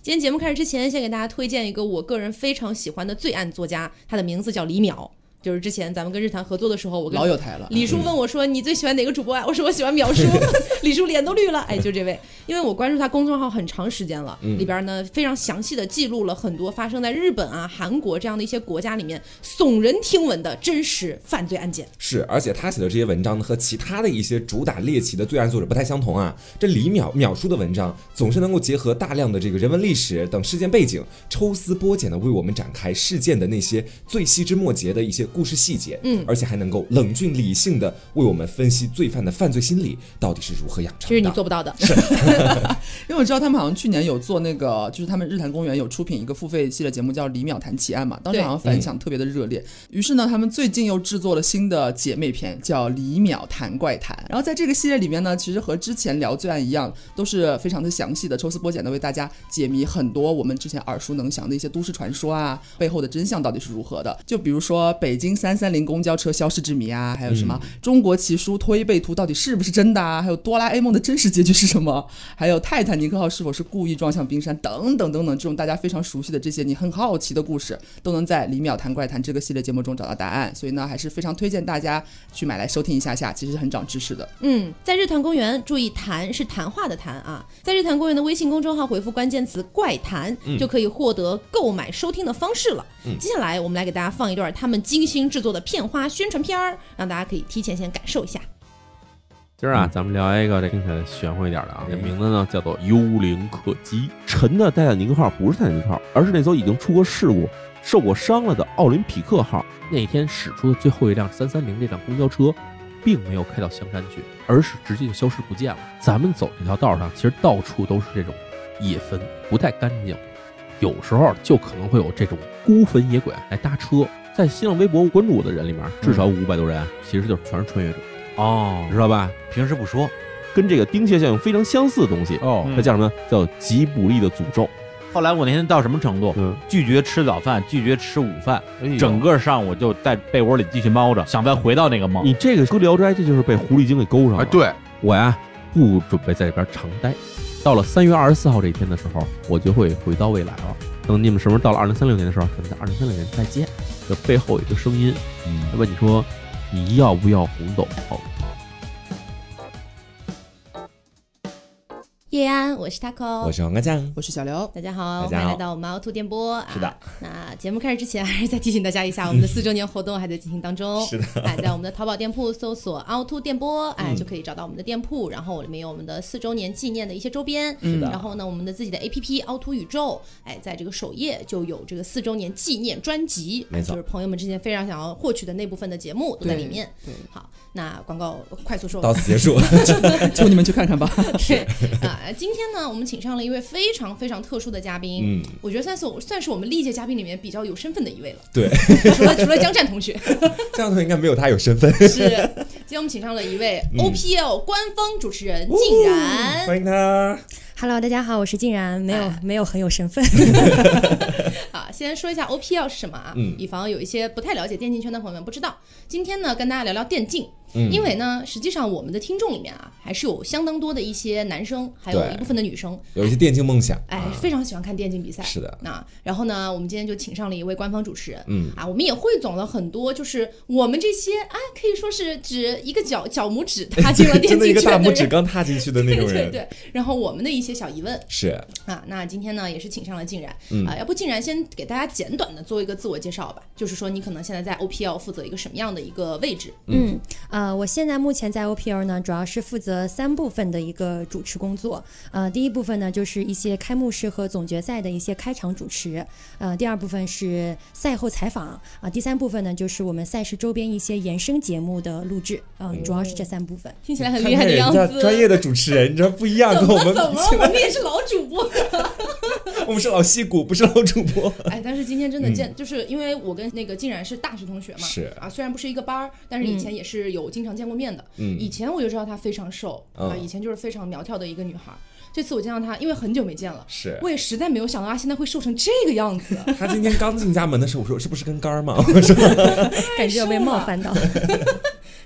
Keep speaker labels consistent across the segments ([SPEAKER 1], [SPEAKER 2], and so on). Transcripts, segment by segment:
[SPEAKER 1] 今天节目开始之前，先给大家推荐一个我个人非常喜欢的罪案作家，他的名字叫李淼。就是之前咱们跟日坛合作的时候，我跟
[SPEAKER 2] 老有台了。
[SPEAKER 1] 李叔问我说：“你最喜欢哪个主播啊？”我说：“我喜欢 淼叔。”李叔脸都绿了。哎，就这位，因为我关注他公众号很长时间了，里边呢非常详细的记录了很多发生在日本啊、韩国这样的一些国家里面耸人听闻的真实犯罪案件。
[SPEAKER 3] 是，而且他写的这些文章呢，和其他的一些主打猎奇的罪案作者不太相同啊。这李淼淼叔的文章总是能够结合大量的这个人文历史等事件背景，抽丝剥茧的为我们展开事件的那些最细枝末节的一些故事细节，嗯，而且还能够冷峻理性的为我们分析罪犯的犯罪心理到底是如何养成的。
[SPEAKER 1] 这是你做不到的，
[SPEAKER 2] 因为我知道他们好像去年有做那个，就是他们日坛公园有出品一个付费系列节目叫《李淼谈奇案》嘛，当时
[SPEAKER 1] 对
[SPEAKER 2] 好像反响特别的热烈。于是呢，他们最近又制作了新的姐妹篇，叫《李淼谈怪谈》。然后在这个系列里面呢，其实和之前聊罪案一样，都是非常的详细的抽丝剥茧的为大家解谜很多我们之前耳熟能详的一些都市传说啊，背后的真相到底是如何的。就比如说北京三三零公交车消失之谜啊，还有什么中国奇书推背图到底是不是真的啊，还有哆啦 A 梦的真实结局是什么，还有泰坦尼克号是否是故意撞向冰山等等等等，这种大家非常熟悉的这些你很好奇的故事，都能在《李淼谈怪谈》这个系列节目中找到答案。所以呢，还是非常推荐大家去买来收听一下下，其实是很长知识 的。
[SPEAKER 1] 嗯，在日坛公园，注意“谈”是谈话的“谈”啊，在日坛公园的微信公众号回复关键词“怪谈”，
[SPEAKER 3] 嗯
[SPEAKER 1] 就可以获得购买收听的方式了。接下来我们来给大家放一段他们精心制作的片花宣传片儿，让大家可以提前先感受一下。
[SPEAKER 4] 今儿啊，咱们聊一个这听起来玄乎一点的啊，这名字呢叫做《幽灵客机》。沉的泰坦尼克号不是泰坦尼克号，而是那艘已经出过事故、受过伤了的奥林匹克号。那天驶出的最后一辆三三零这辆公交车，并没有开到香山去，而是直接就消失不见了。咱们走这条道上，其实到处都是这种野坟，不太干净。有时候就可能会有这种孤坟野鬼来搭车。在新浪微博关注我的人里面，至少五百多人，啊其实就是全是穿越者，
[SPEAKER 5] 哦
[SPEAKER 4] 你，知道吧？
[SPEAKER 5] 平时不说
[SPEAKER 4] 跟这个丁蟹效应非常相似的东西，
[SPEAKER 5] 哦
[SPEAKER 4] 它叫什么？叫吉卜力的诅咒。
[SPEAKER 5] 后来我那天到什么程度？
[SPEAKER 4] 嗯，
[SPEAKER 5] 拒绝吃早饭，拒绝吃午饭，整个上午就在被窝里继续猫着，想再回到那个梦。
[SPEAKER 4] 你这个搁《聊斋》，这就是被狐狸精给勾上
[SPEAKER 6] 哎，
[SPEAKER 4] 了。
[SPEAKER 6] 对，
[SPEAKER 4] 我呀，不准备在这边常待。到了三月二十四号这一天的时候，我就会回到未来了。等你们什么时候到了二零三六年的时候，咱们在二零三六年再见。这背后有一个声音，
[SPEAKER 3] 嗯
[SPEAKER 4] 他问你说，你要不要红豆泡
[SPEAKER 1] 叶安，我是 Taco，
[SPEAKER 3] 我是王刚酱。
[SPEAKER 2] 我是小刘，
[SPEAKER 1] 大家好，
[SPEAKER 3] 大家好
[SPEAKER 1] 欢迎来到我们凹凸电波。
[SPEAKER 3] 是的
[SPEAKER 1] 啊，那节目开始之前，还是再提醒大家一下，我们的四周年活动还在进行当中。
[SPEAKER 3] 是嗯
[SPEAKER 1] 的，哎，在我们的淘宝店铺搜索“凹凸电波”，哎，就可以找到我们的店铺，然后里面有我们的四周年纪念的一些周边。
[SPEAKER 2] 是
[SPEAKER 3] 嗯
[SPEAKER 2] 的
[SPEAKER 1] 然后呢，我们的自己的 APP“ 凹凸宇宙”，哎，在这个首页就有这个四周年纪念专辑，
[SPEAKER 3] 没错
[SPEAKER 1] 就是朋友们之前非常想要获取的那部分的节目都在里面。
[SPEAKER 2] 对，
[SPEAKER 1] 好，那广告快速说完
[SPEAKER 3] 到。此结束。
[SPEAKER 2] 求你们去看看吧。
[SPEAKER 1] 对啊，今天呢，我们请上了一位非常非常特殊的嘉宾，
[SPEAKER 3] 嗯，
[SPEAKER 1] 我觉得算是我算是我们历届嘉宾里面比较有身份的一位了，
[SPEAKER 3] 对，
[SPEAKER 1] 除了除了江战同 学，
[SPEAKER 3] 这样的应该没有他有身份。
[SPEAKER 1] 是。今天我们请上了一位
[SPEAKER 3] 嗯哦
[SPEAKER 1] OPL 官方主持人， 竟然、
[SPEAKER 3] 欢迎他。
[SPEAKER 7] Hello，大家好，我是静然，没有、
[SPEAKER 1] 哎
[SPEAKER 7] 没有很有身份。
[SPEAKER 1] 啊，先说一下 OPL 是什么啊，
[SPEAKER 3] 嗯
[SPEAKER 1] 以防有一些不太了解电竞圈的朋友们不知道。今天呢，跟大家聊聊电竞，
[SPEAKER 3] 嗯
[SPEAKER 1] 因为呢，实际上我们的听众里面啊，还是有相当多的一些男生，还有
[SPEAKER 3] 对
[SPEAKER 1] 一部分的女生，
[SPEAKER 3] 有一些电竞梦想，
[SPEAKER 1] 哎，非常喜欢看电竞比赛。
[SPEAKER 3] 是的，
[SPEAKER 1] 那然后呢，我们今天就请上了一位官方主持人，
[SPEAKER 3] 嗯
[SPEAKER 1] 啊，我们也汇总了很多，就是我们这些哎，可以说是指一个脚脚拇指踏进了电
[SPEAKER 3] 真的一
[SPEAKER 1] 竞
[SPEAKER 3] 个大
[SPEAKER 1] 圈
[SPEAKER 3] 拇指
[SPEAKER 1] 人，
[SPEAKER 3] 刚踏进去的那
[SPEAKER 1] 对
[SPEAKER 3] 种
[SPEAKER 1] 对
[SPEAKER 3] 人，
[SPEAKER 1] 对。然后我们的一些小疑问
[SPEAKER 3] 是
[SPEAKER 1] 啊，那今天呢也是请上了静然，
[SPEAKER 3] 嗯
[SPEAKER 1] 啊，要不静然先给大家简短的做一个自我介绍吧，就是说你可能现在在 OPL 负责一个什么样的一个位置？
[SPEAKER 7] 嗯，呃，我现在目前在 OPL 呢，主要是负责三部分的一个主持工作。呃，第一部分呢，就是一些开幕式和总决赛的一些开场主持。呃，第二部分是赛后采访啊、第三部分呢，就是我们赛事周边一些衍生节目的录制。嗯、主要是这三部分。
[SPEAKER 1] 听起来很
[SPEAKER 3] 看
[SPEAKER 1] 厉害
[SPEAKER 3] 看
[SPEAKER 1] 的
[SPEAKER 3] 人
[SPEAKER 1] 样
[SPEAKER 3] 家
[SPEAKER 1] 子。
[SPEAKER 3] 专业的主持人，你知道不一样，
[SPEAKER 1] 怎
[SPEAKER 3] 跟
[SPEAKER 1] 么
[SPEAKER 3] 我们
[SPEAKER 1] 怎
[SPEAKER 3] 比
[SPEAKER 1] 么
[SPEAKER 3] 起，
[SPEAKER 1] 我
[SPEAKER 3] 来，
[SPEAKER 1] 们也是老主播。
[SPEAKER 3] 我们是老戏骨，不是老主 播。
[SPEAKER 1] 哎，但是今天真的见，就是因为我跟那个竟然是大学同学嘛，
[SPEAKER 3] 嗯是
[SPEAKER 1] 啊，虽然不是一个班儿，但是以前也是有经常见过面的。
[SPEAKER 3] 嗯
[SPEAKER 1] 以前我就知道她非常瘦啊，
[SPEAKER 3] 嗯
[SPEAKER 1] 以前就是非常苗条的一个女孩儿。这次我见到她，因为很久没见了，
[SPEAKER 3] 是
[SPEAKER 1] 我也实在没有想到她现在会瘦成这个样子。
[SPEAKER 3] 他今 天刚进家门的时候，我说这不是跟杆儿吗？我说
[SPEAKER 7] 感觉有被冒犯到。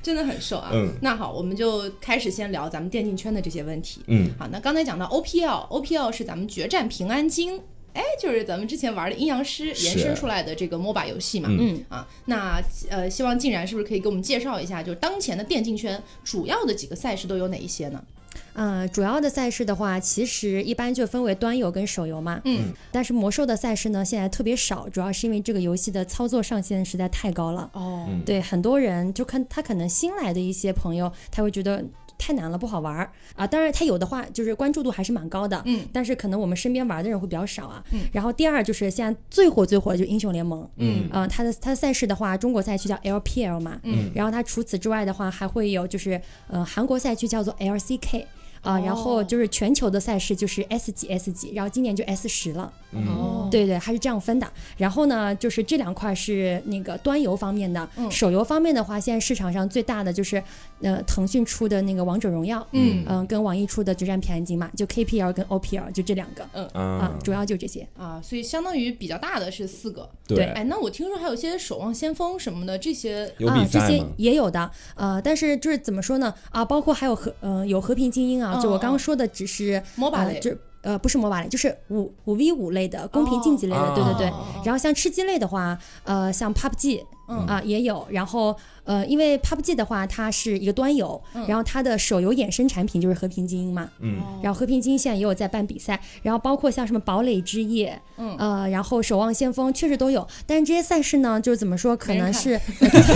[SPEAKER 1] 真的很瘦啊。
[SPEAKER 3] 嗯
[SPEAKER 1] 那好，我们就开始先聊咱们电竞圈的这些问题。
[SPEAKER 3] 嗯，
[SPEAKER 1] 好，那刚才讲到 OPL，OPL 是咱们决战平安京，哎，就是咱们之前玩的阴阳师延伸出来的这个 MOBA 游戏嘛。
[SPEAKER 3] 嗯
[SPEAKER 7] 嗯
[SPEAKER 1] 啊，那呃，希望静然是不是可以给我们介绍一下，就是当前的电竞圈主要的几个赛事都有哪一些呢？
[SPEAKER 7] 呃，主要的赛事的话，其实一般就分为端游跟手游嘛。
[SPEAKER 1] 嗯。
[SPEAKER 7] 但是魔兽的赛事呢，现在特别少，主要是因为这个游戏的操作上限实在太高了。
[SPEAKER 1] 哦
[SPEAKER 3] 嗯
[SPEAKER 7] 对，很多人就看他可能新来的一些朋友，他会觉得太难了，不好玩儿啊。当然，他有的话就是关注度还是蛮高的，
[SPEAKER 1] 嗯
[SPEAKER 7] 但是可能我们身边玩的人会比较少啊。
[SPEAKER 1] 嗯
[SPEAKER 7] 然后第二就是现在最火最火的就是英雄联盟，
[SPEAKER 1] 嗯
[SPEAKER 7] 呃，它的它的赛事的话，中国赛区叫 LPL 嘛，
[SPEAKER 1] 嗯
[SPEAKER 3] 哦
[SPEAKER 7] 然后它除此之外的话，还会有就是呃韩国赛区叫做 LCK。啊、然后
[SPEAKER 1] 哦
[SPEAKER 7] 就是全球的赛事就是 S 级 S 级，然后今年就 S 十了，
[SPEAKER 3] 嗯
[SPEAKER 1] 哦，
[SPEAKER 7] 对对，它是这样分的。然后呢，就是这两块是那个端游方面的，
[SPEAKER 1] 嗯
[SPEAKER 7] 手游方面的话，现在市场上最大的就是呃腾讯出的那个《王者荣耀》，
[SPEAKER 1] 嗯
[SPEAKER 7] 嗯、跟网易出的《决战平安京》嘛，就 KPL 跟 OPL 就这两个啊
[SPEAKER 3] 啊，，
[SPEAKER 7] 主要就这些。
[SPEAKER 1] 啊，所以相当于比较大的是四个。
[SPEAKER 3] 对，
[SPEAKER 1] 哎，那我听说还有些守望先锋什么的这些，
[SPEAKER 3] 有
[SPEAKER 7] 啊
[SPEAKER 3] 比，
[SPEAKER 7] 这
[SPEAKER 3] 赛
[SPEAKER 7] 些
[SPEAKER 3] 吗？
[SPEAKER 7] 也有的，呃，但是就是怎么说呢？啊，包括还有和呃有和平精英啊，就我
[SPEAKER 1] 嗯
[SPEAKER 7] 刚
[SPEAKER 1] 嗯
[SPEAKER 7] 刚说的只是
[SPEAKER 1] MOBA
[SPEAKER 7] 呃，
[SPEAKER 1] 类
[SPEAKER 7] 就呃不是魔法类，就是五五 v 五类的公平竞技类的，
[SPEAKER 3] 哦
[SPEAKER 7] 对对对。
[SPEAKER 1] 哦
[SPEAKER 7] 然后像吃鸡类的话，呃，像 PUBG
[SPEAKER 1] 嗯
[SPEAKER 7] 啊、也有，然后呃，因为 PUBG 的话，它是一个端游，
[SPEAKER 1] 嗯
[SPEAKER 7] 然后它的手游衍生产品就是和平精英嘛，
[SPEAKER 3] 嗯
[SPEAKER 1] 哦
[SPEAKER 7] 然后和平精英现在也有在办比赛，然后包括像什么堡垒之夜，
[SPEAKER 1] 嗯
[SPEAKER 7] 呃，然后守望先锋确实都有，但是这些赛事呢，就是怎么说，可
[SPEAKER 1] 没人
[SPEAKER 7] 能
[SPEAKER 1] 看
[SPEAKER 7] 是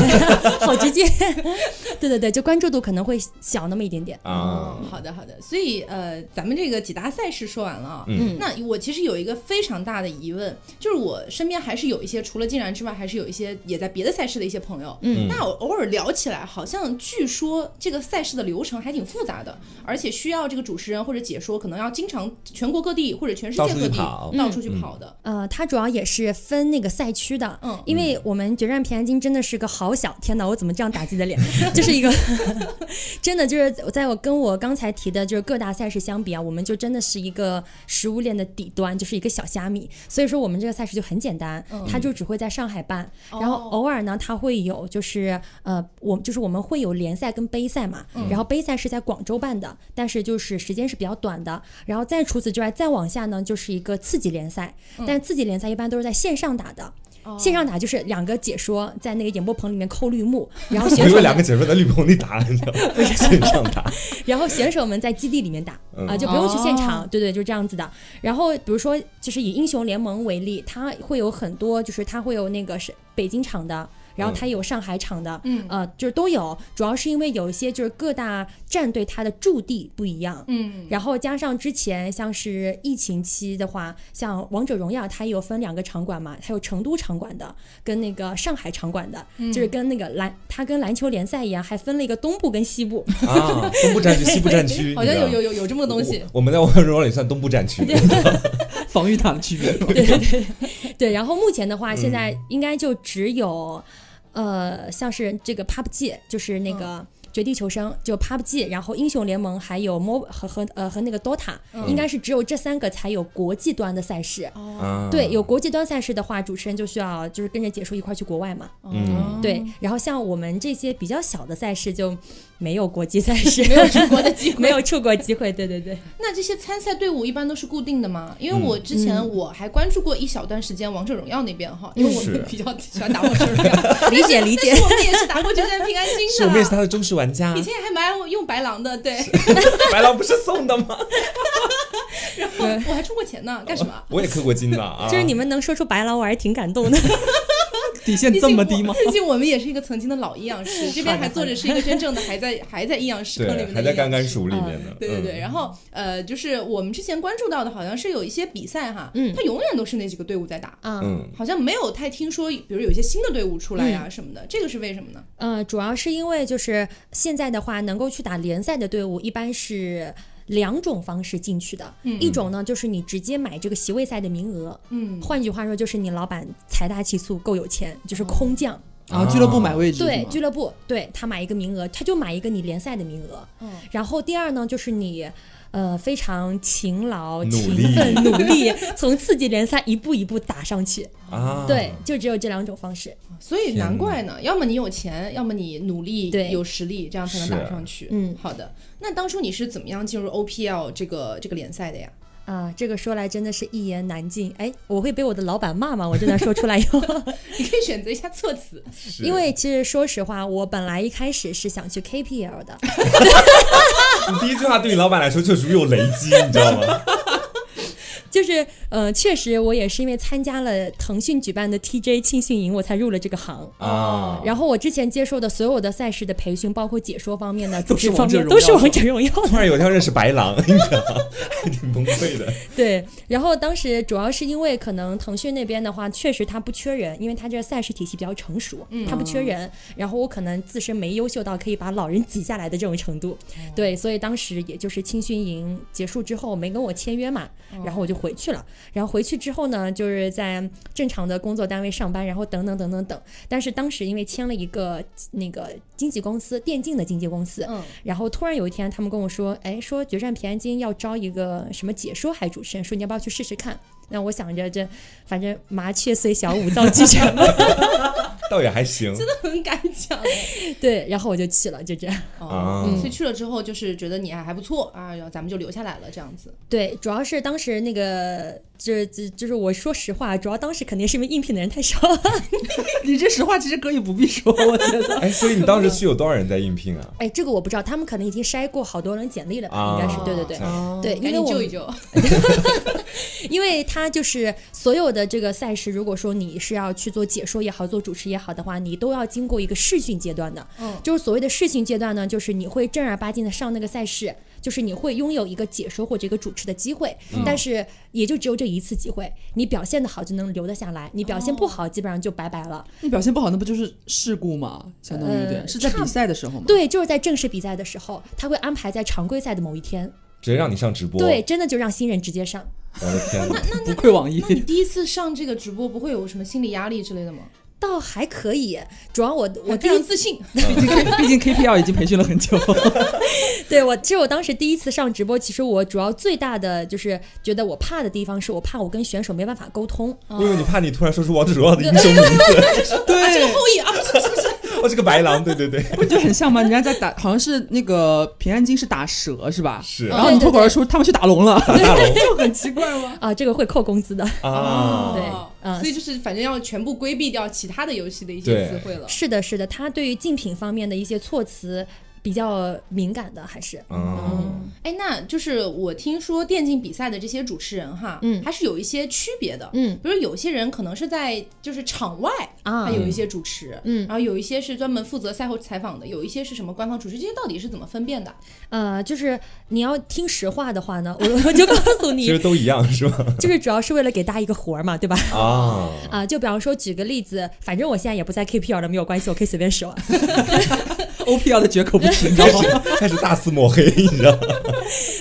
[SPEAKER 7] 好直接，对对对，就关注度可能会小那么一点点。
[SPEAKER 3] 啊
[SPEAKER 1] 哦，，好的好的，所以呃，咱们这个几大赛事说完了啊。
[SPEAKER 3] 嗯
[SPEAKER 1] 那我其实有一个非常大的疑问，就是我身边还是有一些除了竟然之外，还是有一些也在别的赛事的一些朋友。
[SPEAKER 3] 嗯
[SPEAKER 1] 那我偶尔聊起来，好像据说这个赛事的流程还挺复杂的，而且需要这个主持人或者解说可能要经常全国各地或者全世界
[SPEAKER 3] 到处
[SPEAKER 1] 各
[SPEAKER 3] 去
[SPEAKER 1] 地
[SPEAKER 3] 跑
[SPEAKER 1] 到处去跑的。
[SPEAKER 7] 呃，它主要也是分那个赛区的，
[SPEAKER 1] 嗯
[SPEAKER 7] 因为我们决战平安京真的是个好小，天哪，我怎么这样打自己的脸？ 就是一个真的就是在我跟我刚才提的，就是各大赛事相比啊，我们就真的是一个食物链的底端，就是一个小虾米。所以说我们这个赛事就很简单，它就只会在上海办，然后偶尔呢，它会有就是呃，我就是我们会有联赛跟杯赛嘛，然后杯赛是在广州办的，但是就是时间是比较短的。然后再除此之外，再往下呢，就是一个次级联赛，但次级联赛一般都是在线上打的。线上打就是两个解说在那个演播棚里面扣绿幕，然后
[SPEAKER 3] 我
[SPEAKER 7] 选
[SPEAKER 3] 以
[SPEAKER 7] 手
[SPEAKER 3] 为两
[SPEAKER 7] 们，
[SPEAKER 3] 个解说在绿棚里打了 呢，线上打，
[SPEAKER 7] 然后选手们在基地里面打
[SPEAKER 3] 嗯
[SPEAKER 7] 啊，就不用去现
[SPEAKER 1] 哦
[SPEAKER 7] 场，对对，就这样子的。然后比如说，就是以英雄联盟为例，它会有很多，就是它会有那个是北京场的，然后它有上海场的，
[SPEAKER 1] 嗯
[SPEAKER 7] 呃，就是都有。主要是因为有一些就是各大战队它的驻地不一样，
[SPEAKER 1] 嗯
[SPEAKER 7] 然后加上之前像是疫情期的话，像王者荣耀它也有分两个场馆嘛，它有成都场馆的跟那个上海场馆的，
[SPEAKER 1] 嗯
[SPEAKER 7] 就是跟那个篮它跟篮球联赛一样，还分了一个东部跟西部。
[SPEAKER 3] 啊，东部战区、西部战 区，
[SPEAKER 1] 好像
[SPEAKER 3] 你知
[SPEAKER 1] 有
[SPEAKER 3] 道
[SPEAKER 1] 有有有这么个东西。
[SPEAKER 3] 我我们在王者荣耀里算东部战区，
[SPEAKER 2] 防御塔的区别。
[SPEAKER 7] 对，然后目前的话，现在
[SPEAKER 3] 嗯
[SPEAKER 7] 应该就只有，呃，像是这个 PUBG，就是那个。绝地求生就 PUBG，然后英雄联盟还有 MO 和和呃和那个 DOTA，、应该是只有这三个才有国际端的赛事。
[SPEAKER 1] 嗯
[SPEAKER 3] 啊，
[SPEAKER 7] 对，有国际端赛事的话，主持人就需要就是跟着解说一块儿去国外嘛。
[SPEAKER 3] 嗯
[SPEAKER 7] 对，然后像我们这些比较小的赛事就没有国际赛事，
[SPEAKER 1] 没有出国的机会
[SPEAKER 7] 没有出国机会。对对对，
[SPEAKER 1] 那这些参赛队伍一般都是固定的吗？
[SPEAKER 3] 嗯
[SPEAKER 1] 因为我之前我还关注过一小段时间王者荣耀那边哈，因为我
[SPEAKER 3] 是
[SPEAKER 1] 们比较喜欢打王者荣耀，
[SPEAKER 7] 理解理解
[SPEAKER 1] 但。是我们也是打过决战平安
[SPEAKER 3] 是我
[SPEAKER 1] 京
[SPEAKER 3] 们也是
[SPEAKER 1] 的。啊
[SPEAKER 3] 他的忠实玩家
[SPEAKER 1] 以，前还蛮爱用白狼的，对，
[SPEAKER 3] 白狼不是送的吗？
[SPEAKER 1] 然后我还充过钱呢，干什 么？
[SPEAKER 3] 我也氪过金的啊，
[SPEAKER 7] 就是你们能说出白狼，我还是挺感动的。
[SPEAKER 2] 底线这么低吗
[SPEAKER 1] 毕？竟我毕竟我们也是一个曾经的老阴阳师，这边还坐着是一个真正的还 在还在阴阳师坑里
[SPEAKER 3] 对，
[SPEAKER 1] 面的
[SPEAKER 3] 还
[SPEAKER 1] 阴
[SPEAKER 3] 在
[SPEAKER 1] 阳
[SPEAKER 3] 干干
[SPEAKER 1] 师
[SPEAKER 3] 鼠里面的，
[SPEAKER 1] 对对对，
[SPEAKER 3] 嗯
[SPEAKER 1] 然后呃，就是我们之前关注到的，好像是有一些比赛哈，
[SPEAKER 7] 嗯
[SPEAKER 1] 它永远都是那几个队伍在打，
[SPEAKER 7] 啊
[SPEAKER 3] 嗯
[SPEAKER 1] 好像没有太听说，比如有一些新的队伍出来
[SPEAKER 7] 嗯
[SPEAKER 1] 呀、什么的，这个是为什么呢？
[SPEAKER 7] 呃，主要是因为就是现在的话，能够去打联赛的队伍一般是。两种方式进去的，
[SPEAKER 1] 嗯
[SPEAKER 7] 一种呢就是你直接买这个席位赛的名额，
[SPEAKER 1] 嗯
[SPEAKER 7] 换句话说就是你老板财大气粗，够有钱，就是空降，
[SPEAKER 2] 啊，俱乐部买位置是吗，
[SPEAKER 7] 对 俱乐部，对他买一个名额，他就买一个你联赛的名额。
[SPEAKER 1] 嗯
[SPEAKER 7] 然后第二呢，就是你呃非常勤劳、
[SPEAKER 3] 努
[SPEAKER 7] 勤
[SPEAKER 3] 力
[SPEAKER 7] 奋、努力，从次级联赛一步一步打上去。
[SPEAKER 3] 啊，
[SPEAKER 7] 嗯对，就只有这两种方式。
[SPEAKER 1] 所以难怪呢，要么你有钱，要么你努力
[SPEAKER 7] 对
[SPEAKER 1] 有实力，这样才能打上去。
[SPEAKER 7] 嗯
[SPEAKER 1] 好的。那当初你是怎么样进入 OPL 这个这个联赛的呀？
[SPEAKER 7] 啊，这个说来真的是一言难尽。哎，我会被我的老板骂吗？我这段说出来以 后，
[SPEAKER 1] 你可以选择一下措辞。
[SPEAKER 3] 是
[SPEAKER 7] 因为其实说实话，我本来一开始是想去 KPL 的，
[SPEAKER 3] 你第一句话对你老板来说就如有雷击，你知道吗？
[SPEAKER 7] 就是呃，确实我也是因为参加了腾讯举办的 TJ 庆训营，我才入了这个行。
[SPEAKER 3] 啊，
[SPEAKER 7] 然后我之前接受的所有的赛事的培训，包括解说方 面的、主
[SPEAKER 2] 是
[SPEAKER 7] 持方
[SPEAKER 2] 王者
[SPEAKER 7] 面，
[SPEAKER 2] 荣
[SPEAKER 7] 都是
[SPEAKER 2] 耀
[SPEAKER 7] 王者荣耀
[SPEAKER 3] 突然有一天认识白狼，你知道吗？还挺崩溃的。
[SPEAKER 7] 对，然后当时主要是因为可能腾讯那边的话，确实他不缺人，因为他这个赛事体系比较成熟，他不缺人。然后我可能自身没优秀到可以把老人挤下来的这种程度，对，所以当时也就是青训营结束之后没跟我签约嘛，然后我就回去了。然后回去之后呢，就是在正常的工作单位上班，然后等等等等等。但是当时因为签了一个那个经纪公司，电竞的经纪公司，
[SPEAKER 1] 嗯，
[SPEAKER 7] 然后突然有一天，他们跟我说：“哎，说《决战平安京》要招一个什么解说还主持人，说你要不要去试试看？”那我想着这，反正麻雀虽小，五脏俱全嘛。
[SPEAKER 3] 倒也还行
[SPEAKER 1] 很敢讲
[SPEAKER 7] 对，然后我就去了，就这样。
[SPEAKER 1] 哦。
[SPEAKER 3] 啊，
[SPEAKER 1] 所以去了之后，就是觉得你还还不错啊，然后咱们就留下来了，这样子。
[SPEAKER 7] 对，主要是当时那个，这这就是我说实话，主要当时肯定是因为应聘的人太少。
[SPEAKER 2] 你这实话其实可以不必 说，我觉得。
[SPEAKER 3] 哎，所以你当时去有多少人在应聘啊？
[SPEAKER 7] 哎，这个我不知道，他们可能已经筛过好多人简历了吧？应该是
[SPEAKER 3] 啊
[SPEAKER 7] 对对对。
[SPEAKER 1] 哦
[SPEAKER 7] 嗯对，
[SPEAKER 1] 赶
[SPEAKER 7] 因为
[SPEAKER 1] 紧
[SPEAKER 7] 我
[SPEAKER 1] 救一
[SPEAKER 7] 们
[SPEAKER 1] 救。
[SPEAKER 7] 因为他就是所有的这个赛事，如果说你是要去做解说也好，做主持也好的话，你都要经过一个试训阶段的。
[SPEAKER 1] 嗯
[SPEAKER 7] 就是所谓的试训阶段呢，就是你会正儿八经的上那个赛事，就是你会拥有一个解说或者一个主持的机会，但是也就只有这一次机会，你表现的好就能留得下来，你表现不好基本上就拜拜了。
[SPEAKER 2] 你表现不好，那不就是事故吗？相当于有点、
[SPEAKER 7] 呃
[SPEAKER 2] 是在比赛的时候吗？，
[SPEAKER 7] 对，就是在正式比赛的时候，他会安排在常规赛的某一天，
[SPEAKER 3] 直接让你上直播？
[SPEAKER 7] 对，，真的就让新人直接上。
[SPEAKER 3] 我的天哪！
[SPEAKER 2] 不愧网 易
[SPEAKER 1] 那。你第一次上这个直播，不会有什么心理压力之类的吗？
[SPEAKER 7] 倒还可以，主要我我
[SPEAKER 1] 我
[SPEAKER 7] 第
[SPEAKER 1] 非
[SPEAKER 7] 一
[SPEAKER 1] 常自 信。
[SPEAKER 2] 毕竟 K- 毕竟 KPL 已经培训了很久，
[SPEAKER 7] 对我，这是我当时第一次上直播。其实我主要最大的就是觉得我怕的地方是我怕我跟选手没办法沟通。
[SPEAKER 3] 我以为你怕你突然说出王者荣耀的英雄名字，
[SPEAKER 2] 对，
[SPEAKER 1] 后 羿啊，
[SPEAKER 3] 我这个白狼，对对对，
[SPEAKER 2] 不就很像吗？人家在打，好像是那个平安京是打蛇是吧？
[SPEAKER 3] 是啊
[SPEAKER 2] 然后你脱口而出他们去打龙了，
[SPEAKER 3] 打大龙
[SPEAKER 2] 就很奇怪 吗？
[SPEAKER 7] 啊，这个会扣工资的。
[SPEAKER 1] 哦
[SPEAKER 3] 啊，
[SPEAKER 7] 对嗯
[SPEAKER 1] 所以就是反正要全部规避掉其他的游戏的一些词汇了。
[SPEAKER 7] 是的，是的，他对于竞品方面的一些措辞比较敏感的，还是
[SPEAKER 3] 啊，
[SPEAKER 1] 哎，那就是我听说电竞比赛的这些主持人哈，
[SPEAKER 7] 嗯
[SPEAKER 1] 还是有一些区别的。
[SPEAKER 7] 嗯
[SPEAKER 1] 比如有些人可能是在就是场外，
[SPEAKER 7] 啊
[SPEAKER 1] 他，有一些主持，
[SPEAKER 7] 嗯
[SPEAKER 1] 然后有一些是专门负责赛后采访的，有一些是什么官方主持，这些到底是怎么分辨的？
[SPEAKER 7] 呃，就是你要听实话的话呢，我我就告诉
[SPEAKER 3] 其
[SPEAKER 7] 你
[SPEAKER 3] 实，都一样是吧？
[SPEAKER 7] 就是主要是为了给大家一个活儿嘛，对吧？
[SPEAKER 3] 啊，
[SPEAKER 7] 啊、就比方说举个例子，反正我现在也不在 KPL 了，没有关系，我可以随便说。
[SPEAKER 2] OPL 的绝 口不提，你知道吗？
[SPEAKER 3] 开始大肆抹黑，你知道吗？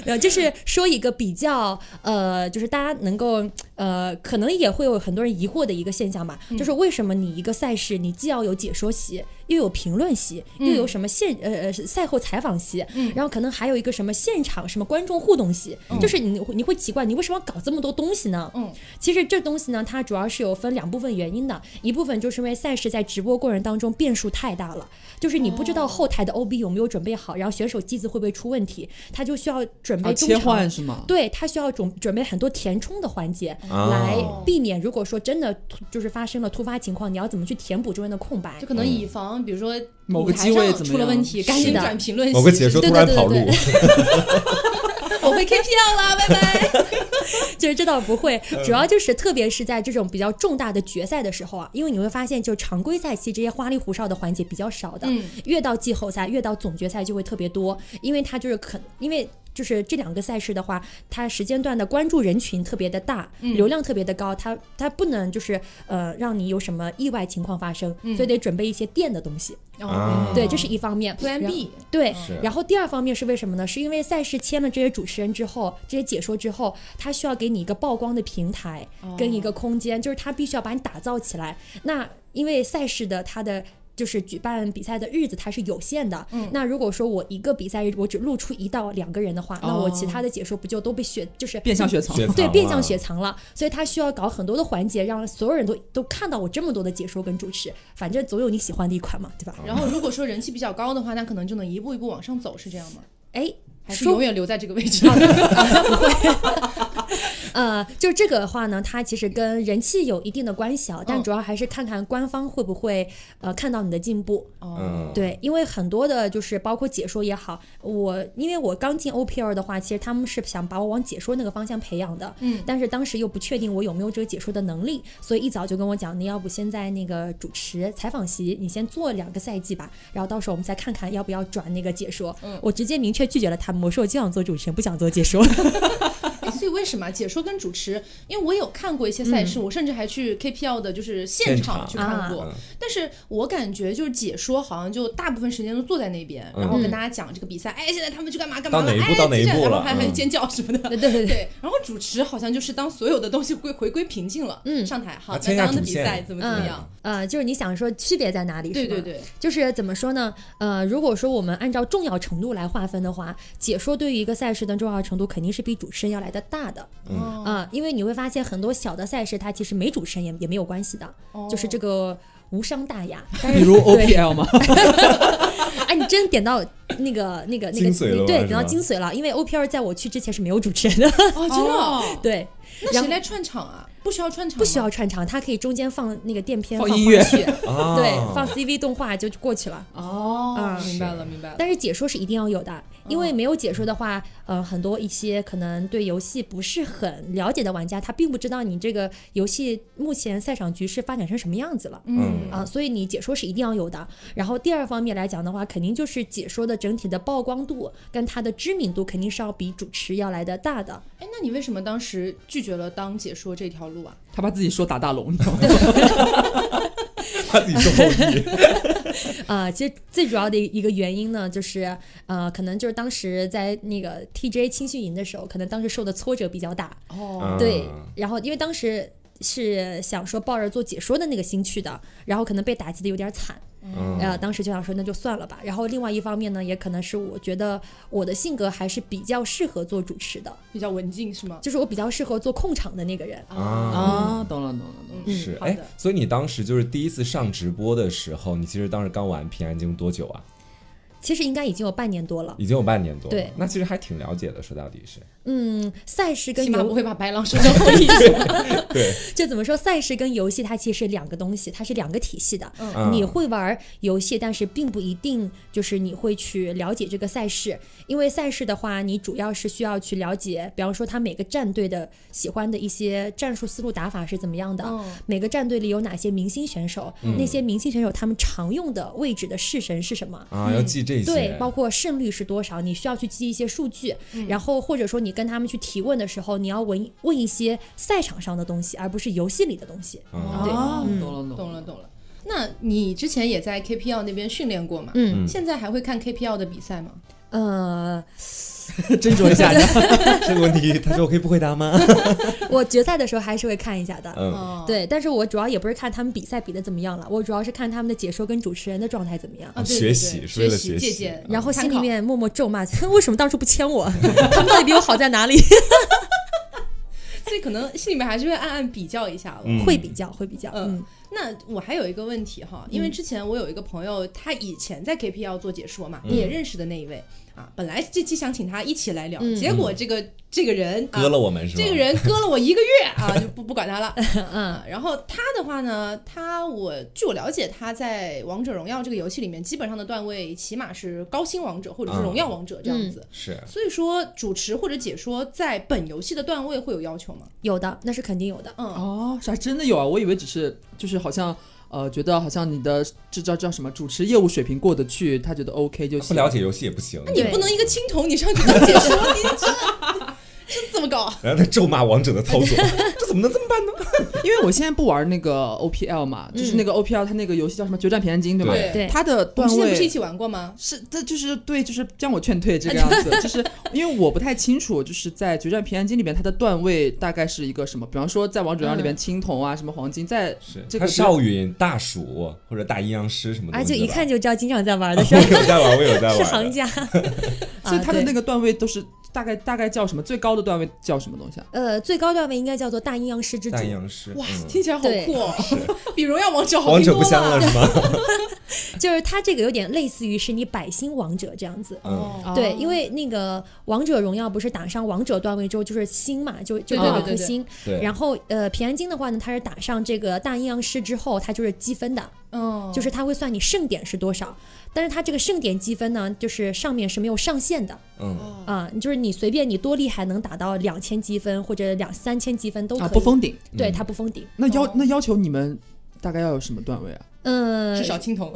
[SPEAKER 7] 没有，呃就是说一个比较呃，就是大家能够呃，可能也会有很多人疑惑的一个现象吧，就是为什么你一个赛事，你既要有解说席，又有评论席，又有什么现呃呃赛后采访席，然后可能还有一个什么现场什么观众互动席，就是你你会奇怪，你为什么要搞这么多东西呢？
[SPEAKER 1] 嗯，
[SPEAKER 7] 其实这东西呢，它主要是有分两部分原因的，一部分就是因为赛事在直播过程当中变数太大了，就是你不知道后台的 OB 有没有准备好，然后选手机子会不会出问题，他就需要准
[SPEAKER 2] 啊，
[SPEAKER 7] 备中
[SPEAKER 2] 切
[SPEAKER 7] 场
[SPEAKER 2] 换是吗？
[SPEAKER 7] 对他需要准准备很多填充的环节，
[SPEAKER 3] 哦
[SPEAKER 7] 来避免如果说真的突就是发生了突发情况，你要怎么去填补中间的空白
[SPEAKER 1] 就？可能以防比如说
[SPEAKER 2] 嗯某个
[SPEAKER 1] 舞台
[SPEAKER 2] 机位
[SPEAKER 1] 上
[SPEAKER 2] 怎么
[SPEAKER 1] 出了
[SPEAKER 2] 样
[SPEAKER 1] 问题，赶
[SPEAKER 7] 是
[SPEAKER 1] 紧
[SPEAKER 7] 的
[SPEAKER 1] 转评论区。
[SPEAKER 3] 某个解说突然跑
[SPEAKER 7] 对
[SPEAKER 3] 路
[SPEAKER 7] 对对，
[SPEAKER 1] 我回 KPL 了，拜拜。
[SPEAKER 7] 就是这倒不会，主要就是特别是在这种比较重大的决赛的时候啊，因为你会发现，就常规赛期这些花里胡哨的环节比较少的，
[SPEAKER 1] 嗯
[SPEAKER 7] 越到季后赛，越到总决赛就会特别多，因为它就是肯因为。就是这两个赛事的话，它时间段的关注人群特别的大，流量特别的高，它它不能就是呃让你有什么意外情况发生，所以得准备一些垫的东西。
[SPEAKER 1] 哦
[SPEAKER 3] 啊
[SPEAKER 7] 哦对，这是一方面。
[SPEAKER 1] Plan
[SPEAKER 7] 然
[SPEAKER 1] B 嗯
[SPEAKER 7] 对
[SPEAKER 3] 是，
[SPEAKER 7] 然后第二方面是为什么呢？是因为赛事签了这些主持人之后，这些解说之后，他需要给你一个曝光的平台
[SPEAKER 1] 哦
[SPEAKER 7] 跟一个空间，就是他必须要把你打造起来。那因为赛事的它的。就是举办比赛的日子它是有限的。
[SPEAKER 1] 嗯
[SPEAKER 7] 那如果说我一个比赛日我只露出一到两个人的
[SPEAKER 1] 哦
[SPEAKER 7] 话，那我其他的解说不就都被雪就是嗯
[SPEAKER 2] 变相雪藏。
[SPEAKER 3] 雪藏
[SPEAKER 7] 对，变
[SPEAKER 3] 了
[SPEAKER 7] 相雪藏了，所以他需要搞很多的环节，让所有人都都看到我这么多的解说跟主持，反正总有你喜欢的一款嘛，对吧？
[SPEAKER 1] 然后如果说人气比较高的话，那可能就能一步一步往上走，是这样吗？
[SPEAKER 7] 哎，
[SPEAKER 1] 还是
[SPEAKER 7] 说
[SPEAKER 1] 永远留在这个位置？ 啊
[SPEAKER 7] 呃，就这个的话呢，它其实跟人气有一定的关系啊，但
[SPEAKER 1] 嗯
[SPEAKER 7] 主要还是看看官方会不会呃看到你的进步。
[SPEAKER 3] 嗯，，
[SPEAKER 7] 对，因为很多的就是包括解说也好，我因为我刚进 OPL 的话，其实他们是想把我往解说那个方向培养的，
[SPEAKER 1] 嗯
[SPEAKER 7] 但是当时又不确定我有没有这个解说的能力，所以一早就跟我讲，你要不先在那个主持采访席，你先做两个赛季吧，然后到时候我们再看看要不要转那个解说。
[SPEAKER 1] 嗯
[SPEAKER 7] 我直接明确拒绝了他们，我说我就想做主持人，不想做解说。
[SPEAKER 1] 哎所以为什么解说跟主持？因为我有看过一些赛事，我甚至还去 KPL 的，就是现
[SPEAKER 3] 嗯现
[SPEAKER 1] 场
[SPEAKER 3] 场
[SPEAKER 1] 去看过。
[SPEAKER 3] 啊嗯
[SPEAKER 1] 但是我感觉就是解说好像就大部分时间都坐在那边，
[SPEAKER 3] 嗯
[SPEAKER 1] 然后跟大家讲这个比赛，哎，现在他们去干嘛干嘛
[SPEAKER 3] 到
[SPEAKER 1] 了，
[SPEAKER 3] 哪一步
[SPEAKER 1] 哎，
[SPEAKER 3] 到哪一
[SPEAKER 1] 这样
[SPEAKER 3] 步
[SPEAKER 1] 然
[SPEAKER 3] 了
[SPEAKER 1] 后还还
[SPEAKER 3] 嗯
[SPEAKER 1] 尖叫什么的。
[SPEAKER 7] 对对对，
[SPEAKER 1] 对，然后主持好像就是当所有的东西归回归平静了，
[SPEAKER 7] 嗯
[SPEAKER 1] 上台好，
[SPEAKER 3] 啊
[SPEAKER 1] 那
[SPEAKER 3] 签
[SPEAKER 1] 刚
[SPEAKER 3] 下
[SPEAKER 1] 刚的
[SPEAKER 3] 主
[SPEAKER 1] 比
[SPEAKER 3] 线
[SPEAKER 1] 赛怎么怎么
[SPEAKER 7] 嗯
[SPEAKER 1] 样？
[SPEAKER 7] 呃，就是你想说区别在哪里？
[SPEAKER 1] 对
[SPEAKER 7] 是吗
[SPEAKER 1] 对，对，
[SPEAKER 7] 就是怎么说呢？呃，如果说我们按照重要程度来划分的话，解说对于一个赛事的重要程度肯定是比主持人要来的大的
[SPEAKER 3] 嗯
[SPEAKER 7] 啊、
[SPEAKER 1] 哦
[SPEAKER 7] 因为你会发现很多小的赛事它其实没主持人也也没有关系的，
[SPEAKER 1] 哦
[SPEAKER 7] 就是这个无伤大雅。但是
[SPEAKER 2] 比如
[SPEAKER 7] 对
[SPEAKER 2] OPL 吗？
[SPEAKER 7] 哎，你真点到那个那个那个
[SPEAKER 3] 精髓了吧
[SPEAKER 7] 对，
[SPEAKER 3] 是
[SPEAKER 7] 点到
[SPEAKER 3] 吧
[SPEAKER 7] 精髓了，因为 OPL 在我去之前是没有主持人的，
[SPEAKER 1] 哦，真的哦，
[SPEAKER 7] 对，
[SPEAKER 1] 那谁
[SPEAKER 7] 然后
[SPEAKER 1] 来串场啊？不需要串场吗，
[SPEAKER 7] 不需要串场，它可以中间放那个垫片，
[SPEAKER 2] 放
[SPEAKER 7] 放
[SPEAKER 2] 音乐
[SPEAKER 7] 花絮
[SPEAKER 3] 啊，
[SPEAKER 7] 对，放 CV 动画就过去了。
[SPEAKER 1] 哦，
[SPEAKER 7] 嗯
[SPEAKER 1] 明白了，明白了。
[SPEAKER 7] 但是解说是一定要有的，因为没有解说的话，呃，很多一些可能对游戏不是很了解的玩家，他并不知道你这个游戏目前赛场局势发展成什么样子了。
[SPEAKER 1] 嗯
[SPEAKER 7] 啊，所以你解说是一定要有的。然后第二方面来讲的话，肯定就是解说的整体的曝光度跟它的知名度肯定是要比主持要来的大的。
[SPEAKER 1] 哎，那你为什么当时拒绝了当解说这条路啊？
[SPEAKER 2] 他把自己说打大龙，你知道吗？
[SPEAKER 3] 他自己说后羿，
[SPEAKER 7] 呃，其实最主要的一个原因呢，就是呃，可能就是当时在那个 TJ 青训营的时候，可能当时受的挫折比较大，
[SPEAKER 1] 哦，
[SPEAKER 7] 对
[SPEAKER 3] 啊，
[SPEAKER 7] 然后因为当时是想说抱着做解说的那个心去的，然后可能被打击的有点惨，
[SPEAKER 3] 嗯
[SPEAKER 7] 呃，当时就想说那就算了吧。然后另外一方面呢，也可能是我觉得我的性格还是比较适合做主持的，
[SPEAKER 1] 比较文静是吗？
[SPEAKER 7] 就是我比较适合做控场的那个人。
[SPEAKER 3] 啊
[SPEAKER 2] 啊，懂了懂了懂了。
[SPEAKER 1] 嗯
[SPEAKER 3] 是，
[SPEAKER 1] 好
[SPEAKER 3] 哎
[SPEAKER 1] 的，
[SPEAKER 3] 所以你当时就是第一次上直播的时候，你其实当时刚玩平安京多久啊？
[SPEAKER 7] 其实应该已经有半年多了，
[SPEAKER 3] 已经有半年多了，
[SPEAKER 7] 对
[SPEAKER 3] 那其实还挺了解的，说到底是，
[SPEAKER 7] 嗯，赛事跟
[SPEAKER 1] 起码
[SPEAKER 7] 游
[SPEAKER 1] 不会把白狼说成后羿。
[SPEAKER 3] 对，
[SPEAKER 7] 就怎么说，赛事跟游戏它其实是两个东西，它是两个体系的。
[SPEAKER 3] 嗯
[SPEAKER 7] 你会玩游戏，但是并不一定就是你会去了解这个赛事，因为赛事的话，你主要是需要去了解，比方说他每个战队的喜欢的一些战术思路、打法是怎么样的。
[SPEAKER 1] 嗯
[SPEAKER 7] 每个战队里有哪些明星选手？那些明星选手他们常用的位置的式神是什么？
[SPEAKER 3] 啊，要记这些，
[SPEAKER 7] 嗯对，包括胜率是多少，你需要去记一些数据，然后或者说你跟他们去提问的时候，你要问问一些赛场上的东西，而不是游戏里的东西。
[SPEAKER 3] 啊，
[SPEAKER 2] 啊，
[SPEAKER 1] 哦，
[SPEAKER 2] 懂了
[SPEAKER 1] 懂了
[SPEAKER 2] 了。
[SPEAKER 1] 懂了。那你之前也在 KPL 那边训练过吗？
[SPEAKER 7] 嗯
[SPEAKER 1] 现在还会看 KPL 的比赛吗？
[SPEAKER 7] 呃，
[SPEAKER 2] 斟酌一下，你知道吗
[SPEAKER 3] 这个问题，他说我可以不回答吗？
[SPEAKER 7] 我决赛的时候还是会看一下的。
[SPEAKER 3] 嗯，
[SPEAKER 1] 哦，
[SPEAKER 7] 对，但是我主要也不是看他们比赛比的怎么样了，我主要是看他们的解说跟主持人的状态怎么样。
[SPEAKER 1] 啊，对对
[SPEAKER 3] 学
[SPEAKER 1] 对
[SPEAKER 3] 习是为
[SPEAKER 1] 学
[SPEAKER 3] 了
[SPEAKER 1] 习
[SPEAKER 3] 学
[SPEAKER 1] 借
[SPEAKER 3] 习啊
[SPEAKER 1] 鉴，
[SPEAKER 7] 然后心
[SPEAKER 1] 嗯
[SPEAKER 7] 里
[SPEAKER 1] 参考
[SPEAKER 7] 面默默咒骂， 为什么当初不签我？ 他们到底比我好在哪里？
[SPEAKER 1] 所以可能心里面还是会暗暗比较一下了。
[SPEAKER 7] 会比较，会比较，
[SPEAKER 1] 嗯
[SPEAKER 7] 嗯，
[SPEAKER 1] 那我还有一个问题哈，因为之前我有一个朋友，他以前在 KPL 做解说嘛，你也认识的那一位啊，本来这期想请他一起来聊，结果这个这个人啊
[SPEAKER 3] 割了我们是吧？
[SPEAKER 1] 这个人割了我一个月 啊，就不不管他了。嗯，然后他的话呢，他我据我了解，他在王者荣耀这个游戏里面，基本上的段位起码是高星王者或者是荣耀王者这样子。
[SPEAKER 3] 是
[SPEAKER 1] 所以说，主持或者解说在本游戏的段位会有要求吗？
[SPEAKER 7] 有的，那是肯定有的。
[SPEAKER 1] 嗯，
[SPEAKER 2] 哦，是还真的有啊！我以为只是就是好像呃，觉得好像你的这叫叫什么主持业务水平过得去，他觉得 OK 就行。
[SPEAKER 3] 不了解游戏也不行，
[SPEAKER 1] 你
[SPEAKER 7] 对
[SPEAKER 1] 不能一个青铜你上去当解说，你这。 这么搞？啊
[SPEAKER 3] 然后他咒骂王者的操 作，这怎么能这么办呢？
[SPEAKER 2] 因为我现在不玩那个 OPL 嘛，就是那个 OPL 它那个游戏叫什么《决战平安京》，对吧？
[SPEAKER 1] 对
[SPEAKER 7] 对
[SPEAKER 2] 它的
[SPEAKER 1] 我们
[SPEAKER 2] 段
[SPEAKER 1] 之前不是一
[SPEAKER 2] 位。
[SPEAKER 1] 起玩过吗？
[SPEAKER 2] 是，它就是对，就是将我劝退这个样 子，就是因为我不太清楚，就是在《决战平安京》里面它的段位大概是一个什么？比方说在《王者荣耀》里面青铜啊，什么黄金，在
[SPEAKER 3] 是
[SPEAKER 2] 这
[SPEAKER 3] 他
[SPEAKER 2] 个
[SPEAKER 3] 少允、大鼠或者大阴阳师什么的，
[SPEAKER 7] 而且一啊看就知道经常在玩
[SPEAKER 3] 就
[SPEAKER 7] 的
[SPEAKER 3] 是
[SPEAKER 7] 是
[SPEAKER 3] 吧我嗯有在
[SPEAKER 7] 吧
[SPEAKER 3] 玩，我有在玩
[SPEAKER 7] 是
[SPEAKER 3] 的，
[SPEAKER 7] 行家。啊
[SPEAKER 2] 所以它的那
[SPEAKER 7] 个
[SPEAKER 2] 个段位都是大概大概叫什么？最高的段位叫什么东西啊？
[SPEAKER 7] 呃最高段位应该叫做大阴阳师之主
[SPEAKER 3] 大。阴阳师，
[SPEAKER 1] 哇，
[SPEAKER 3] 嗯
[SPEAKER 1] 听起来好酷哦， 比荣耀王者好
[SPEAKER 3] 王
[SPEAKER 1] 听
[SPEAKER 3] 者
[SPEAKER 1] 多
[SPEAKER 3] 不香了
[SPEAKER 1] 了。
[SPEAKER 3] 是吗？
[SPEAKER 7] 就是它这个有点类似于是你百星王者这样子。
[SPEAKER 3] 嗯，
[SPEAKER 1] 哦
[SPEAKER 7] 对，因为那个王者荣耀不是打上王者段位之后就是星嘛，就就
[SPEAKER 1] 对对
[SPEAKER 7] 多
[SPEAKER 1] 对
[SPEAKER 7] 少
[SPEAKER 1] 对
[SPEAKER 7] 颗
[SPEAKER 1] 对
[SPEAKER 7] 星。
[SPEAKER 3] 对。
[SPEAKER 7] 然后呃，平安京的话呢，它是打上这个大阴阳师之后，它就是积分的，
[SPEAKER 1] 嗯，
[SPEAKER 7] 就是它会算你盛典是多少。但是它这个盛典积分呢，就是上面是没有上限的
[SPEAKER 3] 嗯，
[SPEAKER 1] 哦
[SPEAKER 7] 啊、就是你随便你多厉害，能打到两千积分或者两三千积分都可以。
[SPEAKER 2] 啊，不封顶。
[SPEAKER 7] 对，
[SPEAKER 3] 嗯
[SPEAKER 7] 它不封顶。
[SPEAKER 2] 那要
[SPEAKER 1] 哦
[SPEAKER 2] 那要求你们大概要有什么段位啊？
[SPEAKER 7] 嗯，
[SPEAKER 1] 至少青铜，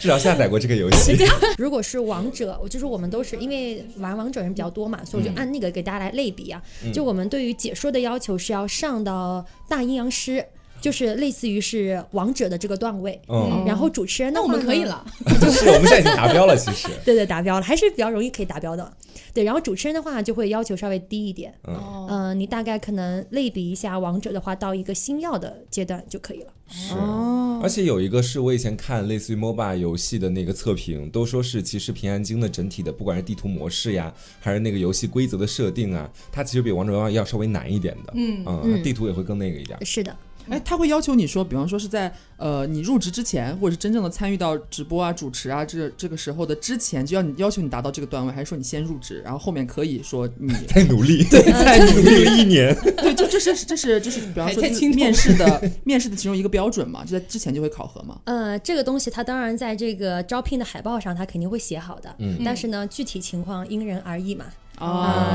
[SPEAKER 3] 至少下载过这个游戏。
[SPEAKER 7] 如果是王者，我就是我们都是因为玩王者人比较多嘛，所以
[SPEAKER 2] 嗯
[SPEAKER 7] 我就按那个给大家来类比啊。
[SPEAKER 3] 嗯
[SPEAKER 7] 就我们对于解说的要求是要上到大阴阳师，就是类似于是王者的这个段位。
[SPEAKER 2] 哦
[SPEAKER 3] 嗯，
[SPEAKER 7] 然后主持人的
[SPEAKER 1] 那我
[SPEAKER 7] 话呢
[SPEAKER 1] 们可以。了。
[SPEAKER 3] 是我们现在已经达标了，其实。
[SPEAKER 7] 对对，达标了，还是比较容易可以达标的。对，然后主持人的话就会要求稍微低一点，
[SPEAKER 3] 嗯，
[SPEAKER 1] 哦，
[SPEAKER 7] 嗯、你大概可能类比一下王者的话，到一个星耀的阶段就可以了。
[SPEAKER 3] 是。
[SPEAKER 1] 哦
[SPEAKER 2] 嗯
[SPEAKER 3] 而且有一个是我以前看类似于 MOBA 游戏的那个测评，都说是其实平安京的整体的，不管是地图模式呀，还是那个游戏规则的设定啊，它其实比王者荣耀要稍微难一点的。
[SPEAKER 1] 嗯
[SPEAKER 3] 嗯，
[SPEAKER 7] 嗯
[SPEAKER 3] 地图也会更那个一 点。
[SPEAKER 7] 是的，
[SPEAKER 2] 哎，他会要求你说，比方说是在呃你入职之前，或者是真正的参与到直播啊、主持啊这这个时候的之前，就要你要求你达到这个段位，还是说你先入职，然后后面可以说你
[SPEAKER 3] 再努力，对，再努力了一年。
[SPEAKER 2] 对，就这是这是这是，比方
[SPEAKER 1] 还
[SPEAKER 2] 说
[SPEAKER 1] 在
[SPEAKER 2] 就是
[SPEAKER 1] 青铜
[SPEAKER 2] 面试的 面试的其中一个标准嘛，就在之前就会考核嘛。
[SPEAKER 7] 呃，这个东西它当然在这个招聘的海报上，它肯定会写好的，
[SPEAKER 3] 嗯
[SPEAKER 7] 但是呢，具体情况因人而异嘛。
[SPEAKER 3] 啊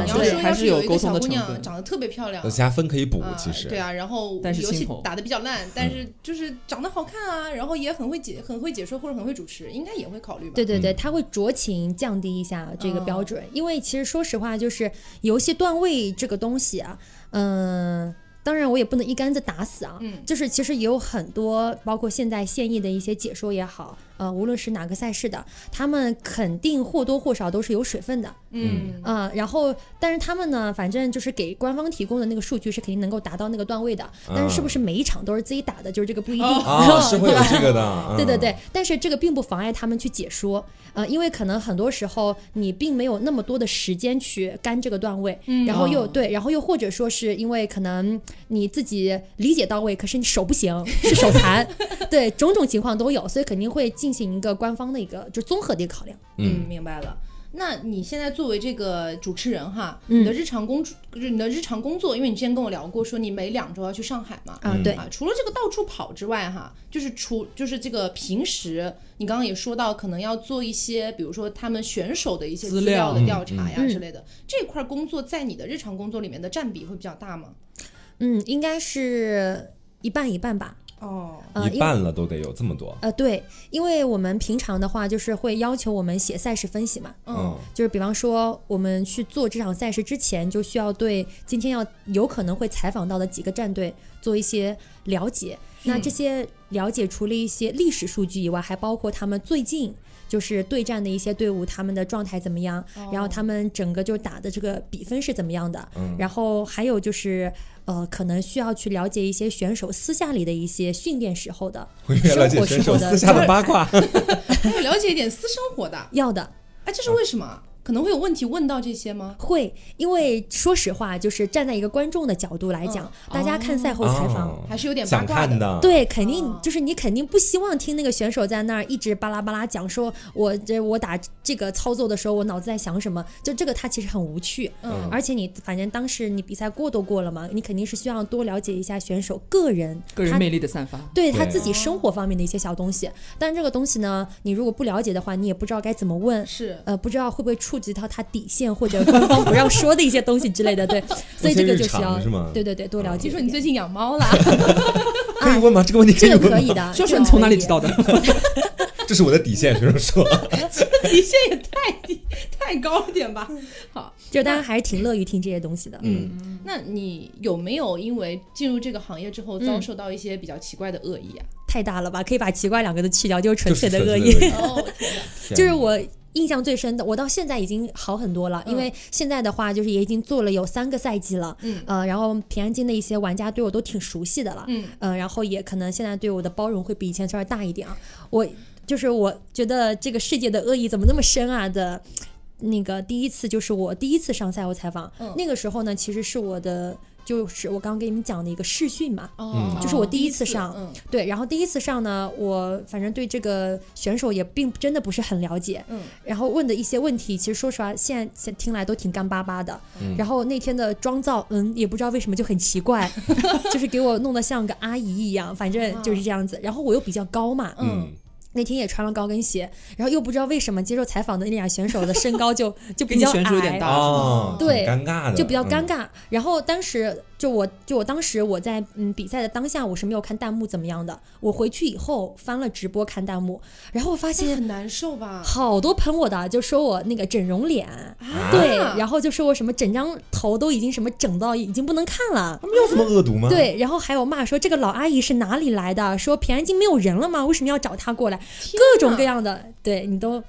[SPEAKER 1] 嗯你要
[SPEAKER 2] 所以
[SPEAKER 1] 说
[SPEAKER 2] 还
[SPEAKER 1] 要
[SPEAKER 2] 是
[SPEAKER 1] 是哦有一
[SPEAKER 2] 沟
[SPEAKER 1] 个
[SPEAKER 2] 通
[SPEAKER 1] 小
[SPEAKER 2] 的
[SPEAKER 1] 姑
[SPEAKER 2] 成
[SPEAKER 1] 娘
[SPEAKER 2] 分。
[SPEAKER 1] 长得特别漂亮
[SPEAKER 3] 有，加分可以补
[SPEAKER 1] 啊，
[SPEAKER 3] 其实。嗯
[SPEAKER 1] 对啊，然后
[SPEAKER 2] 但是
[SPEAKER 1] 游
[SPEAKER 2] 青
[SPEAKER 1] 戏
[SPEAKER 2] 铜
[SPEAKER 1] 打的比较烂，但是就是长得好看啊，然后也很会解很会解说或者很会主持，应该也会考虑吧。
[SPEAKER 7] 对对对，
[SPEAKER 3] 嗯
[SPEAKER 7] 它会酌情降低一下这个标
[SPEAKER 1] 哦
[SPEAKER 7] 准，因为其实说实话，就是游戏段位这个东西啊，嗯、当然我也不能一竿子打死啊，
[SPEAKER 1] 嗯
[SPEAKER 7] 就是其实也有很多，包括现在现役的一些解说也好，呃，无论是哪个赛事的，他们肯定或多或少都是有水分的，
[SPEAKER 1] 嗯
[SPEAKER 7] 啊、然后但是他们呢，反正就是给官方提供的那个数据是肯定能够达到那个段位的，
[SPEAKER 1] 嗯
[SPEAKER 7] 但是是不是每一场都是自己打的，就是这个不一定，
[SPEAKER 1] 哦
[SPEAKER 3] 啊，是会有这个的。
[SPEAKER 7] 对对
[SPEAKER 3] 嗯
[SPEAKER 7] 对，但是这个并不妨碍他们去解说，呃，因为可能很多时候你并没有那么多的时间去干这个段位，
[SPEAKER 1] 嗯
[SPEAKER 7] 然后又、
[SPEAKER 2] 哦
[SPEAKER 7] 对，然后又或者说是因为可能你自己理解到位，可是你手 不行，是手残，对，种种情况都有，所以肯定会进行一个官方的一个就综合的一个考量。
[SPEAKER 3] 嗯
[SPEAKER 1] 嗯，明白了。那你现在作为这个主持人哈，
[SPEAKER 7] 嗯
[SPEAKER 1] 你的日常工作，你的日常工作，因为你之前跟我聊过，说你每两周要去上海嘛，
[SPEAKER 7] 啊
[SPEAKER 3] 嗯
[SPEAKER 7] 对
[SPEAKER 1] 啊，除了这个到处跑之外，哈，就是除就是这个平时，你刚刚也说到，可能要做一些，比如说他们选手的一些
[SPEAKER 2] 资
[SPEAKER 1] 资
[SPEAKER 2] 料
[SPEAKER 1] 料的调查呀
[SPEAKER 7] 嗯嗯
[SPEAKER 1] 之类的，这块工作在你的日常工作里面的占比会比较大吗？
[SPEAKER 7] 嗯，应该是一半一半吧，
[SPEAKER 1] 哦，
[SPEAKER 7] 呃，
[SPEAKER 3] 一
[SPEAKER 7] 因为
[SPEAKER 3] 半了都得有这么多。
[SPEAKER 7] 呃，对，因为我们平常的话就是会要求我们写赛事分析嘛，
[SPEAKER 3] 嗯，
[SPEAKER 7] 就是比方说我们去做这场赛事之前，就需要对今天要有可能会采访到的几个战队做一些了解。那这些了解除了一些历史数据以外，还包括他们最近就是对战的一些队伍，他们的状态怎么样，然后他们整个就打的这个比分是怎么样的，
[SPEAKER 3] 嗯
[SPEAKER 7] 然后还有就是。呃，可能需要去了解一些选手私下里的一些训练时候的
[SPEAKER 3] 我越了解选手私下的八卦。啊
[SPEAKER 1] 还有了解一点私生活的，
[SPEAKER 7] 要的，
[SPEAKER 1] 哎，这是为什么？可能会有问题问到这些吗？
[SPEAKER 7] 会，因为说实话，就是站在一个观众的角度来讲，大家看赛后采访，
[SPEAKER 3] 哦
[SPEAKER 1] 还是有点八
[SPEAKER 3] 想
[SPEAKER 1] 卦
[SPEAKER 3] 看的，
[SPEAKER 7] 对，肯定、
[SPEAKER 1] 哦
[SPEAKER 7] 就是你肯定不希望听那个选手在那儿一直巴拉巴拉讲，说我这我打这个操作的时候，我脑子在想什么，就这个它其实很无趣。
[SPEAKER 1] 嗯
[SPEAKER 7] 而且你反正当时你比赛过都过了嘛，你肯定是需要多了解一下选手个人，
[SPEAKER 2] 个人
[SPEAKER 7] 他
[SPEAKER 2] 魅力的散发，
[SPEAKER 7] 对他
[SPEAKER 3] 对
[SPEAKER 7] 自己生活方面的一些小东西。但这个东西呢，你如果不了解的话，你也不知道该怎么问。
[SPEAKER 1] 是，
[SPEAKER 7] 呃，不知道会不会触及到他底线或者官方不让说的一些东西之类的，对，所以这个就需
[SPEAKER 3] 不是
[SPEAKER 7] 要
[SPEAKER 3] 日常是吗，
[SPEAKER 7] 对对对，多了
[SPEAKER 1] 听
[SPEAKER 7] 解一点。
[SPEAKER 1] 啊说你最近养猫了，
[SPEAKER 3] 可以问吗？这个问题可
[SPEAKER 7] 啊这
[SPEAKER 3] 以
[SPEAKER 7] 个可
[SPEAKER 3] 问
[SPEAKER 7] 以
[SPEAKER 3] 吗？
[SPEAKER 7] 的，
[SPEAKER 2] 就
[SPEAKER 7] 这
[SPEAKER 2] 是
[SPEAKER 7] 个
[SPEAKER 2] 你从哪里
[SPEAKER 7] 可以
[SPEAKER 2] 知道的？
[SPEAKER 3] 这是我的底线，学生说。
[SPEAKER 1] 底线也太低。太高了点吧。好，
[SPEAKER 7] 就大家还是挺乐于听这些东西的。
[SPEAKER 3] 嗯，
[SPEAKER 1] 那你有没有因为进入这个行业之后遭
[SPEAKER 7] 嗯
[SPEAKER 1] 受到一些比较奇怪的恶意啊？
[SPEAKER 7] 太大了吧，可以把奇怪两个字去掉，就是纯
[SPEAKER 3] 就是
[SPEAKER 7] 粹的恶
[SPEAKER 3] 纯
[SPEAKER 7] 意
[SPEAKER 3] 粹。的恶
[SPEAKER 1] 哦，
[SPEAKER 7] 就是我印象最深的，我到现在已经好很多了，
[SPEAKER 1] 嗯
[SPEAKER 7] 因为现在的话就是也已经做了有三个赛季了，
[SPEAKER 1] 嗯
[SPEAKER 7] 呃，然后平安京的一些玩家对我都挺熟悉的了，
[SPEAKER 1] 嗯
[SPEAKER 7] 呃，然后也可能现在对我的包容会比以前稍微大一点啊，我就是我觉得这个世界的恶意怎么那么深啊的。那个第一次就是我第一次上赛后采访，
[SPEAKER 1] 嗯
[SPEAKER 7] 那个时候呢，其实是我的，就是我刚刚给你们讲的一个试训嘛，
[SPEAKER 1] 哦，
[SPEAKER 7] 就是我
[SPEAKER 1] 第
[SPEAKER 7] 第
[SPEAKER 1] 一
[SPEAKER 7] 一次上
[SPEAKER 1] 嗯
[SPEAKER 7] 对，然后第一次上呢，我反正对这个选手也并真的不是很了解，
[SPEAKER 1] 嗯，
[SPEAKER 7] 然后问的一些问题，其实说实话，现在现听来都挺干巴巴的。
[SPEAKER 3] 嗯
[SPEAKER 7] 然后那天的妆造，嗯，也不知道为什么就很奇怪， 就是给我弄得像个阿姨一样，反正就是这样
[SPEAKER 2] 啊
[SPEAKER 7] 子。然后我又比较高嘛，
[SPEAKER 3] 嗯，
[SPEAKER 7] 那天也穿了高跟鞋，然后又不知道为什么接受采访的那俩选手的身 高就就比
[SPEAKER 2] 跟你
[SPEAKER 7] 较
[SPEAKER 2] 悬殊有点
[SPEAKER 7] 矮
[SPEAKER 2] 大
[SPEAKER 1] 啊
[SPEAKER 3] 哦，
[SPEAKER 7] 对
[SPEAKER 3] 挺尴尬的，
[SPEAKER 7] 就比较尴
[SPEAKER 3] 嗯。
[SPEAKER 7] 尬。然后当时就我就我当时我在嗯比赛的当下，我是没有看弹幕怎么样的。我回去以后翻了直播看弹幕，然后我发
[SPEAKER 1] 这
[SPEAKER 7] 现
[SPEAKER 1] 很难受吧？
[SPEAKER 7] 好多喷我的，就说我那个整容脸。
[SPEAKER 1] 啊
[SPEAKER 7] 对，然后就说我什么整张头都已经什么整到已经不能看了，
[SPEAKER 3] 他们有这么恶毒吗？，
[SPEAKER 7] 对，然后还有骂说这个老阿姨是哪里来的，说平安京没有人了吗？为什么要找她过来？各种各样的，对你都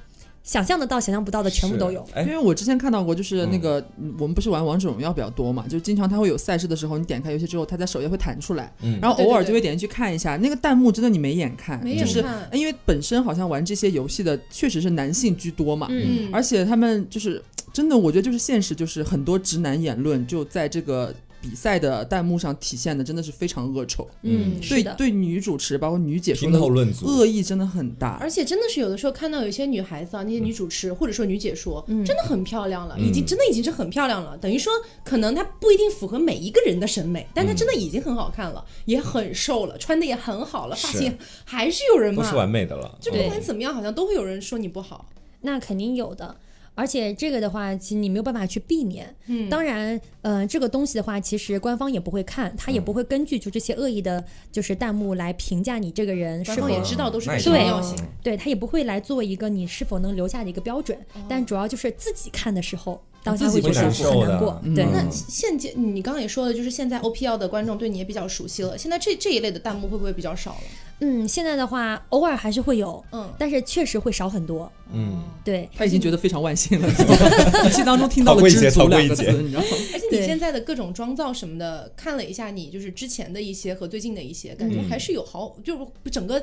[SPEAKER 7] 想象得到、想象不到的全部都有。。
[SPEAKER 3] 哎
[SPEAKER 2] 因，为我之前看到过，就是
[SPEAKER 1] 嗯
[SPEAKER 2] 那个、我们不是玩王者荣耀比较多嘛，就是经常它会有赛事的时候，你点开游戏之后，它在首页会弹出来，
[SPEAKER 3] 嗯
[SPEAKER 2] 然后
[SPEAKER 1] 啊对对
[SPEAKER 2] 偶尔
[SPEAKER 1] 对
[SPEAKER 2] 就会点进去看一下，那个弹幕真的你没眼看，
[SPEAKER 1] 没
[SPEAKER 2] 就
[SPEAKER 1] 眼
[SPEAKER 2] 是哎
[SPEAKER 1] 看
[SPEAKER 2] 因为本身好像玩这些游戏的确实是男性居多嘛，
[SPEAKER 3] 嗯
[SPEAKER 2] 而且他们就是真的，我觉得就是现实，就是很多直男言论就在这个。比赛的弹幕上体现的真的是非常恶丑，
[SPEAKER 7] 嗯，
[SPEAKER 2] 对
[SPEAKER 7] 是的，
[SPEAKER 2] 对女主持包括女解说
[SPEAKER 3] 评头
[SPEAKER 2] 的
[SPEAKER 3] 论足，
[SPEAKER 2] 恶意真的很大，
[SPEAKER 1] 而且真的是有的时候看到有些女孩子啊，那些女主持、或者说女解说，
[SPEAKER 7] 嗯
[SPEAKER 1] 真的很漂亮了，
[SPEAKER 3] 嗯
[SPEAKER 1] 已经真的已经是很漂亮了。等于说，可能她不一定符合每一个人的审美，
[SPEAKER 3] 嗯
[SPEAKER 1] 但她真的已经很好看了，也很瘦了，穿的也很好了，发
[SPEAKER 3] 是
[SPEAKER 1] 型还是有人
[SPEAKER 3] 都
[SPEAKER 1] 骂
[SPEAKER 3] 是。完美的了。
[SPEAKER 1] 就不
[SPEAKER 3] 嗯
[SPEAKER 1] 管怎么样，好像都会有人说你不好。
[SPEAKER 7] 那肯定有的。而且这个的话，其实你没有办法去避免。
[SPEAKER 1] 嗯
[SPEAKER 7] 当然，呃，这个东西的话，其实官方也不会看，他也
[SPEAKER 1] 嗯
[SPEAKER 7] 不会根据就这些恶意的，就是弹幕来评价你这个人
[SPEAKER 1] 官
[SPEAKER 7] 是
[SPEAKER 1] 方
[SPEAKER 7] 否
[SPEAKER 1] 也知道都是
[SPEAKER 3] 那
[SPEAKER 1] 个
[SPEAKER 3] 也
[SPEAKER 1] 重
[SPEAKER 7] 对
[SPEAKER 1] 要性。
[SPEAKER 7] 对他也不会来做一个你是否能留下的一个标准。但主要就是自己看的时候，当下
[SPEAKER 2] 自己
[SPEAKER 7] 会觉
[SPEAKER 2] 会
[SPEAKER 7] 得
[SPEAKER 2] 难
[SPEAKER 7] 很
[SPEAKER 3] 受
[SPEAKER 7] 难
[SPEAKER 3] 的
[SPEAKER 7] 过。
[SPEAKER 2] 嗯
[SPEAKER 7] 对，
[SPEAKER 1] 那现阶你刚刚也说了，就是现在 OPL 的观众对你也比较熟悉了，现在这这一类的弹幕会不会比较少了？
[SPEAKER 7] 嗯，现在的话，偶尔还是会有，
[SPEAKER 1] 嗯，
[SPEAKER 7] 但是确实会少很多。
[SPEAKER 3] 嗯，
[SPEAKER 7] 对，
[SPEAKER 2] 他已经觉得非常万幸了。 语气当中听到了“知足”两个字，你知道吗？
[SPEAKER 1] 而且你
[SPEAKER 7] 对
[SPEAKER 1] 现在的各种妆造什么的，看了一下你就是之前的一些和最近的一些，感觉
[SPEAKER 3] 嗯
[SPEAKER 1] 还是有好，就是整个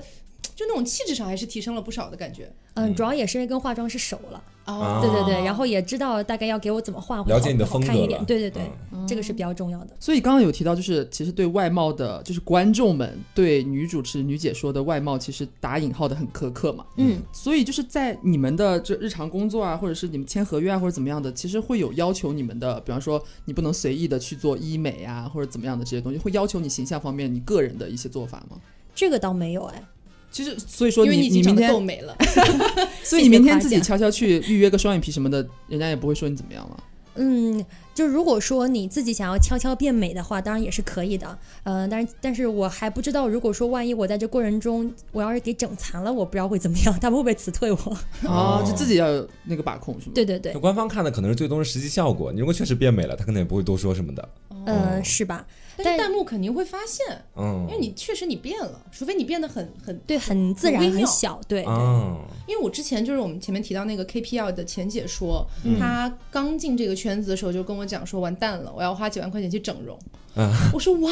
[SPEAKER 1] 就那种气质上还是提升了不少的感觉。
[SPEAKER 7] 嗯，主要也是因为跟化妆师熟了，
[SPEAKER 3] 哦
[SPEAKER 7] 对对对，然后也知道大概要给我怎么画会
[SPEAKER 3] 了解你的
[SPEAKER 7] 好
[SPEAKER 3] 风
[SPEAKER 7] 好看
[SPEAKER 3] 格
[SPEAKER 7] 一点
[SPEAKER 3] 了。。
[SPEAKER 7] 对对对，
[SPEAKER 3] 嗯
[SPEAKER 7] 这个是比较重要的。
[SPEAKER 2] 所以刚刚有提到，就是其实对外貌的，就是观众们对女主持、女解说的外貌，其实打引号的很苛刻嘛。
[SPEAKER 7] 嗯，
[SPEAKER 2] 所以就是在你们的这日常工作啊，或者是你们签合约啊，或者怎么样的，其实会有要求你们的，比方说你不能随意的去做医美啊，或者怎么样的这些东西，会要求你形象方面你个人的一些做法吗？
[SPEAKER 7] 这个倒没有哎，
[SPEAKER 2] 其实，所以说
[SPEAKER 1] 因为
[SPEAKER 2] 你
[SPEAKER 1] 已经
[SPEAKER 2] 明
[SPEAKER 1] 长得够
[SPEAKER 2] 天，
[SPEAKER 1] 美了，
[SPEAKER 2] 所以你明天自己悄悄去预约个双眼皮什么的，人家也不会说你怎么样嘛。
[SPEAKER 7] 嗯，就如果说你自己想要悄悄变美的话，当然也是可以的。嗯、但是但是我还不知道，如果说万一我在这过程中，我要是给整残了，我不知道会怎么样，他们会不会辞退我？
[SPEAKER 2] 哦
[SPEAKER 3] 哦，
[SPEAKER 2] 就自己要有那个把控是吗？
[SPEAKER 7] 对对
[SPEAKER 1] 哦
[SPEAKER 7] 对
[SPEAKER 3] 就，官方看的可能是最终是实际效果，你如果确实变美了，他可能也不会多说什么的。
[SPEAKER 7] 呃，是吧？
[SPEAKER 1] 但是
[SPEAKER 7] 但
[SPEAKER 1] 弹幕肯定会发现，
[SPEAKER 3] 嗯，
[SPEAKER 1] 因为你确实你变了，除非你变得很很。
[SPEAKER 7] 对，很自然，
[SPEAKER 1] 微妙
[SPEAKER 7] 很小，对。
[SPEAKER 3] 啊，
[SPEAKER 1] 因为我之前就是我们前面提到那个 KPL 的前解说，
[SPEAKER 3] 嗯
[SPEAKER 1] 他刚进这个圈子的时候就跟我讲说，完蛋了，我要花几万块钱去整容。
[SPEAKER 3] 嗯
[SPEAKER 1] 我说 why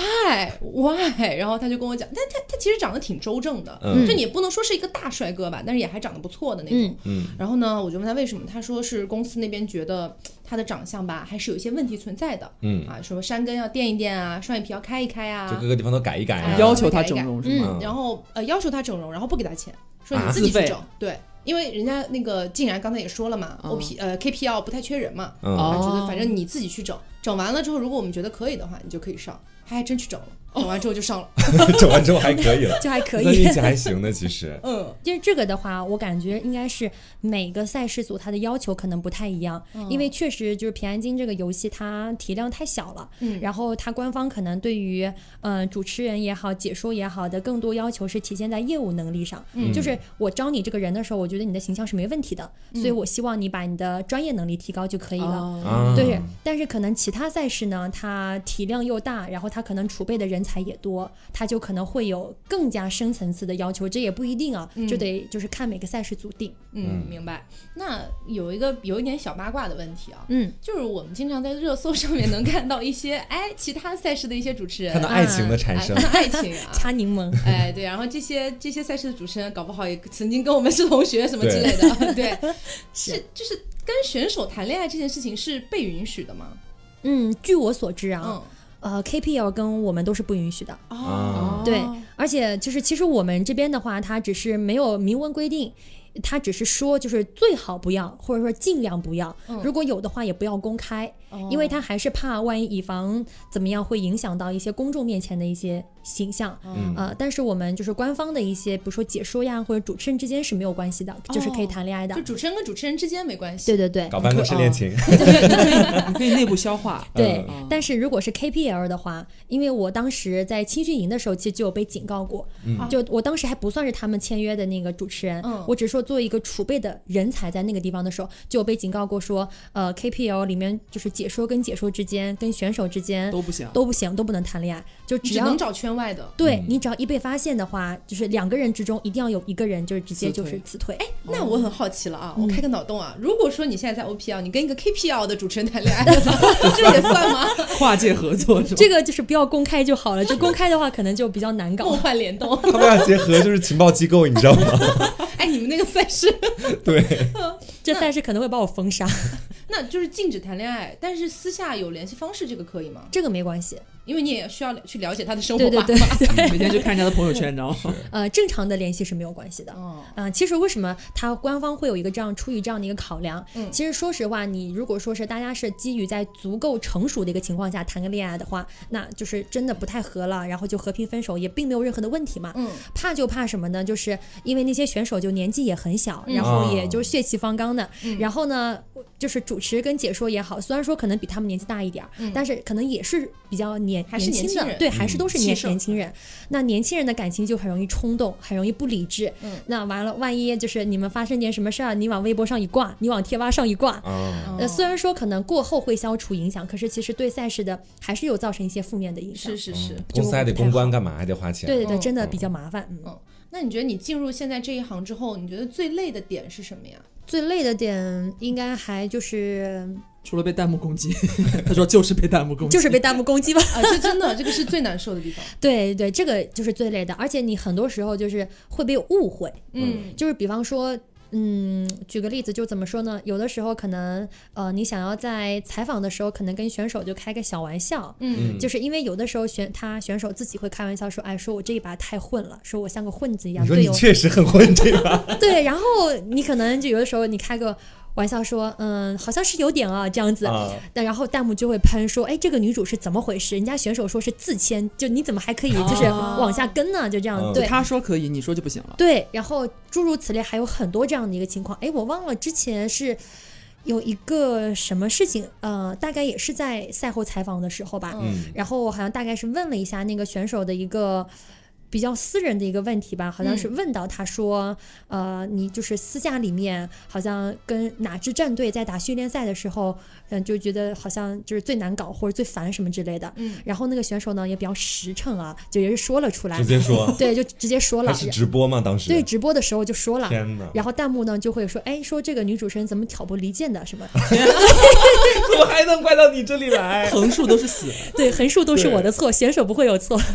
[SPEAKER 1] why，然后他就跟我讲，但他他其实长得挺周正的，
[SPEAKER 3] 嗯
[SPEAKER 1] 就你也不能说是一个大帅哥吧，但是也还长得不错的那种。
[SPEAKER 7] 嗯，
[SPEAKER 3] 嗯
[SPEAKER 1] 然后呢，我就问他为什么，他说是公司那边觉得他的长相吧，还是有一些问题存在的
[SPEAKER 3] 嗯，
[SPEAKER 1] 啊，什么山根要垫一垫啊，双眼皮要开一开
[SPEAKER 3] 就
[SPEAKER 1] 啊
[SPEAKER 3] 各，个地方都改一改啊。
[SPEAKER 1] 哎
[SPEAKER 2] 要求他整容是吗？
[SPEAKER 3] 嗯
[SPEAKER 1] 然后呃要求他整容，然后不给他钱，说
[SPEAKER 3] 啊
[SPEAKER 1] 你自己
[SPEAKER 2] 自费
[SPEAKER 1] 去整，对。因为人家那个竟然刚才也说了嘛哦
[SPEAKER 2] 嗯
[SPEAKER 1] ，O P 呃 K P L 不太缺人嘛，
[SPEAKER 3] 嗯
[SPEAKER 1] 啊，
[SPEAKER 2] 哦
[SPEAKER 1] 就是反正你自己去整，整完了之后，如果我们觉得可以的话，你就可以上。他还真去整了，整完之后就上了。
[SPEAKER 3] 整完之后还可以了，
[SPEAKER 7] 就还可
[SPEAKER 3] 那
[SPEAKER 7] 以
[SPEAKER 3] 运。气还行呢，其实。
[SPEAKER 1] 嗯，
[SPEAKER 7] 就是这个的话，我感觉应该是每个赛事组它的要求可能不太一样，
[SPEAKER 1] 嗯
[SPEAKER 7] 嗯因为确实就是平安京这个游戏它体量太小了，
[SPEAKER 1] 嗯
[SPEAKER 7] 然后它官方可能对于嗯、呃主持人也好、解说也好的更多要求是体现在业务能力上，嗯、就是我招你这个人的时候，我觉得你的形象是没问题的，所以我希望你把你的专业能力提高就可以了。
[SPEAKER 1] 哦
[SPEAKER 3] 啊，
[SPEAKER 7] 嗯对，但是可能其他赛事呢，它体量又大，然后它可能储备的人才也多，它就可能会有更加深层次的要求，这也不一定啊，就得就是看每个赛事组定。
[SPEAKER 1] 嗯，明白。那有一个有一点小八卦的问题啊，
[SPEAKER 7] 嗯，
[SPEAKER 1] 就是我们经常在热搜上面能看到一些，哎，其他赛事的一些主持人
[SPEAKER 3] 看到爱情的产
[SPEAKER 1] 哎
[SPEAKER 3] 生
[SPEAKER 1] 看，到爱情啊，
[SPEAKER 7] 掐 柠檬，
[SPEAKER 1] 哎，对，然后这些这些赛事的主持人，搞不好也曾经跟我们是同学什么之类的， 对，是就是跟选手谈恋爱这件事情是被允许的吗？
[SPEAKER 7] 嗯，据我所知啊，
[SPEAKER 1] 嗯，
[SPEAKER 7] 呃，KPL 跟我们都是不允许的。
[SPEAKER 1] 啊
[SPEAKER 3] 哦
[SPEAKER 7] 对，而且就是其实我们这边的话，它只是没有明文规定，它只是说就是最好不要，或者说尽量不要，
[SPEAKER 1] 嗯
[SPEAKER 7] 如果有的话也不要公开，
[SPEAKER 1] 哦
[SPEAKER 7] 因为他还是怕万一以防怎么样会影响到一些公众面前的一些形象。
[SPEAKER 3] 嗯
[SPEAKER 7] 呃，但是我们就是官方的一些，比如说解说呀，或者主持人之间是没有关系的，
[SPEAKER 1] 哦
[SPEAKER 7] 就是可以谈恋爱的
[SPEAKER 1] 就。主持人跟主持人之间没关系。
[SPEAKER 7] 对对 对
[SPEAKER 3] 搞办公室恋情，
[SPEAKER 7] 嗯
[SPEAKER 2] 你 可以内部消化。
[SPEAKER 7] 对
[SPEAKER 3] 嗯，
[SPEAKER 7] 但是如果是 KPL 的话，因为我当时在青训营的时候，其实就有被警告过，
[SPEAKER 3] 嗯
[SPEAKER 7] 就我当时还不算是他们签约的那个主持人，
[SPEAKER 1] 哦嗯
[SPEAKER 7] 我只是说作为一个储备的人才，在那个地方的时候，就有被警告过说，呃，KPL 里面就是解说跟解说之间，跟选手之间
[SPEAKER 2] 都不行，
[SPEAKER 7] 都不行，都不能谈恋爱，就
[SPEAKER 1] 你
[SPEAKER 7] 只
[SPEAKER 1] 只
[SPEAKER 7] 要
[SPEAKER 1] 能找圈外的。
[SPEAKER 7] 对你只要一被发现的话，就是两个人之中一定要有一个人就是直接
[SPEAKER 2] 辞
[SPEAKER 7] 就
[SPEAKER 2] 退
[SPEAKER 7] 是辞退，哎，
[SPEAKER 1] 那我很好奇了啊，我开个脑洞啊，如果说你现在在 OPL，你跟一个 KPL 的主持人谈恋爱，这也算吗？
[SPEAKER 2] 跨界合作是吧？
[SPEAKER 7] 这个就是不要公开就好了，就公开的话可能就比较 难搞
[SPEAKER 1] 梦。幻联动。
[SPEAKER 3] 他们俩结合就是情报机构，你知道吗？
[SPEAKER 1] 哎，你们那个赛事，
[SPEAKER 3] 对，
[SPEAKER 7] 这赛事可能会把我封杀，
[SPEAKER 1] 那就是禁止谈恋爱，但是私下有联系方式，这个可以吗？
[SPEAKER 7] 这个没关系。
[SPEAKER 1] 因为你也需要了去了解他的生活
[SPEAKER 7] 对对
[SPEAKER 1] 吧。
[SPEAKER 7] 对对，
[SPEAKER 2] 嗯每天就看人家的朋友圈，你知道吗？
[SPEAKER 7] 呃，正常的联系是没有关系的。
[SPEAKER 1] 哦，
[SPEAKER 7] 嗯、其实为什么它官方会有一个这样出于这样的一个考量？
[SPEAKER 1] 嗯
[SPEAKER 7] 其实说实话，你如果说是大家是基于在足够成熟的一个情况下谈个恋爱的话，那就是真的不太合了，然后就和平分手，也并没有任何的问题嘛。
[SPEAKER 1] 嗯，
[SPEAKER 7] 怕就怕什么呢？就是因为那些选手就年纪也很小，
[SPEAKER 1] 嗯
[SPEAKER 7] 然后也就是血气方刚的，然后呢，就是主持跟解说也好，虽然说可能比他们年纪大一点儿，但是可能也是比较
[SPEAKER 1] 嗯
[SPEAKER 7] 年
[SPEAKER 1] 还是年
[SPEAKER 7] 轻
[SPEAKER 1] 轻
[SPEAKER 7] 的，
[SPEAKER 1] 人嗯
[SPEAKER 7] 对，还是都是年
[SPEAKER 1] 气盛
[SPEAKER 7] 年轻人。那年轻人的感情就很容易冲动，很容易不理智。
[SPEAKER 1] 嗯
[SPEAKER 7] 那完了，万一就是你们发生点什么事儿，你往微博上一挂，你往贴吧上一挂。
[SPEAKER 3] 啊，
[SPEAKER 1] 哦
[SPEAKER 7] 呃，虽然说可能过后会消除影响，可是其实对赛事的还是有造成一些负面的影响
[SPEAKER 1] 是。是是。
[SPEAKER 3] 嗯
[SPEAKER 2] 嗯
[SPEAKER 3] 公司还得公关，干嘛还得花钱？
[SPEAKER 7] 对对对，
[SPEAKER 1] 嗯
[SPEAKER 7] 真的比较麻烦。嗯，
[SPEAKER 1] 嗯那你觉得你进入现在这一行之后，你觉得最累的点是什么 呀？
[SPEAKER 7] 最累的点应该还就是
[SPEAKER 2] 除了被弹幕攻击， 他说就是被弹幕攻击，
[SPEAKER 7] 就是被弹幕攻击 吧。
[SPEAKER 1] 啊，这真的这个是最难受的地 方。
[SPEAKER 7] 对对，这个就是最累的，而且你很多时候就是会被误会，
[SPEAKER 1] 嗯
[SPEAKER 7] 就是比方说。嗯，举个例子，就怎么说呢？有的时候可能，呃，你想要在采访的时候，可能跟选手就开个小玩笑，
[SPEAKER 1] 嗯
[SPEAKER 3] 嗯
[SPEAKER 7] 就是因为有的时候选他选手自己会开玩笑说，哎，说我这一把太混了，说我像个混子一样，
[SPEAKER 3] 你说
[SPEAKER 7] 队
[SPEAKER 3] 你
[SPEAKER 7] 友
[SPEAKER 3] 确实很混这个，
[SPEAKER 7] 对，然后你可能就有的时候你开个玩笑说，嗯，好像是有点啊这 样子，
[SPEAKER 3] 啊
[SPEAKER 7] 那然后弹幕就会喷说，哎，这个女主是怎么回事？人家选手说是自签，就你怎么还可以就是往下跟呢？就这样，
[SPEAKER 3] 哦
[SPEAKER 7] 对。
[SPEAKER 2] 他说可以，你说就不行了。
[SPEAKER 7] 对，然后诸如此类还有很多这样的一个情况。哎，我忘了之前是有一个什么事情，呃，大概也是在赛后采访的时
[SPEAKER 1] 啊
[SPEAKER 7] 候吧，
[SPEAKER 3] 嗯
[SPEAKER 7] 然后我好像大概是问了一下那个选手的一个。比较私人的一个问题吧，好像
[SPEAKER 3] 嗯
[SPEAKER 7] 是问到他说，呃，你就是私下里面好像跟哪支战队在打训练赛的时候，嗯，就觉得好像就是最难搞或者最烦什么之类的。
[SPEAKER 1] 嗯
[SPEAKER 7] 然后那个选手呢也比较实诚啊，就也是说了出来
[SPEAKER 3] 嗯直，接说，
[SPEAKER 7] 对，就直接说
[SPEAKER 3] 还
[SPEAKER 7] 了。
[SPEAKER 3] 是直播吗？当时
[SPEAKER 7] 对，直播的时候就说了，
[SPEAKER 3] 天哪，
[SPEAKER 7] 然后弹幕呢就会说，哎，说这个女主持人怎么挑拨离间的 什么？
[SPEAKER 3] 怎么还能怪到你这里来？
[SPEAKER 2] 横竖都是死，
[SPEAKER 7] 对，横竖都是我的错，选手不会有错。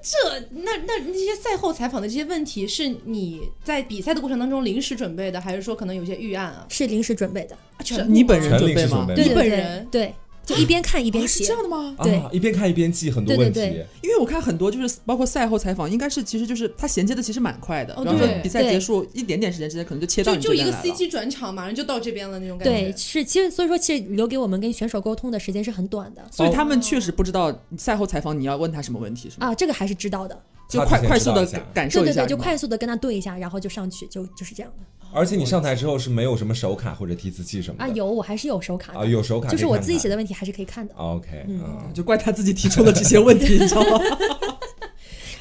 [SPEAKER 1] 这那那那些赛后采访的这些问题，是你在比赛的过程当中临时准备的，还是说可能有些预案啊？
[SPEAKER 7] 是临时准备的，
[SPEAKER 1] 全
[SPEAKER 2] 你本人
[SPEAKER 3] 全
[SPEAKER 2] 准
[SPEAKER 3] 临
[SPEAKER 2] 备
[SPEAKER 3] 时
[SPEAKER 2] 吗
[SPEAKER 3] 准？备
[SPEAKER 7] 对
[SPEAKER 1] 你
[SPEAKER 7] 对
[SPEAKER 1] 本
[SPEAKER 7] 对
[SPEAKER 1] 人
[SPEAKER 7] 对，就一边看一边
[SPEAKER 2] 啊是
[SPEAKER 7] 写
[SPEAKER 2] 这。样的吗？
[SPEAKER 3] 啊
[SPEAKER 7] 对，
[SPEAKER 3] 一边看一边记很多
[SPEAKER 7] 对
[SPEAKER 3] 问
[SPEAKER 7] 对
[SPEAKER 3] 题，
[SPEAKER 2] 因为我看很多就是包括赛后采访，应该是其实就是它衔接的其实蛮快的，
[SPEAKER 1] 哦
[SPEAKER 2] 然后
[SPEAKER 1] 对
[SPEAKER 2] 比赛结束一点点时间之间，可能就切到
[SPEAKER 1] 就
[SPEAKER 2] 你
[SPEAKER 1] 就
[SPEAKER 2] 这
[SPEAKER 1] 一
[SPEAKER 2] 边
[SPEAKER 1] 个
[SPEAKER 2] 来了。
[SPEAKER 1] CG 转场，马上就到这边了那种感觉。
[SPEAKER 7] 对，是其实所以说，其实留给我们跟选手沟通的时间是很短的
[SPEAKER 2] 所以他们确实不知道赛后采访你要问他什么问题，是吗？
[SPEAKER 7] 啊，这个还是知道的。
[SPEAKER 2] 就
[SPEAKER 3] 他
[SPEAKER 2] 快
[SPEAKER 3] 提前
[SPEAKER 2] 快
[SPEAKER 3] 知
[SPEAKER 2] 速
[SPEAKER 3] 道
[SPEAKER 2] 的
[SPEAKER 3] 一下
[SPEAKER 2] 感
[SPEAKER 7] 对
[SPEAKER 2] 受一
[SPEAKER 7] 对
[SPEAKER 2] 下，
[SPEAKER 7] 对，就快速的跟他对一下，然后就上去，就就是这样的
[SPEAKER 3] 而且你上台之后是没有什么手卡或者提词器什么的
[SPEAKER 7] 啊。有，我还是有手卡的，
[SPEAKER 3] 啊有手卡
[SPEAKER 7] 就是我自己写
[SPEAKER 3] 的。
[SPEAKER 7] 的问题还是可以看的。
[SPEAKER 3] OK，嗯，
[SPEAKER 2] 就怪他自己提出的这些问题，你知道吗？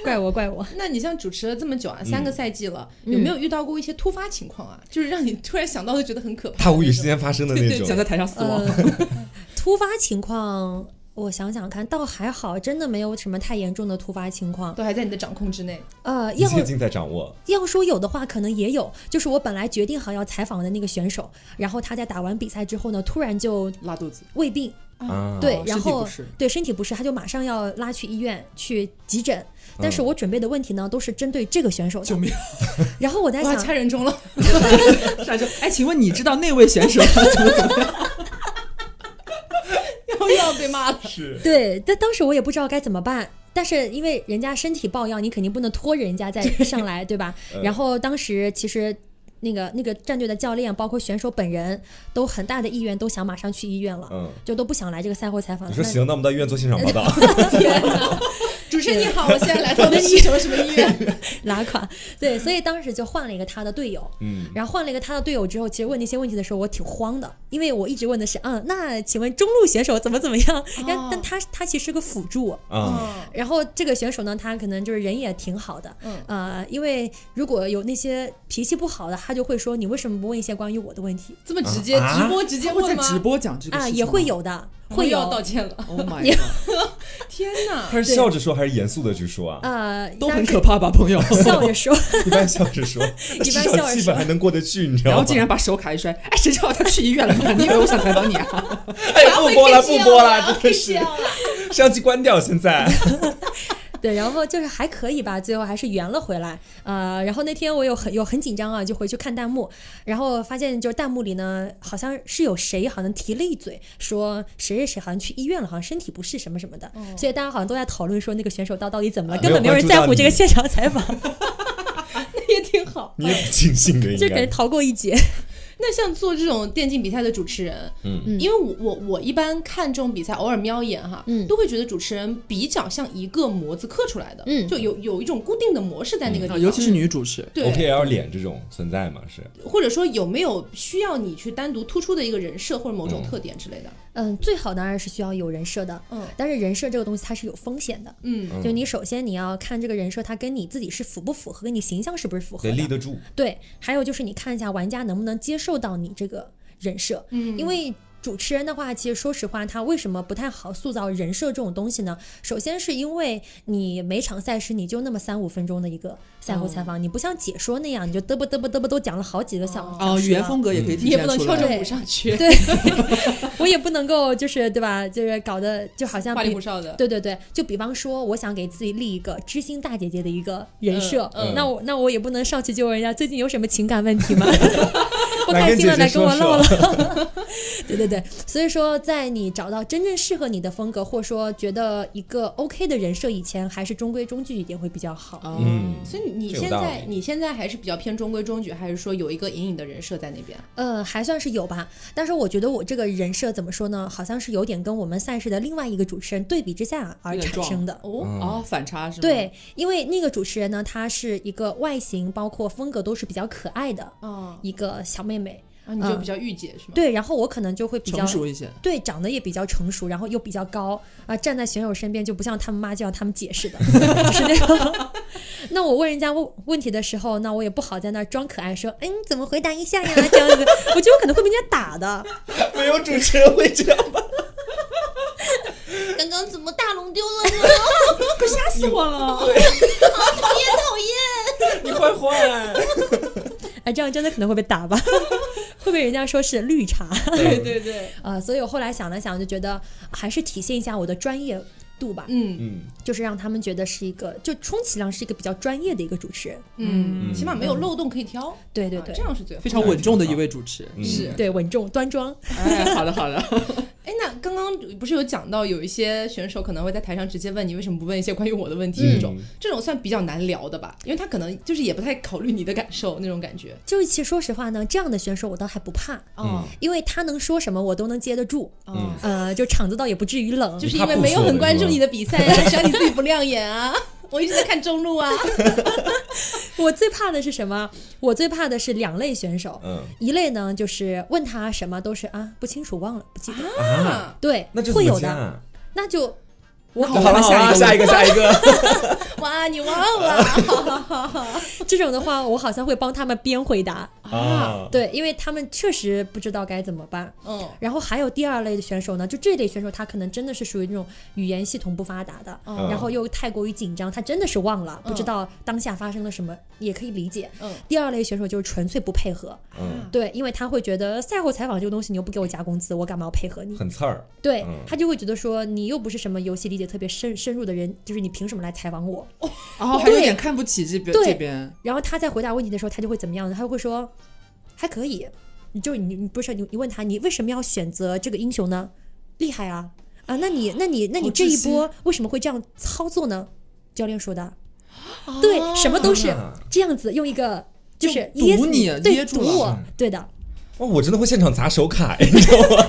[SPEAKER 7] 怪我，怪我。
[SPEAKER 1] 那你像主持了这么久啊，三个赛季了，
[SPEAKER 7] 嗯
[SPEAKER 1] 有没有遇到过一些突发情况啊？就是让你突然想到就觉得很可怕的那种。
[SPEAKER 3] 他无语之间发生的那
[SPEAKER 2] 想
[SPEAKER 3] 种
[SPEAKER 2] 在台上死亡
[SPEAKER 7] 呃， 突发情况，我想想看，倒还好，真的没有什么太严重的突发情况。
[SPEAKER 1] 都还在你的掌控之内。
[SPEAKER 7] 呃，
[SPEAKER 3] 一
[SPEAKER 7] 要
[SPEAKER 3] 切尽在掌握。
[SPEAKER 7] 要说有的话，可能也有，就是我本来决定好要采访的那个选手，然后他在打完比赛之后呢，突然就
[SPEAKER 2] 拉肚子，
[SPEAKER 7] 胃病，
[SPEAKER 3] 啊，
[SPEAKER 7] 嗯对
[SPEAKER 2] 哦，
[SPEAKER 7] 然
[SPEAKER 2] 身体
[SPEAKER 7] 后
[SPEAKER 2] 不适
[SPEAKER 7] 对身体不适，他就马上要拉去医院去急诊。但是我准备的问题呢，都是针对这个选手
[SPEAKER 2] 救
[SPEAKER 7] 的。
[SPEAKER 2] 命！
[SPEAKER 7] 然后我在
[SPEAKER 1] 哇，
[SPEAKER 7] 想，
[SPEAKER 1] 掐人中了，
[SPEAKER 2] 上来就哎，请问你知道那位选手他怎么怎么样？
[SPEAKER 1] 又要被骂 了。
[SPEAKER 3] 是
[SPEAKER 7] 对，但当时我也不知道该怎么办。但是因为人家身体抱恙，你肯定不能拖着人家再上来，对吧？ 然后当时其实那个那个战队的教练，包括选手本人，都很大的意愿都想马上去医院了，
[SPEAKER 3] 嗯，
[SPEAKER 7] 就都不想来这个赛后采访
[SPEAKER 3] 你
[SPEAKER 7] 了。
[SPEAKER 3] 说行，那我们到医院做现场 报道。
[SPEAKER 1] 天哪！主持人你好，我现在来到的是什么什么医院？
[SPEAKER 7] 那拉垮，对，所以当时就换了一个他的队友。
[SPEAKER 3] 嗯，
[SPEAKER 7] 然后换了一个他的队友之后，其实问那些问题的时候，我挺慌的，因为我一直问的是，嗯，那请问中路选手怎么怎么样？ 然后，但他他其实是个辅助，
[SPEAKER 1] 嗯
[SPEAKER 3] 啊，
[SPEAKER 7] 然后这个选手呢，他可能就是人也挺好的，
[SPEAKER 1] 嗯
[SPEAKER 7] 呃，因为如果有那些脾气不好的，他就会说你为什么不问一些关于我的问题
[SPEAKER 1] 这么直接，
[SPEAKER 3] 啊
[SPEAKER 1] 直播直接
[SPEAKER 2] 他会在
[SPEAKER 1] 问吗？
[SPEAKER 2] 直播讲这个
[SPEAKER 7] 啊？
[SPEAKER 2] 事情
[SPEAKER 7] 也会
[SPEAKER 2] 吗。
[SPEAKER 7] 有的，
[SPEAKER 1] 我
[SPEAKER 7] 会哦
[SPEAKER 1] 又
[SPEAKER 7] 有
[SPEAKER 1] 要道歉 了。
[SPEAKER 2] Oh my god，
[SPEAKER 1] 天 哪！
[SPEAKER 3] 他是笑着说还是严肃的去说啊？
[SPEAKER 7] 呃，
[SPEAKER 2] 都
[SPEAKER 7] 但
[SPEAKER 2] 很
[SPEAKER 7] 是
[SPEAKER 2] 可怕吧，朋友？
[SPEAKER 7] 笑着说，
[SPEAKER 3] 一般笑着 说，那至
[SPEAKER 7] 嗯般
[SPEAKER 3] 少
[SPEAKER 7] 笑着
[SPEAKER 3] 气氛
[SPEAKER 7] 说
[SPEAKER 3] 还能过得去，你知
[SPEAKER 2] 然后
[SPEAKER 3] 道吗？
[SPEAKER 2] 竟然把手卡一摔，哎，谁知道他去医院了吗？你以为我想采访你啊？
[SPEAKER 3] 哎，不播了，不播了，真的
[SPEAKER 1] 这
[SPEAKER 3] 是
[SPEAKER 1] 样了，
[SPEAKER 3] 摄像机关掉，现 在
[SPEAKER 7] 对，然后就是还可以吧，最后还是圆了回来。呃，然后那天我有很有很紧张啊，就回去看弹幕，然后发现就是弹幕里呢，好像是有谁好像提了一嘴，说谁谁谁好像去医院了，好像身体不适什么什么的，所以大家好像都在讨论说那个选手到到底怎么了，根本
[SPEAKER 3] 啊没
[SPEAKER 7] 没
[SPEAKER 3] 有关
[SPEAKER 7] 有人
[SPEAKER 3] 注到
[SPEAKER 7] 在乎这个
[SPEAKER 3] 你
[SPEAKER 7] 现场采访。
[SPEAKER 1] 也挺好。
[SPEAKER 3] 你也挺庆幸的，
[SPEAKER 7] 就
[SPEAKER 3] 应
[SPEAKER 7] 感觉
[SPEAKER 3] 该。
[SPEAKER 7] 逃过一劫。
[SPEAKER 1] 那像做这种电竞比赛的主持人，
[SPEAKER 3] 嗯
[SPEAKER 7] 嗯
[SPEAKER 1] 因为我我我一般看这种比赛，偶尔瞄一眼哈，
[SPEAKER 7] 嗯
[SPEAKER 1] 都会觉得主持人比较像一个模子刻出来的，
[SPEAKER 7] 嗯
[SPEAKER 1] 就有有一种固定的模式在那
[SPEAKER 3] 嗯
[SPEAKER 1] 个地
[SPEAKER 2] 啊
[SPEAKER 1] 方，
[SPEAKER 2] 尤其是女主 持，
[SPEAKER 1] 对
[SPEAKER 3] OKL 脸这种存在吗？是
[SPEAKER 1] 或者说有没有需要你去单独突出的一个人设或者某种特点之类的？
[SPEAKER 7] 嗯，最好当然是需要有人设的，
[SPEAKER 1] 嗯
[SPEAKER 7] 但是人设这个东西它是有风险的。
[SPEAKER 1] 嗯，
[SPEAKER 7] 就你首先你要看这个人设，它跟你自己是符不符合，跟你形象是不是符合
[SPEAKER 3] 得
[SPEAKER 7] 的。
[SPEAKER 3] 立得住，
[SPEAKER 7] 对，还有就是你看一下玩家能不能接受到你这个人设，嗯，因为。主持人的话，其实说实话，他为什么不太好塑造人设这种东西呢？首先是因为你每场赛事你就那么三五分钟的一个赛后采访，你不像解说那样，你就嘚啵嘚啵嘚啵都讲了好几个小
[SPEAKER 2] 哦，
[SPEAKER 7] 小
[SPEAKER 2] 语
[SPEAKER 7] 时啊嗯
[SPEAKER 2] 言
[SPEAKER 7] 了
[SPEAKER 2] 风格也可以体
[SPEAKER 1] 你也
[SPEAKER 2] 现
[SPEAKER 1] 不
[SPEAKER 2] 出来。
[SPEAKER 1] 能跳
[SPEAKER 7] 着
[SPEAKER 1] 着舞上去，
[SPEAKER 7] 对，我也不能够就是对吧？就是搞得就好像
[SPEAKER 1] 花嗯里
[SPEAKER 7] 比
[SPEAKER 1] 胡哨的。
[SPEAKER 7] 对对对，就比方说，我想给自己立一个知心大姐姐的一个人设，
[SPEAKER 3] 嗯嗯
[SPEAKER 7] 那我那我也不能上去就问人家最近有什么情感问 题吗？不
[SPEAKER 3] 来
[SPEAKER 7] 开
[SPEAKER 3] 跟
[SPEAKER 7] 心
[SPEAKER 3] 姐
[SPEAKER 7] 了，
[SPEAKER 3] 姐
[SPEAKER 7] 来跟
[SPEAKER 3] 说
[SPEAKER 7] 我唠
[SPEAKER 3] 说
[SPEAKER 7] 唠。对对对，所以说，在你找到真正适合你的风格，或者说觉得一个 OK 的人设以前，还是中规中矩一点会比较好。
[SPEAKER 2] 哦
[SPEAKER 3] 嗯，
[SPEAKER 1] 所以你
[SPEAKER 3] 这有
[SPEAKER 1] 现
[SPEAKER 3] 道
[SPEAKER 1] 在
[SPEAKER 3] 理
[SPEAKER 1] 你现在还是比较偏中规中矩，还是说有一个隐隐的人设在那边？
[SPEAKER 7] 呃，还算是有吧，但是我觉得我这个人设怎么说呢，好像是有点跟我们赛事的另外一个主持人对比之下而
[SPEAKER 2] 有点
[SPEAKER 7] 产
[SPEAKER 2] 撞
[SPEAKER 7] 生的。
[SPEAKER 1] 哦，
[SPEAKER 3] 嗯
[SPEAKER 2] 哦，反差是吗？
[SPEAKER 7] 对，因为那个主持人呢，她是一个外形包括风格都是比较可爱的
[SPEAKER 2] 嗯
[SPEAKER 1] 哦，
[SPEAKER 7] 一个小妹妹，
[SPEAKER 1] 啊你就
[SPEAKER 7] 嗯
[SPEAKER 1] 比较御姐是吗？
[SPEAKER 7] 对，然后我可能就会比较
[SPEAKER 2] 成熟一些。
[SPEAKER 7] 对，长得也比较成熟，然后又比较高啊、站在选手身边就不像他们妈就要他们解释 的， 是那种。那我问人家问问题的时候，那我也不好在那儿装可爱说，哎，你怎么回答一下呀？这样子，我觉得我可能会被人家打的。
[SPEAKER 3] 没有主持人会这样吧？
[SPEAKER 1] 刚刚怎么大龙丢了呢？
[SPEAKER 7] 吓死我了！
[SPEAKER 3] 你坏
[SPEAKER 2] 啊
[SPEAKER 3] 坏，
[SPEAKER 7] 哎，这样真的可能会被 打吧？会被人家说是绿茶。
[SPEAKER 1] 对对对，
[SPEAKER 7] 呃，所以我后来想了想，就觉得还是体现一下我的专业度吧，
[SPEAKER 1] 嗯
[SPEAKER 3] 嗯，
[SPEAKER 7] 就是让他们觉得是一个，就充其量是一个比较专业的一个主持人。
[SPEAKER 1] 嗯，起码没有漏洞可以挑。
[SPEAKER 7] 对对
[SPEAKER 1] 啊
[SPEAKER 7] 对
[SPEAKER 1] 这，样是最好
[SPEAKER 2] 非。常稳重的一位主持。
[SPEAKER 3] 嗯
[SPEAKER 1] 是
[SPEAKER 7] 对，稳重端庄。
[SPEAKER 2] 哎，好的好的，
[SPEAKER 1] 哎，那刚刚不是有讲到有一些选手可能会在台上直接问你为什么不问一些关于我的问题这种，
[SPEAKER 3] 嗯
[SPEAKER 1] 这种算比较难聊的吧，因为他可能就是也不太考虑你的感受那种感觉。
[SPEAKER 7] 就其实说实话呢，这样的选手我倒还不怕，
[SPEAKER 1] 哦
[SPEAKER 3] 嗯
[SPEAKER 7] 因为他能说什么我都能接得住，
[SPEAKER 1] 哦，
[SPEAKER 7] 呃，就场子倒也不至于冷。
[SPEAKER 1] 就是因为没有很关注你的比赛啊，谁让你自己不亮眼啊？ 我一直在看中路啊，
[SPEAKER 7] 我最怕的是什么？我最怕的是两类选手，
[SPEAKER 3] 嗯
[SPEAKER 7] 一类呢就是问他什么都是啊不清楚忘了不记得，
[SPEAKER 3] 啊，
[SPEAKER 7] 对
[SPEAKER 3] 那这，怎
[SPEAKER 7] 会
[SPEAKER 3] 么
[SPEAKER 7] 有
[SPEAKER 3] 加
[SPEAKER 7] 的，
[SPEAKER 3] 啊？
[SPEAKER 7] 那就我
[SPEAKER 3] 好了好了，下一个下一个，
[SPEAKER 1] 哇，你忘了啊
[SPEAKER 7] 这种的话，我好像会帮他们编回答，
[SPEAKER 1] 啊？，
[SPEAKER 7] 对，因为他们确实不知道该怎么办。
[SPEAKER 1] 嗯
[SPEAKER 7] 然后还有第二类的选手呢，就这类选手，他可能真的是属于那种语言系统不发达的，
[SPEAKER 1] 嗯
[SPEAKER 7] 然后又太过于紧张，他真的是忘了，不知道当下发生了什么，也可以理解。
[SPEAKER 1] 嗯
[SPEAKER 7] 第二类选手就是纯粹不配合，
[SPEAKER 3] 嗯，
[SPEAKER 7] 对，因为他会觉得赛后采访这个东西你又不给我加工资，我干嘛要配合你？
[SPEAKER 3] 很刺儿，
[SPEAKER 7] 对
[SPEAKER 3] 嗯
[SPEAKER 7] 他就会觉得说你又不是什么游戏理解特别深深入的人，就是你凭什么来采访我？
[SPEAKER 2] 然哦后还有点看不起这边
[SPEAKER 7] 哦对
[SPEAKER 2] 这边，
[SPEAKER 7] 然后他在回答问题的时候，他就会怎么样呢？他会说还可以，你就你你不是你你问他你为什么要选择这个英雄呢？厉害啊啊！那你那你那你
[SPEAKER 2] 好
[SPEAKER 7] 这
[SPEAKER 2] 窒
[SPEAKER 7] 一
[SPEAKER 2] 息
[SPEAKER 7] 波为什么会这样操作呢？教练说的，
[SPEAKER 2] 哦
[SPEAKER 7] 对，什么都是
[SPEAKER 3] 啊
[SPEAKER 7] 这样子，用一个就是
[SPEAKER 2] 就
[SPEAKER 7] 噎
[SPEAKER 2] 堵
[SPEAKER 7] 死
[SPEAKER 2] 你嗯噎
[SPEAKER 7] 对，
[SPEAKER 2] 住
[SPEAKER 7] 堵
[SPEAKER 2] 了
[SPEAKER 7] 我，对的。
[SPEAKER 3] 哇，哦我真的会现场砸手卡，你知道吗？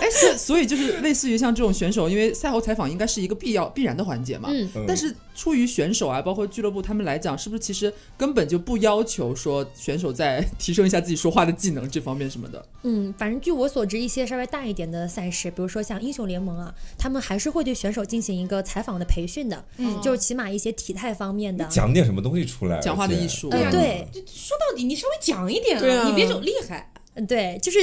[SPEAKER 2] 哎，所以所以就是类似于像这种选手，因为赛后采访应该是一个必要必然的环节嘛。
[SPEAKER 7] 嗯
[SPEAKER 3] 嗯
[SPEAKER 2] 但是出于选手啊，包括俱乐部他们来讲，是不是其实根本就不要求说选手在提升一下自己说话的技能这方面什么的？
[SPEAKER 7] 嗯，反正据我所知，一些稍微大一点的赛事，比如说像英雄联盟啊，他们还是会对选手进行一个采访的培训的，
[SPEAKER 1] 嗯
[SPEAKER 7] 就是起码一些体态方面的。
[SPEAKER 3] 讲点什么东西出来，
[SPEAKER 2] 讲话的
[SPEAKER 3] 而且
[SPEAKER 2] 艺术
[SPEAKER 7] 呃，对，
[SPEAKER 1] 说到底，你稍微讲一点
[SPEAKER 2] 对啊
[SPEAKER 1] 啊，你别只有厉害。
[SPEAKER 7] 嗯，对，就是，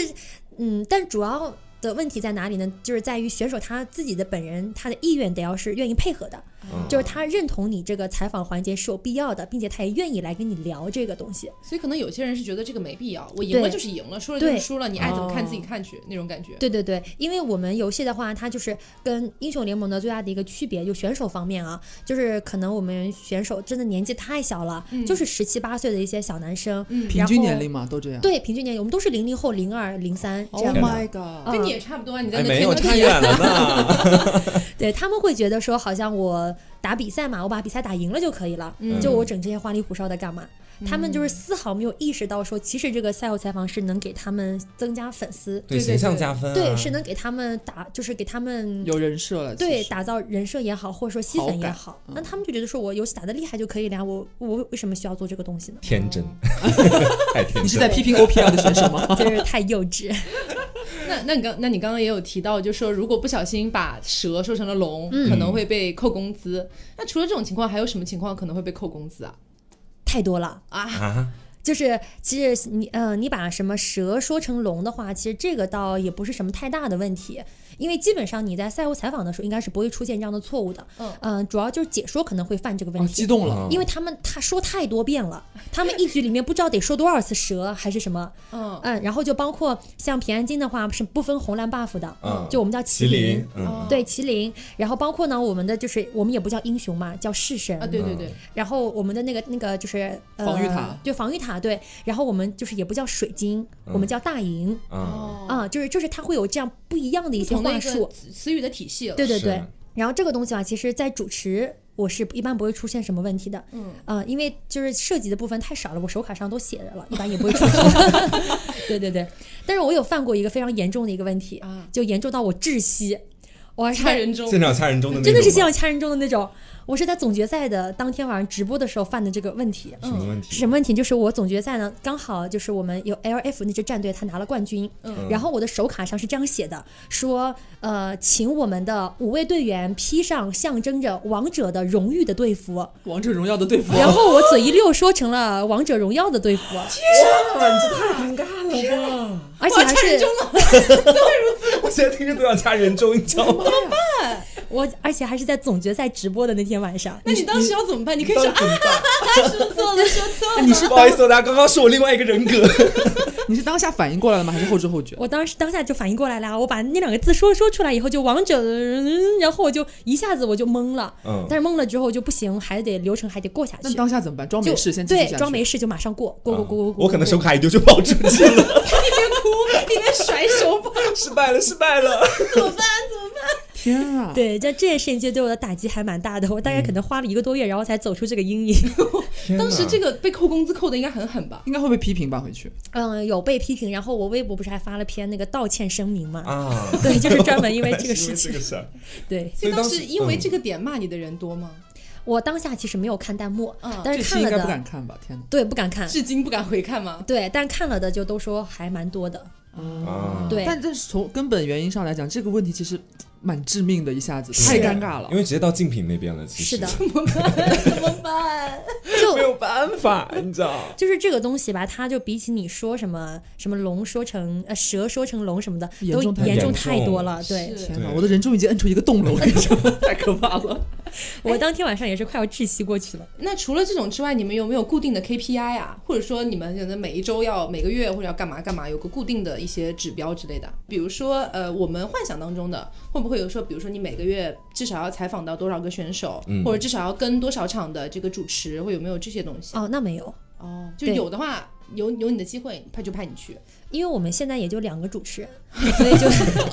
[SPEAKER 7] 嗯，但主要的问题在哪里呢？就是在于选手他自己的本人，他的意愿得要是愿意配合的，
[SPEAKER 3] 嗯
[SPEAKER 7] 就是他认同你这个采访环节是有必要的，并且他也愿意来跟你聊这个东西。
[SPEAKER 1] 所以可能有些人是觉得这个没必要，我赢了
[SPEAKER 7] 对
[SPEAKER 1] 就是赢了，输了就是
[SPEAKER 7] 对
[SPEAKER 1] 输了，你爱怎么看自己
[SPEAKER 2] 哦
[SPEAKER 1] 看去那种感觉。
[SPEAKER 7] 对对对，因为我们游戏的话，它就是跟英雄联盟的最大的一个区别，就选手方面啊，就是可能我们选手真的年纪太小了，
[SPEAKER 1] 嗯
[SPEAKER 7] 就是十七八岁的一些小男生，
[SPEAKER 1] 嗯
[SPEAKER 2] 平均年龄嘛，都这样。
[SPEAKER 7] 对平均年龄，我们都是零零后、零二、零三这
[SPEAKER 2] Oh
[SPEAKER 7] 样。
[SPEAKER 2] my god！
[SPEAKER 7] 啊
[SPEAKER 1] 跟你也差不多啊，你在
[SPEAKER 3] 哎，
[SPEAKER 1] 那
[SPEAKER 3] 没
[SPEAKER 1] 天
[SPEAKER 3] 有
[SPEAKER 1] 都
[SPEAKER 3] 差远了呢，
[SPEAKER 7] 对他们会觉得说，好像我打比赛嘛，我把比赛打赢了就可以了，
[SPEAKER 1] 嗯
[SPEAKER 7] 就我整这些花里胡哨的干嘛？他
[SPEAKER 2] 嗯
[SPEAKER 7] 们就是丝毫没有意识到说，其实这个赛后采访是能给他们增加粉丝，
[SPEAKER 1] 对对
[SPEAKER 3] 形象加分啊，？
[SPEAKER 7] 对，是能给他们打，就是给他们
[SPEAKER 2] 嗯有人设了，
[SPEAKER 7] 对
[SPEAKER 2] 其实
[SPEAKER 7] 打造人设也好，或者说吸粉也好，
[SPEAKER 2] 嗯
[SPEAKER 7] 那他们就觉得说我游戏打得厉害就可以了呀，我我为什么需要做这个 东西呢
[SPEAKER 3] 天真，太天真了。
[SPEAKER 2] 你是在批评 OPL 的选手 吗？
[SPEAKER 7] 就是太幼稚，
[SPEAKER 1] 那那你刚那你刚刚也有提到，就说如果不小心把蛇说成了龙，
[SPEAKER 7] 嗯
[SPEAKER 1] 可能会被扣工资。那除了这种情况，还有什么情况可能会被扣工资啊？
[SPEAKER 7] 太多了。
[SPEAKER 1] 啊，
[SPEAKER 3] 啊？
[SPEAKER 7] 就是其实你呃，你把什么蛇说成龙的话，其实这个倒也不是什么太大的问题，因为基本上你在赛后采访的时候，应该是不会出现这样的错误的。
[SPEAKER 1] 嗯
[SPEAKER 7] 呃主要就是解说可能会犯这个
[SPEAKER 2] 哦，
[SPEAKER 7] 问
[SPEAKER 2] 激
[SPEAKER 7] 题。
[SPEAKER 2] 动
[SPEAKER 3] 嗯
[SPEAKER 2] 了，
[SPEAKER 7] 因为他们他说太多遍了， 他们一局里面不知道得说多少次蛇还是什么，
[SPEAKER 1] 嗯，
[SPEAKER 7] 嗯，然后就包括像平安京的话是不分红蓝 buff 的，
[SPEAKER 3] 嗯
[SPEAKER 7] 就我们叫
[SPEAKER 3] 麒
[SPEAKER 7] 麒
[SPEAKER 3] 麟，嗯，
[SPEAKER 1] 哦
[SPEAKER 7] 对麒麟，然后包括呢，我们的就是我们也不叫英雄嘛，叫式神。
[SPEAKER 1] 啊，对对对，
[SPEAKER 7] 然后我们的那个那个就是、呃、
[SPEAKER 2] 防御塔，
[SPEAKER 7] 对防御塔，对。然后我们就是也不叫水晶，
[SPEAKER 3] 嗯
[SPEAKER 7] 我们叫大银
[SPEAKER 1] 哦
[SPEAKER 3] 啊，
[SPEAKER 1] 嗯
[SPEAKER 7] 啊、就是就是它会有这样不一样的一
[SPEAKER 1] 不
[SPEAKER 7] 些
[SPEAKER 1] 同的
[SPEAKER 7] 话
[SPEAKER 1] 一个
[SPEAKER 7] 术，
[SPEAKER 1] 词词语的体系了。
[SPEAKER 7] 对对
[SPEAKER 3] 是
[SPEAKER 7] 对。然后这个东西啊，其实在主持我是一般不会出现什么问题的，
[SPEAKER 1] 嗯，
[SPEAKER 7] 呃，因为就是涉及的部分太少了，我手卡上都写 着了，一般也不会出错。 对对对，但是我有犯过一个非常严重的一个问题，
[SPEAKER 1] 啊
[SPEAKER 7] 就严重到我窒息，我还
[SPEAKER 1] 掐
[SPEAKER 7] 差
[SPEAKER 1] 人中
[SPEAKER 3] 现场掐人中的那
[SPEAKER 7] 真的是
[SPEAKER 3] 种
[SPEAKER 7] 现
[SPEAKER 3] 吗
[SPEAKER 7] 场掐人中的那种。我是在总决赛的当天晚上直播的时候犯的这个问题。
[SPEAKER 1] 嗯
[SPEAKER 3] 什么问题？
[SPEAKER 7] 是 什么问题？就是我总决赛呢，刚好就是我们有 L F 那支战队，他拿了冠军。
[SPEAKER 1] 嗯
[SPEAKER 7] 然后我的手卡上是这样写的，说呃，请我们的五位队员披上象征着王者的荣誉的队服。
[SPEAKER 2] 王者荣耀的队服，
[SPEAKER 7] 然后我嘴一溜说成了王者荣耀的队服，而且还
[SPEAKER 1] 掐人
[SPEAKER 7] 是
[SPEAKER 1] 中了，
[SPEAKER 3] 我现在听着都要掐人中，你知道吗？
[SPEAKER 7] 我而且还是在总决赛直播的那天晚上。
[SPEAKER 1] 那你当时要怎么办？你可以说
[SPEAKER 3] 当
[SPEAKER 1] 啊，
[SPEAKER 3] 怎么
[SPEAKER 1] 说
[SPEAKER 3] 办？
[SPEAKER 1] 错了，说错 了。
[SPEAKER 2] 你是
[SPEAKER 3] 不好意思，大家刚刚是我另外一个人格。
[SPEAKER 2] 你是当下反应过来了吗？还是后知后觉？
[SPEAKER 7] 我当时当下就反应过来了啊，我把那两个字说说出来以后，就王者，嗯然后我就一下子我就懵了。
[SPEAKER 3] 嗯
[SPEAKER 7] 但是懵了之后就不行，还得流程还得过下
[SPEAKER 2] 那
[SPEAKER 7] 去。
[SPEAKER 2] 当下怎么办？装没
[SPEAKER 7] 就
[SPEAKER 2] 事，先继续
[SPEAKER 7] 对
[SPEAKER 2] 下去
[SPEAKER 7] 装没事就马上过过过过过过。
[SPEAKER 3] 我可能
[SPEAKER 7] 过
[SPEAKER 3] 手卡一丢就跑出去了，
[SPEAKER 1] 一边哭一边甩手把，
[SPEAKER 3] 失败了，失败了。
[SPEAKER 2] 天啊！
[SPEAKER 7] 对，这这件事情就对我的打击还蛮大的，我大概可能花了一个多月，然后才走出这个 阴影。
[SPEAKER 1] 当时这个被扣工资扣的应该很狠吧？
[SPEAKER 2] 应该会被批评吧？回去
[SPEAKER 7] 嗯，有被批评，然后我微博不是还发了篇那个道歉声明嘛？
[SPEAKER 3] 啊，
[SPEAKER 7] 对，就是专门因为这 个事
[SPEAKER 3] 这
[SPEAKER 7] 情
[SPEAKER 3] 个。事儿，
[SPEAKER 7] 对
[SPEAKER 1] 所以当时嗯
[SPEAKER 3] 所以当时
[SPEAKER 1] 因为这个点骂你的人多吗？
[SPEAKER 7] 我当下其实没有看弹幕，
[SPEAKER 1] 嗯
[SPEAKER 7] 但
[SPEAKER 2] 这
[SPEAKER 7] 是
[SPEAKER 2] 期
[SPEAKER 7] 看
[SPEAKER 2] 应
[SPEAKER 7] 了
[SPEAKER 2] 该
[SPEAKER 7] 的
[SPEAKER 2] 不敢看吧？天哪！
[SPEAKER 7] 对不敢看，
[SPEAKER 1] 至今不敢回看吗？
[SPEAKER 7] 对，但看了的就都说还蛮多的。
[SPEAKER 3] 啊
[SPEAKER 7] 对
[SPEAKER 2] 但但是从根本原因上来讲，这个问题其实蛮致命的，一下子
[SPEAKER 7] 是
[SPEAKER 2] 太尴尬了
[SPEAKER 3] 因。为直接到竞品那边了，其实
[SPEAKER 7] 是的，
[SPEAKER 1] 怎么办？
[SPEAKER 7] 就
[SPEAKER 3] 没有办法，你知道。
[SPEAKER 7] 就是这个东西吧，它就比起你说什么什么龙说成呃蛇说成龙什么的，
[SPEAKER 2] 严
[SPEAKER 7] 都
[SPEAKER 2] 重太
[SPEAKER 7] 严重
[SPEAKER 3] 严
[SPEAKER 7] 太
[SPEAKER 3] 重
[SPEAKER 7] 多了。对
[SPEAKER 1] 是
[SPEAKER 2] 天哪！
[SPEAKER 3] 对
[SPEAKER 2] 我的人中已经摁出一个洞了，我跟你说， 太可怕 了。
[SPEAKER 7] 我当天晚上也是快要窒息过去了。
[SPEAKER 1] 那除了这种之外，你们有没有固定的 KPI 啊？或者说你们可能每一周要、每个月或者要干嘛干嘛，有个固定的一些指标之类的？比如说，呃，我们幻想当中的会不会有说，比如说你每个月至少要采访到多少个选手，
[SPEAKER 3] 嗯
[SPEAKER 1] 或者至少要跟多少场的这个主持，会有没有这些东西？
[SPEAKER 7] 哦，那没有，
[SPEAKER 1] 哦，就
[SPEAKER 7] 对
[SPEAKER 1] 有的话，有有你的机会，派就派你去。
[SPEAKER 7] 因为我们现在也就两个主持人，所以就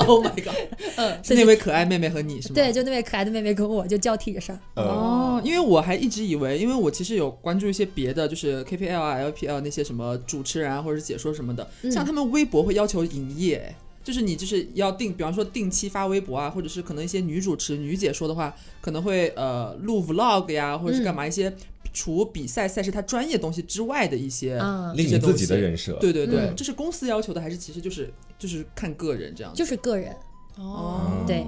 [SPEAKER 2] Oh my god！
[SPEAKER 1] 嗯，
[SPEAKER 2] 是那位可爱妹妹和你是吗？
[SPEAKER 7] 对，就那位可爱的妹妹跟我就交替着上。
[SPEAKER 3] 呃，
[SPEAKER 2] 哦，因为我还一直以为，因为我其实有关注一些别的，就是 KPL 啊、LPL 那些什么主持人啊，或者是解说什么的，像他们微博会要求营业。就是你就是要定，比方说定期发微博啊，或者是可能一些女主持、女解说的话，可能会呃录 vlog 呀，或者是干嘛一些除比赛赛事它专业东西之外的一些
[SPEAKER 7] 啊
[SPEAKER 3] 立你自己的人设，
[SPEAKER 2] 对对对，
[SPEAKER 7] 嗯
[SPEAKER 2] 这是公司要求的，还是其实就是就是看个人这样子？
[SPEAKER 7] 就是个人，
[SPEAKER 1] 哦，
[SPEAKER 7] 对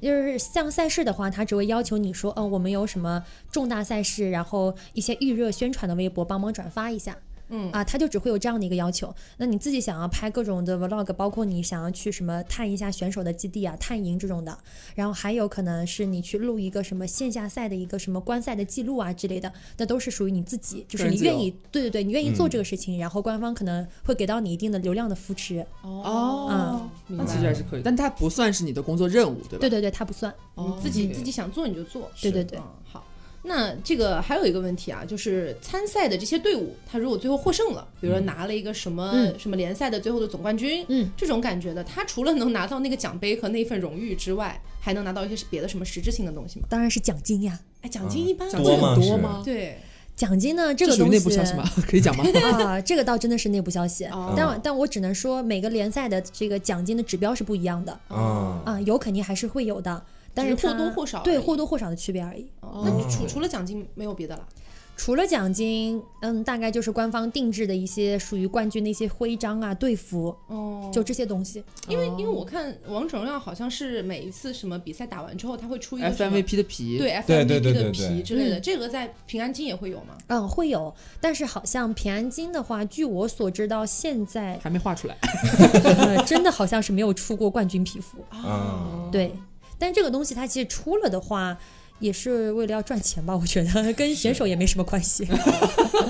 [SPEAKER 7] 就是像赛事的话，他只会要求你说，哦，我们有什么重大赛事，然后一些预热宣传的微博帮忙转发一下。
[SPEAKER 1] 嗯
[SPEAKER 7] 啊，他就只会有这样的一个要求。那你自己想要拍各种的 vlog，包括你想要去什么探一下选手的基地啊、探营这种的，然后还有可能是你去录一个什么线下赛的一个什么观赛的记录啊之类的，那都是属于你自己，就
[SPEAKER 2] 个
[SPEAKER 7] 是
[SPEAKER 2] 人
[SPEAKER 7] 你
[SPEAKER 2] 自由
[SPEAKER 7] 愿意，对对对，你愿意做
[SPEAKER 3] 嗯
[SPEAKER 7] 这个事情，然后官方可能会给到你一定的流量的扶持。
[SPEAKER 2] 嗯
[SPEAKER 1] 哦，明
[SPEAKER 2] 那
[SPEAKER 1] 白
[SPEAKER 2] 其实还是可以，但它不算是你的工作任务，对吧？
[SPEAKER 7] 对对对，它不算。
[SPEAKER 1] 你自己自己想做你就做，
[SPEAKER 7] 哦对对对
[SPEAKER 1] 嗯，好。那这个还有一个问题啊，就是参赛的这些队伍，他如果最后获胜了，比如说拿了一个什么、
[SPEAKER 7] 嗯
[SPEAKER 1] 什么联赛的最后的总冠军，
[SPEAKER 7] 嗯，
[SPEAKER 1] 这种感觉的，他除了能拿到那个奖杯和那份荣誉之外，还能拿到一些别的什么实质性的东西吗？
[SPEAKER 7] 当然是奖金呀，
[SPEAKER 1] 哎，奖金一般、
[SPEAKER 2] 讲
[SPEAKER 3] 啊多
[SPEAKER 2] 这
[SPEAKER 3] 吗
[SPEAKER 2] 很
[SPEAKER 3] 是
[SPEAKER 2] 多吗？
[SPEAKER 1] 对，
[SPEAKER 7] 奖金呢这个
[SPEAKER 2] 属于
[SPEAKER 7] 东西
[SPEAKER 2] 内部消息吗？ 可以讲吗？
[SPEAKER 7] 啊，这个倒真的是内部消息。
[SPEAKER 1] 哦
[SPEAKER 7] 但但我只能说，每个联赛的这个奖金的指标是不一样的
[SPEAKER 3] 啊，
[SPEAKER 7] 啊，有肯定还是会有的，但
[SPEAKER 1] 只
[SPEAKER 7] 是
[SPEAKER 1] 是或
[SPEAKER 7] 它
[SPEAKER 1] 多或少而已
[SPEAKER 7] 对或多或少的区别而已。
[SPEAKER 1] 哦那
[SPEAKER 3] 嗯
[SPEAKER 1] 除除了奖金没有别的了，
[SPEAKER 7] 除了奖金，嗯，大概就是官方定制的一些属于冠军的一些徽章啊、队服，
[SPEAKER 1] 哦
[SPEAKER 7] 就这哦些东西。
[SPEAKER 1] 因为因为我看王者荣耀好像是每一次什么比赛打完之后，他会出一个什么
[SPEAKER 2] FMVP 的皮，
[SPEAKER 1] 对
[SPEAKER 3] 对对
[SPEAKER 1] FMVP 的
[SPEAKER 3] 对对对
[SPEAKER 1] 皮之类的，
[SPEAKER 7] 嗯
[SPEAKER 1] 这个在平安京也会有吗？
[SPEAKER 7] 嗯，会有，但是好像平安京的话，据我所知，到现在、
[SPEAKER 2] 还没画出 来。
[SPEAKER 7] 呃真的好像是没有出过冠军皮
[SPEAKER 1] 哦
[SPEAKER 7] 肤。
[SPEAKER 3] 啊
[SPEAKER 7] 对，但这个东西它其实出了的话，也是为了要赚钱吧，我觉得跟选手也没什么 关系。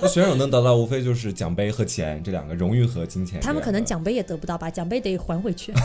[SPEAKER 3] 那选手能得到无非就是奖杯和钱这两个，荣誉和金钱这两个。
[SPEAKER 7] 他们可能奖杯也得不到吧，奖杯得还回 去。
[SPEAKER 2] 啊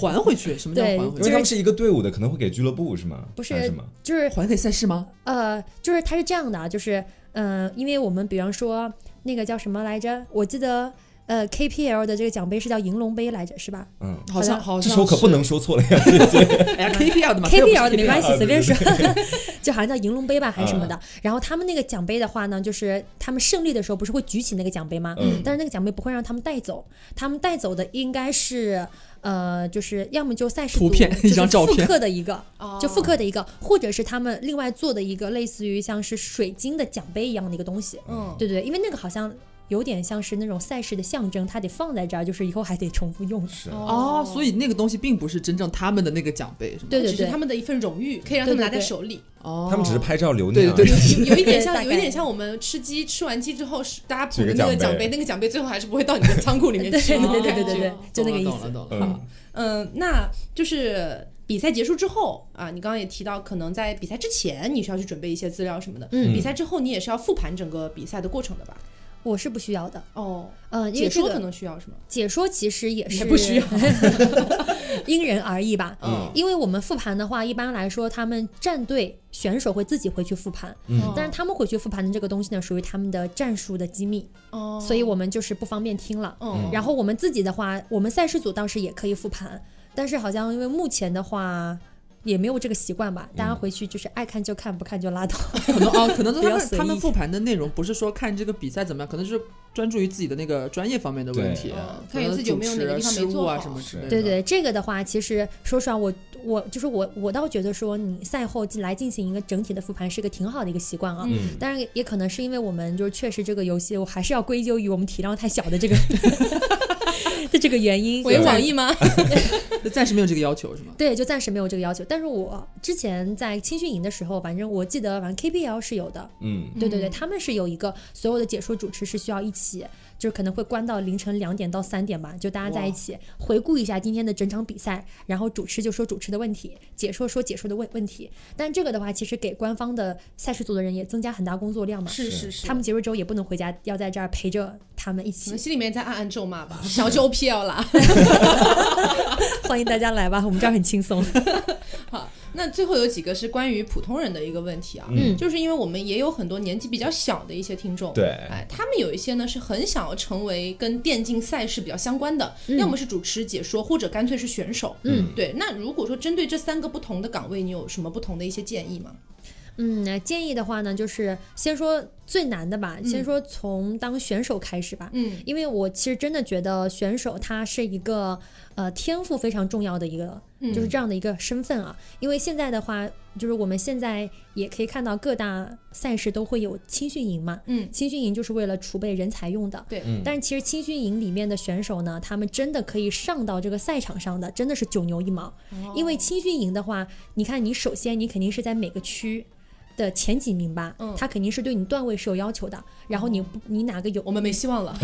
[SPEAKER 2] 还回去？什么叫
[SPEAKER 7] 对
[SPEAKER 2] 还回
[SPEAKER 3] 因
[SPEAKER 2] 去？
[SPEAKER 3] 为他们是一个队伍的，可能会给俱乐部是吗？
[SPEAKER 7] 不是
[SPEAKER 3] 还什么？
[SPEAKER 7] 就是
[SPEAKER 2] 还给赛事吗？
[SPEAKER 7] 呃，就是它是这样的啊，就是嗯、呃因为我们比方说那个叫什么来着，我记得呃 KPL 的这个奖杯是叫银龙杯来着，是吧
[SPEAKER 3] 嗯，
[SPEAKER 2] 好像好
[SPEAKER 3] 这
[SPEAKER 2] 像
[SPEAKER 3] 时候可不能说错了呀。
[SPEAKER 2] 是 哎呀 KPL 的嘛
[SPEAKER 7] ？KPL 的没
[SPEAKER 2] 系。
[SPEAKER 7] 关
[SPEAKER 3] 啊
[SPEAKER 7] 系，随便说， 就好像叫银龙杯吧还是什么的。
[SPEAKER 2] 啊
[SPEAKER 7] 然后他们那个奖杯的话呢，就是他们胜利的时候不是会举起那个奖杯吗？
[SPEAKER 3] 嗯
[SPEAKER 7] 但是那个奖杯不会让他们带走，他们带走的应该是呃，就是要么就赛事
[SPEAKER 2] 图
[SPEAKER 7] 组
[SPEAKER 2] 片
[SPEAKER 7] 就是
[SPEAKER 2] 一张照片
[SPEAKER 7] 复刻的一个，
[SPEAKER 1] 哦
[SPEAKER 7] 就复刻的一个，或者是他们另外做的一个类似于像是水晶的奖杯一样的一个东西，
[SPEAKER 1] 嗯，
[SPEAKER 7] 对对，因为那个好像有点像是那种赛事的象征，它得放在这儿，就是以后还得重复用。
[SPEAKER 3] 是
[SPEAKER 2] 哦，所以那个东西并不是真正他们的那个奖杯，是吗？
[SPEAKER 7] 对对
[SPEAKER 1] 只是
[SPEAKER 7] 对，
[SPEAKER 1] 他们的一份荣誉，可以让他们拿在手里。
[SPEAKER 2] 哦，
[SPEAKER 3] 他们只是拍照留念
[SPEAKER 2] 对
[SPEAKER 3] 而已。
[SPEAKER 2] 对 对
[SPEAKER 1] 有有一 点像，
[SPEAKER 7] 大概
[SPEAKER 1] 有一点像我们吃鸡，吃完鸡之后，是大家捧
[SPEAKER 3] 举
[SPEAKER 1] 的那
[SPEAKER 3] 个
[SPEAKER 1] 个
[SPEAKER 3] 奖
[SPEAKER 1] 奖
[SPEAKER 3] 杯
[SPEAKER 1] 杯，那个奖杯最后还是不会到你的仓库里面
[SPEAKER 7] 对
[SPEAKER 1] 去。
[SPEAKER 7] 对对对
[SPEAKER 2] 哦
[SPEAKER 7] 对对对，就那个意
[SPEAKER 2] 懂了
[SPEAKER 7] 思。
[SPEAKER 2] 懂了懂了。
[SPEAKER 3] 嗯，
[SPEAKER 1] 嗯，那就是比赛结束之后啊，你刚刚也提到，可能在比赛之前你是要去准备一些资料什么的，
[SPEAKER 7] 嗯
[SPEAKER 1] 比赛之后你也是要复盘整个比赛的过程的吧？
[SPEAKER 7] 我是不需要的，
[SPEAKER 1] 哦，
[SPEAKER 7] 呃，因为
[SPEAKER 1] 解
[SPEAKER 7] 这
[SPEAKER 1] 说
[SPEAKER 7] 个
[SPEAKER 1] 可能需要是吗？
[SPEAKER 7] 解说其实也
[SPEAKER 1] 也
[SPEAKER 7] 是
[SPEAKER 1] 不需要
[SPEAKER 7] 因人而异吧。
[SPEAKER 1] 哦
[SPEAKER 3] 嗯
[SPEAKER 7] 因为我们复盘的话，一般来说，他们战队选手会自己回去复盘，
[SPEAKER 1] 哦
[SPEAKER 3] 嗯
[SPEAKER 7] 但是他们回去复盘的这个东西呢，属于他们的战术的机密，
[SPEAKER 1] 哦，
[SPEAKER 7] 所以我们就是不方便听了。
[SPEAKER 1] 嗯，
[SPEAKER 7] 然后我们自己的话，我们赛事组倒是也可以复盘，但是好像因为目前的话。也没有这个习惯吧，大家回去就是爱看就看，不看就拉倒。
[SPEAKER 2] 可能哦，可能
[SPEAKER 7] 比
[SPEAKER 2] 他
[SPEAKER 7] 较
[SPEAKER 2] 们
[SPEAKER 7] 随
[SPEAKER 2] 他们
[SPEAKER 7] 意
[SPEAKER 2] 复盘的内容不是说看这个比赛怎么样，可能就是专注于自己的那个专业方面的问
[SPEAKER 3] 对
[SPEAKER 2] 题啊
[SPEAKER 1] 嗯，
[SPEAKER 2] 可
[SPEAKER 1] 看有
[SPEAKER 2] 能
[SPEAKER 1] 自己有没有
[SPEAKER 2] 主
[SPEAKER 1] 哪个
[SPEAKER 2] 持
[SPEAKER 1] 地方
[SPEAKER 2] 失
[SPEAKER 1] 没
[SPEAKER 2] 误
[SPEAKER 1] 做
[SPEAKER 2] 啊
[SPEAKER 1] 好
[SPEAKER 2] 什么之
[SPEAKER 3] 是
[SPEAKER 2] 类的。
[SPEAKER 7] 对对，这个的话，其实说实话，我我就是我，我倒觉得说你赛后进来进行一个整体的复盘是一个挺好的一个习惯啊。
[SPEAKER 3] 嗯
[SPEAKER 7] 当然也可能是因为我们就是确实这个游戏，我还是要归咎于我们体量太小的这个 的这个原因。
[SPEAKER 1] 我有
[SPEAKER 7] 所以
[SPEAKER 1] 网易吗？
[SPEAKER 2] 就暂时没有这个要求是 吗？
[SPEAKER 7] 对，就暂时没有这个要求。但是我之前在青训营的时候，反正我记得，反正 KPL 是有的。
[SPEAKER 3] 嗯
[SPEAKER 7] 对对对，他们是有一个所有的解说主持是需要一起，就是可能会关到凌晨两点到三点吧，就大家在一起回顾一下今天的整场比赛，然后主持就说主持的问题，解说说解说的问问题。但这个的话，其实给官方的赛事组的人也增加很大工作量嘛。
[SPEAKER 1] 是
[SPEAKER 3] 是
[SPEAKER 1] 是是，
[SPEAKER 7] 他们结束之后也不能回家，要在这儿陪着他们一
[SPEAKER 1] 可
[SPEAKER 7] 起
[SPEAKER 1] 能。 心里面在暗暗咒骂吧，想要去 OPL 啦。
[SPEAKER 7] 欢迎大家来吧，我们这儿很 轻松。
[SPEAKER 1] 好， 那最后有几个是关于普通人的一个问题啊，
[SPEAKER 3] 嗯
[SPEAKER 1] 就是因为我们也有很多年纪比较小的一些听众，
[SPEAKER 3] 对
[SPEAKER 1] 哎，他们有一些呢是很想要成为跟电竞赛事比较相关的，要么是主持解说，或者干脆是选手，
[SPEAKER 3] 嗯，
[SPEAKER 1] 对。那如果说针对这三个不同的岗位，你有什么不同的一些建议吗？
[SPEAKER 7] 嗯，建议的话呢，就是先说最难的吧，
[SPEAKER 1] 嗯
[SPEAKER 7] 先说从当选手开始吧。
[SPEAKER 1] 嗯
[SPEAKER 7] 因为我其实真的觉得选手他是一个呃天赋非常重要的一个，
[SPEAKER 1] 嗯
[SPEAKER 7] 就是这样的一个身份啊。因为现在的话，就是我们现在也可以看到各大赛事都会有青训营嘛，
[SPEAKER 1] 嗯
[SPEAKER 7] 青训营就是为了储备人才用的。
[SPEAKER 1] 对
[SPEAKER 3] 嗯
[SPEAKER 7] 但其实青训营里面的选手呢，他们真的可以上到这个赛场上的，真的是九牛一毛。
[SPEAKER 1] 哦
[SPEAKER 7] 因为青训营的话，你看你首先你肯定是在每个区。的前几名吧，
[SPEAKER 1] 嗯哦
[SPEAKER 7] 他肯定是对你段位是有要求的。然后你不你哪个有
[SPEAKER 1] 我们没希望了。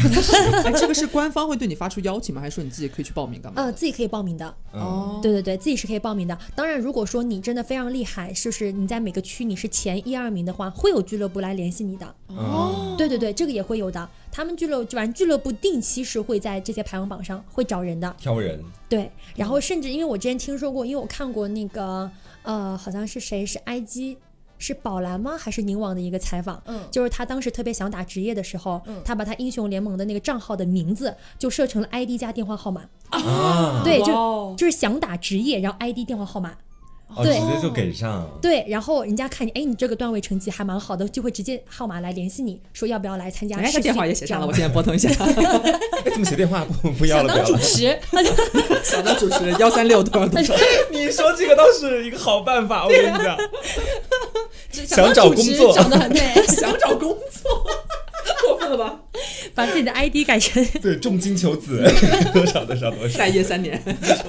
[SPEAKER 2] 哎，这个是官方会对你发出邀请吗？还是说你自己可以去报名干嘛？
[SPEAKER 7] 呃，自己可以报名的，
[SPEAKER 3] 嗯
[SPEAKER 1] 哦
[SPEAKER 7] 对对对，自己是可以报名的。当然，如果说你真的非常厉害，就是你在每个区你是前一二名的话，会有俱乐部来联系你的。
[SPEAKER 3] 哦，
[SPEAKER 7] 对对对，这个也会有的。他们俱乐部，反正俱乐部定期是会在这些排行榜上会找人的。
[SPEAKER 3] 挑人，
[SPEAKER 7] 对，
[SPEAKER 1] 嗯
[SPEAKER 7] 然后甚至因为我之前听说过，因为我看过那个呃，好像是谁是 IG 是宝蓝吗？还是宁王的一个采访，
[SPEAKER 1] 嗯，
[SPEAKER 7] 就是他当时特别想打职业的时候，
[SPEAKER 1] 嗯
[SPEAKER 7] 他把他英雄联盟的那个账号的名字就设成了 ID 加电话号码，
[SPEAKER 3] 啊，
[SPEAKER 7] 对，就
[SPEAKER 1] 就
[SPEAKER 7] 就是想打职业，然后 ID 电话号码。
[SPEAKER 3] 哦，
[SPEAKER 7] 对
[SPEAKER 3] 直接就给上，
[SPEAKER 7] 对，然后人家看你，哎，你这个段位成绩还蛮好的，就会直接号码来联系你，说要不要来参加
[SPEAKER 2] 哎，
[SPEAKER 7] 试
[SPEAKER 2] 他
[SPEAKER 7] 训。
[SPEAKER 2] 电话也写上了，我
[SPEAKER 7] 这
[SPEAKER 2] 现
[SPEAKER 7] 样
[SPEAKER 2] 在拨通 一下。
[SPEAKER 3] 哎，怎么写电话不不要
[SPEAKER 1] 想
[SPEAKER 3] 了？
[SPEAKER 1] 当主
[SPEAKER 3] 不要了。
[SPEAKER 1] 持，
[SPEAKER 2] 想当主持人幺三六多少多少？
[SPEAKER 3] 你说这个倒是一个好办法，我跟你讲，
[SPEAKER 1] 当
[SPEAKER 3] 想找
[SPEAKER 1] 主
[SPEAKER 3] 工
[SPEAKER 1] 持
[SPEAKER 3] 作
[SPEAKER 1] 找的很对，
[SPEAKER 2] 想找工作， 过分了吧？
[SPEAKER 7] 把自己的 ID 改成，
[SPEAKER 3] 对，重金求子， 多少多少多少，
[SPEAKER 2] 待业三 年，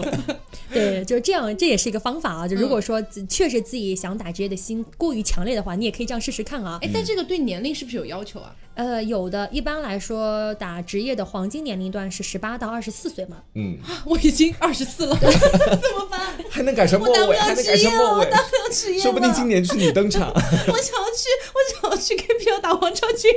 [SPEAKER 7] 对，就是这样，这也是一个方法啊。就
[SPEAKER 2] 嗯
[SPEAKER 7] 如果说自确实自己想打职业的心过于强烈的话，你也可以这样试试看啊。
[SPEAKER 1] 哎，但这个对年龄是不是有要求啊？
[SPEAKER 7] 呃，有的，一般来说打职业的黄金年龄段是十八到二十四岁嘛。
[SPEAKER 3] 嗯，
[SPEAKER 1] 我已经二十四了，怎么办？
[SPEAKER 3] 还能赶上末
[SPEAKER 1] 我当不
[SPEAKER 3] 尾，
[SPEAKER 1] 了
[SPEAKER 3] 还能赶上末尾
[SPEAKER 1] 职业，我要职业了，
[SPEAKER 3] 说不定今年就是你登场。
[SPEAKER 1] 我想要去，我想要去 KPL 打王昭君。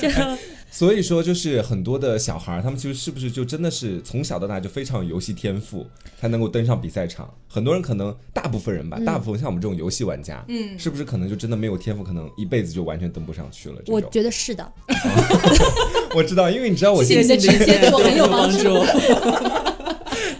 [SPEAKER 7] 这样
[SPEAKER 3] 所以说，就是很多的小孩儿，他们其实是不是就真的是从小到大就非常有游戏天赋，才能够登上比赛场？很多人可能，大部分人吧，大部分像我们这种游戏玩家，
[SPEAKER 1] 嗯
[SPEAKER 3] 是不是可能就真的没有天赋，可能一辈子就完全登不上去了？这
[SPEAKER 7] 我
[SPEAKER 3] 种
[SPEAKER 7] 觉得是的，
[SPEAKER 3] 我知道，因为你知道我
[SPEAKER 1] 谢
[SPEAKER 3] 今
[SPEAKER 1] 谢你的指
[SPEAKER 2] 直
[SPEAKER 1] 接
[SPEAKER 2] 接
[SPEAKER 1] 对我很有帮助
[SPEAKER 2] 助。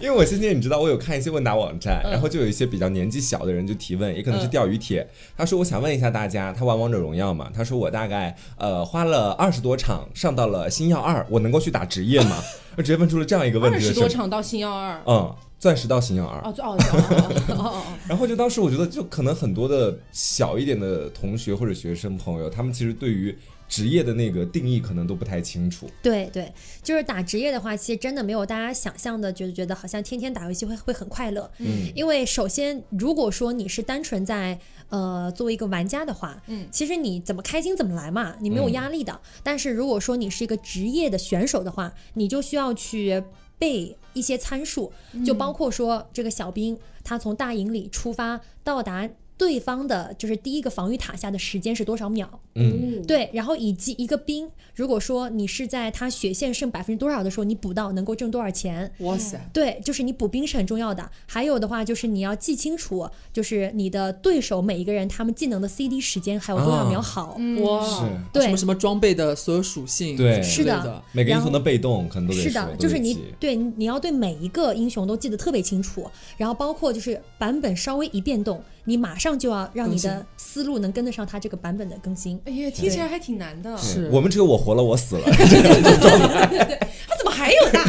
[SPEAKER 3] 因为我今天你知道，我有看一些问答网站，然后就有一些比较年纪小的人就提问，也可能是钓鱼帖。他说：“我想问一下大家，他玩王者荣耀嘛？他说我大概呃花了二十多场上到了星耀二，我能够去打职业 吗？”我直接问出了这样一个问
[SPEAKER 1] 二
[SPEAKER 3] 题的
[SPEAKER 1] 十
[SPEAKER 3] 时候
[SPEAKER 1] 多，场到星耀二，
[SPEAKER 3] 嗯，钻石到星耀二。
[SPEAKER 1] 哦，哦，哦，哦，哦，
[SPEAKER 3] 然后就当时我觉得，就可能很多的小一点的同学或者学生朋友，他们其实对于职业的那个定义可能都不太清楚。
[SPEAKER 7] 对对，就是打职业的话，其实真的没有大家想象的，觉得觉得好像天天打游戏会会很快乐。
[SPEAKER 3] 嗯
[SPEAKER 7] 因为首先，如果说你是单纯在呃作为一个玩家的话，
[SPEAKER 1] 嗯
[SPEAKER 7] 其实你怎么开心怎么来嘛，你没有
[SPEAKER 3] 嗯
[SPEAKER 7] 压力的。但是如果说你是一个职业的选手的话，你就需要去。背一些参数，就包括说这个小兵他从大营里出发到达。对方的就是第一个防御塔下的时间是多少秒？
[SPEAKER 3] 嗯，
[SPEAKER 7] 对，然后以及一个兵，如果说你是在他血线剩百分之多少的时候，你补到能够挣多少钱？
[SPEAKER 2] 哇塞，
[SPEAKER 7] 对，就是你补兵是很重要的。还有的话就是你要记清楚，就是你的对手每一个人他们技能的 CD 时间还有多少秒
[SPEAKER 1] 啊
[SPEAKER 7] 好。
[SPEAKER 2] 哇
[SPEAKER 3] 是，
[SPEAKER 7] 对
[SPEAKER 2] 什么什么装备的所有属性，
[SPEAKER 3] 对
[SPEAKER 2] 之类
[SPEAKER 7] 是
[SPEAKER 2] 的
[SPEAKER 7] 的，
[SPEAKER 3] 每个英
[SPEAKER 7] 然
[SPEAKER 3] 雄
[SPEAKER 7] 后
[SPEAKER 3] 的被动可能都得
[SPEAKER 7] 是
[SPEAKER 3] 说
[SPEAKER 7] 的，
[SPEAKER 3] 都
[SPEAKER 7] 就是
[SPEAKER 3] 得
[SPEAKER 7] 你
[SPEAKER 3] 记
[SPEAKER 7] 对你你要对每一个英雄都记得特别清楚，然后包括就是版本稍微一变动，你马上就要让你
[SPEAKER 2] 更
[SPEAKER 7] 的思路能跟得上它这个版本的更新。
[SPEAKER 1] 哎呀，听起来还挺难的。
[SPEAKER 3] 对
[SPEAKER 2] 是
[SPEAKER 3] 嗯我们只有我活了，我死了。
[SPEAKER 1] 他怎么还有大？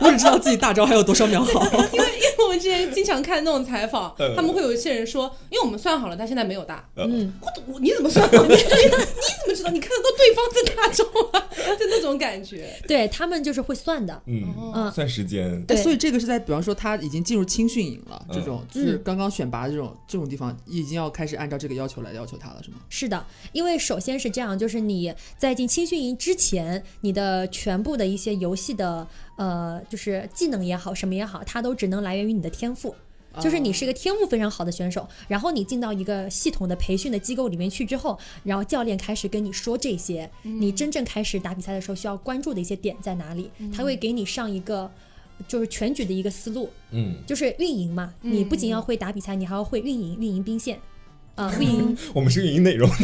[SPEAKER 2] 我只知道自己大招还有多少秒好。
[SPEAKER 1] 因为因为我们之前经常看那种采访，他们会有一些人说，因为我们算好了，但现在没有大。
[SPEAKER 7] 嗯，
[SPEAKER 1] 我怎我你怎么算好？你你怎么知道？你看得到对方在大招吗？就那种感觉。
[SPEAKER 7] 对他们就是会算的。
[SPEAKER 1] 哦
[SPEAKER 3] 嗯，
[SPEAKER 7] 嗯，
[SPEAKER 3] 算时间。
[SPEAKER 2] 哎
[SPEAKER 7] 对
[SPEAKER 2] 所以这个是在，比方说他已经进入青训营了，这种就是
[SPEAKER 7] 嗯
[SPEAKER 2] 刚刚选拔这种这种地方，已经要开始按照这个要求来要求他了，是吗？
[SPEAKER 7] 是的，因为首先是这样，就是你在进青训营之前，你的全部的一些游戏的呃，就是技能也好，什么也好，它都只能来源于你的天赋。
[SPEAKER 1] 哦
[SPEAKER 7] 就是
[SPEAKER 2] 啊
[SPEAKER 7] 你是一个天赋非常好的选手，然后你进到一个系统的培训的机构里面去之后，然后教练开始跟你说这些，
[SPEAKER 1] 嗯
[SPEAKER 7] 你真正开始打比赛的时候需要关注的一些点在哪里，
[SPEAKER 1] 嗯
[SPEAKER 7] 他会给你上一个就是全局的一个思路，
[SPEAKER 3] 嗯，
[SPEAKER 7] 就是运营嘛，
[SPEAKER 1] 嗯
[SPEAKER 7] 你不仅要会打比赛，你还要会运营，运营兵线，啊、运营
[SPEAKER 2] 嗯
[SPEAKER 3] 我们是运营内容。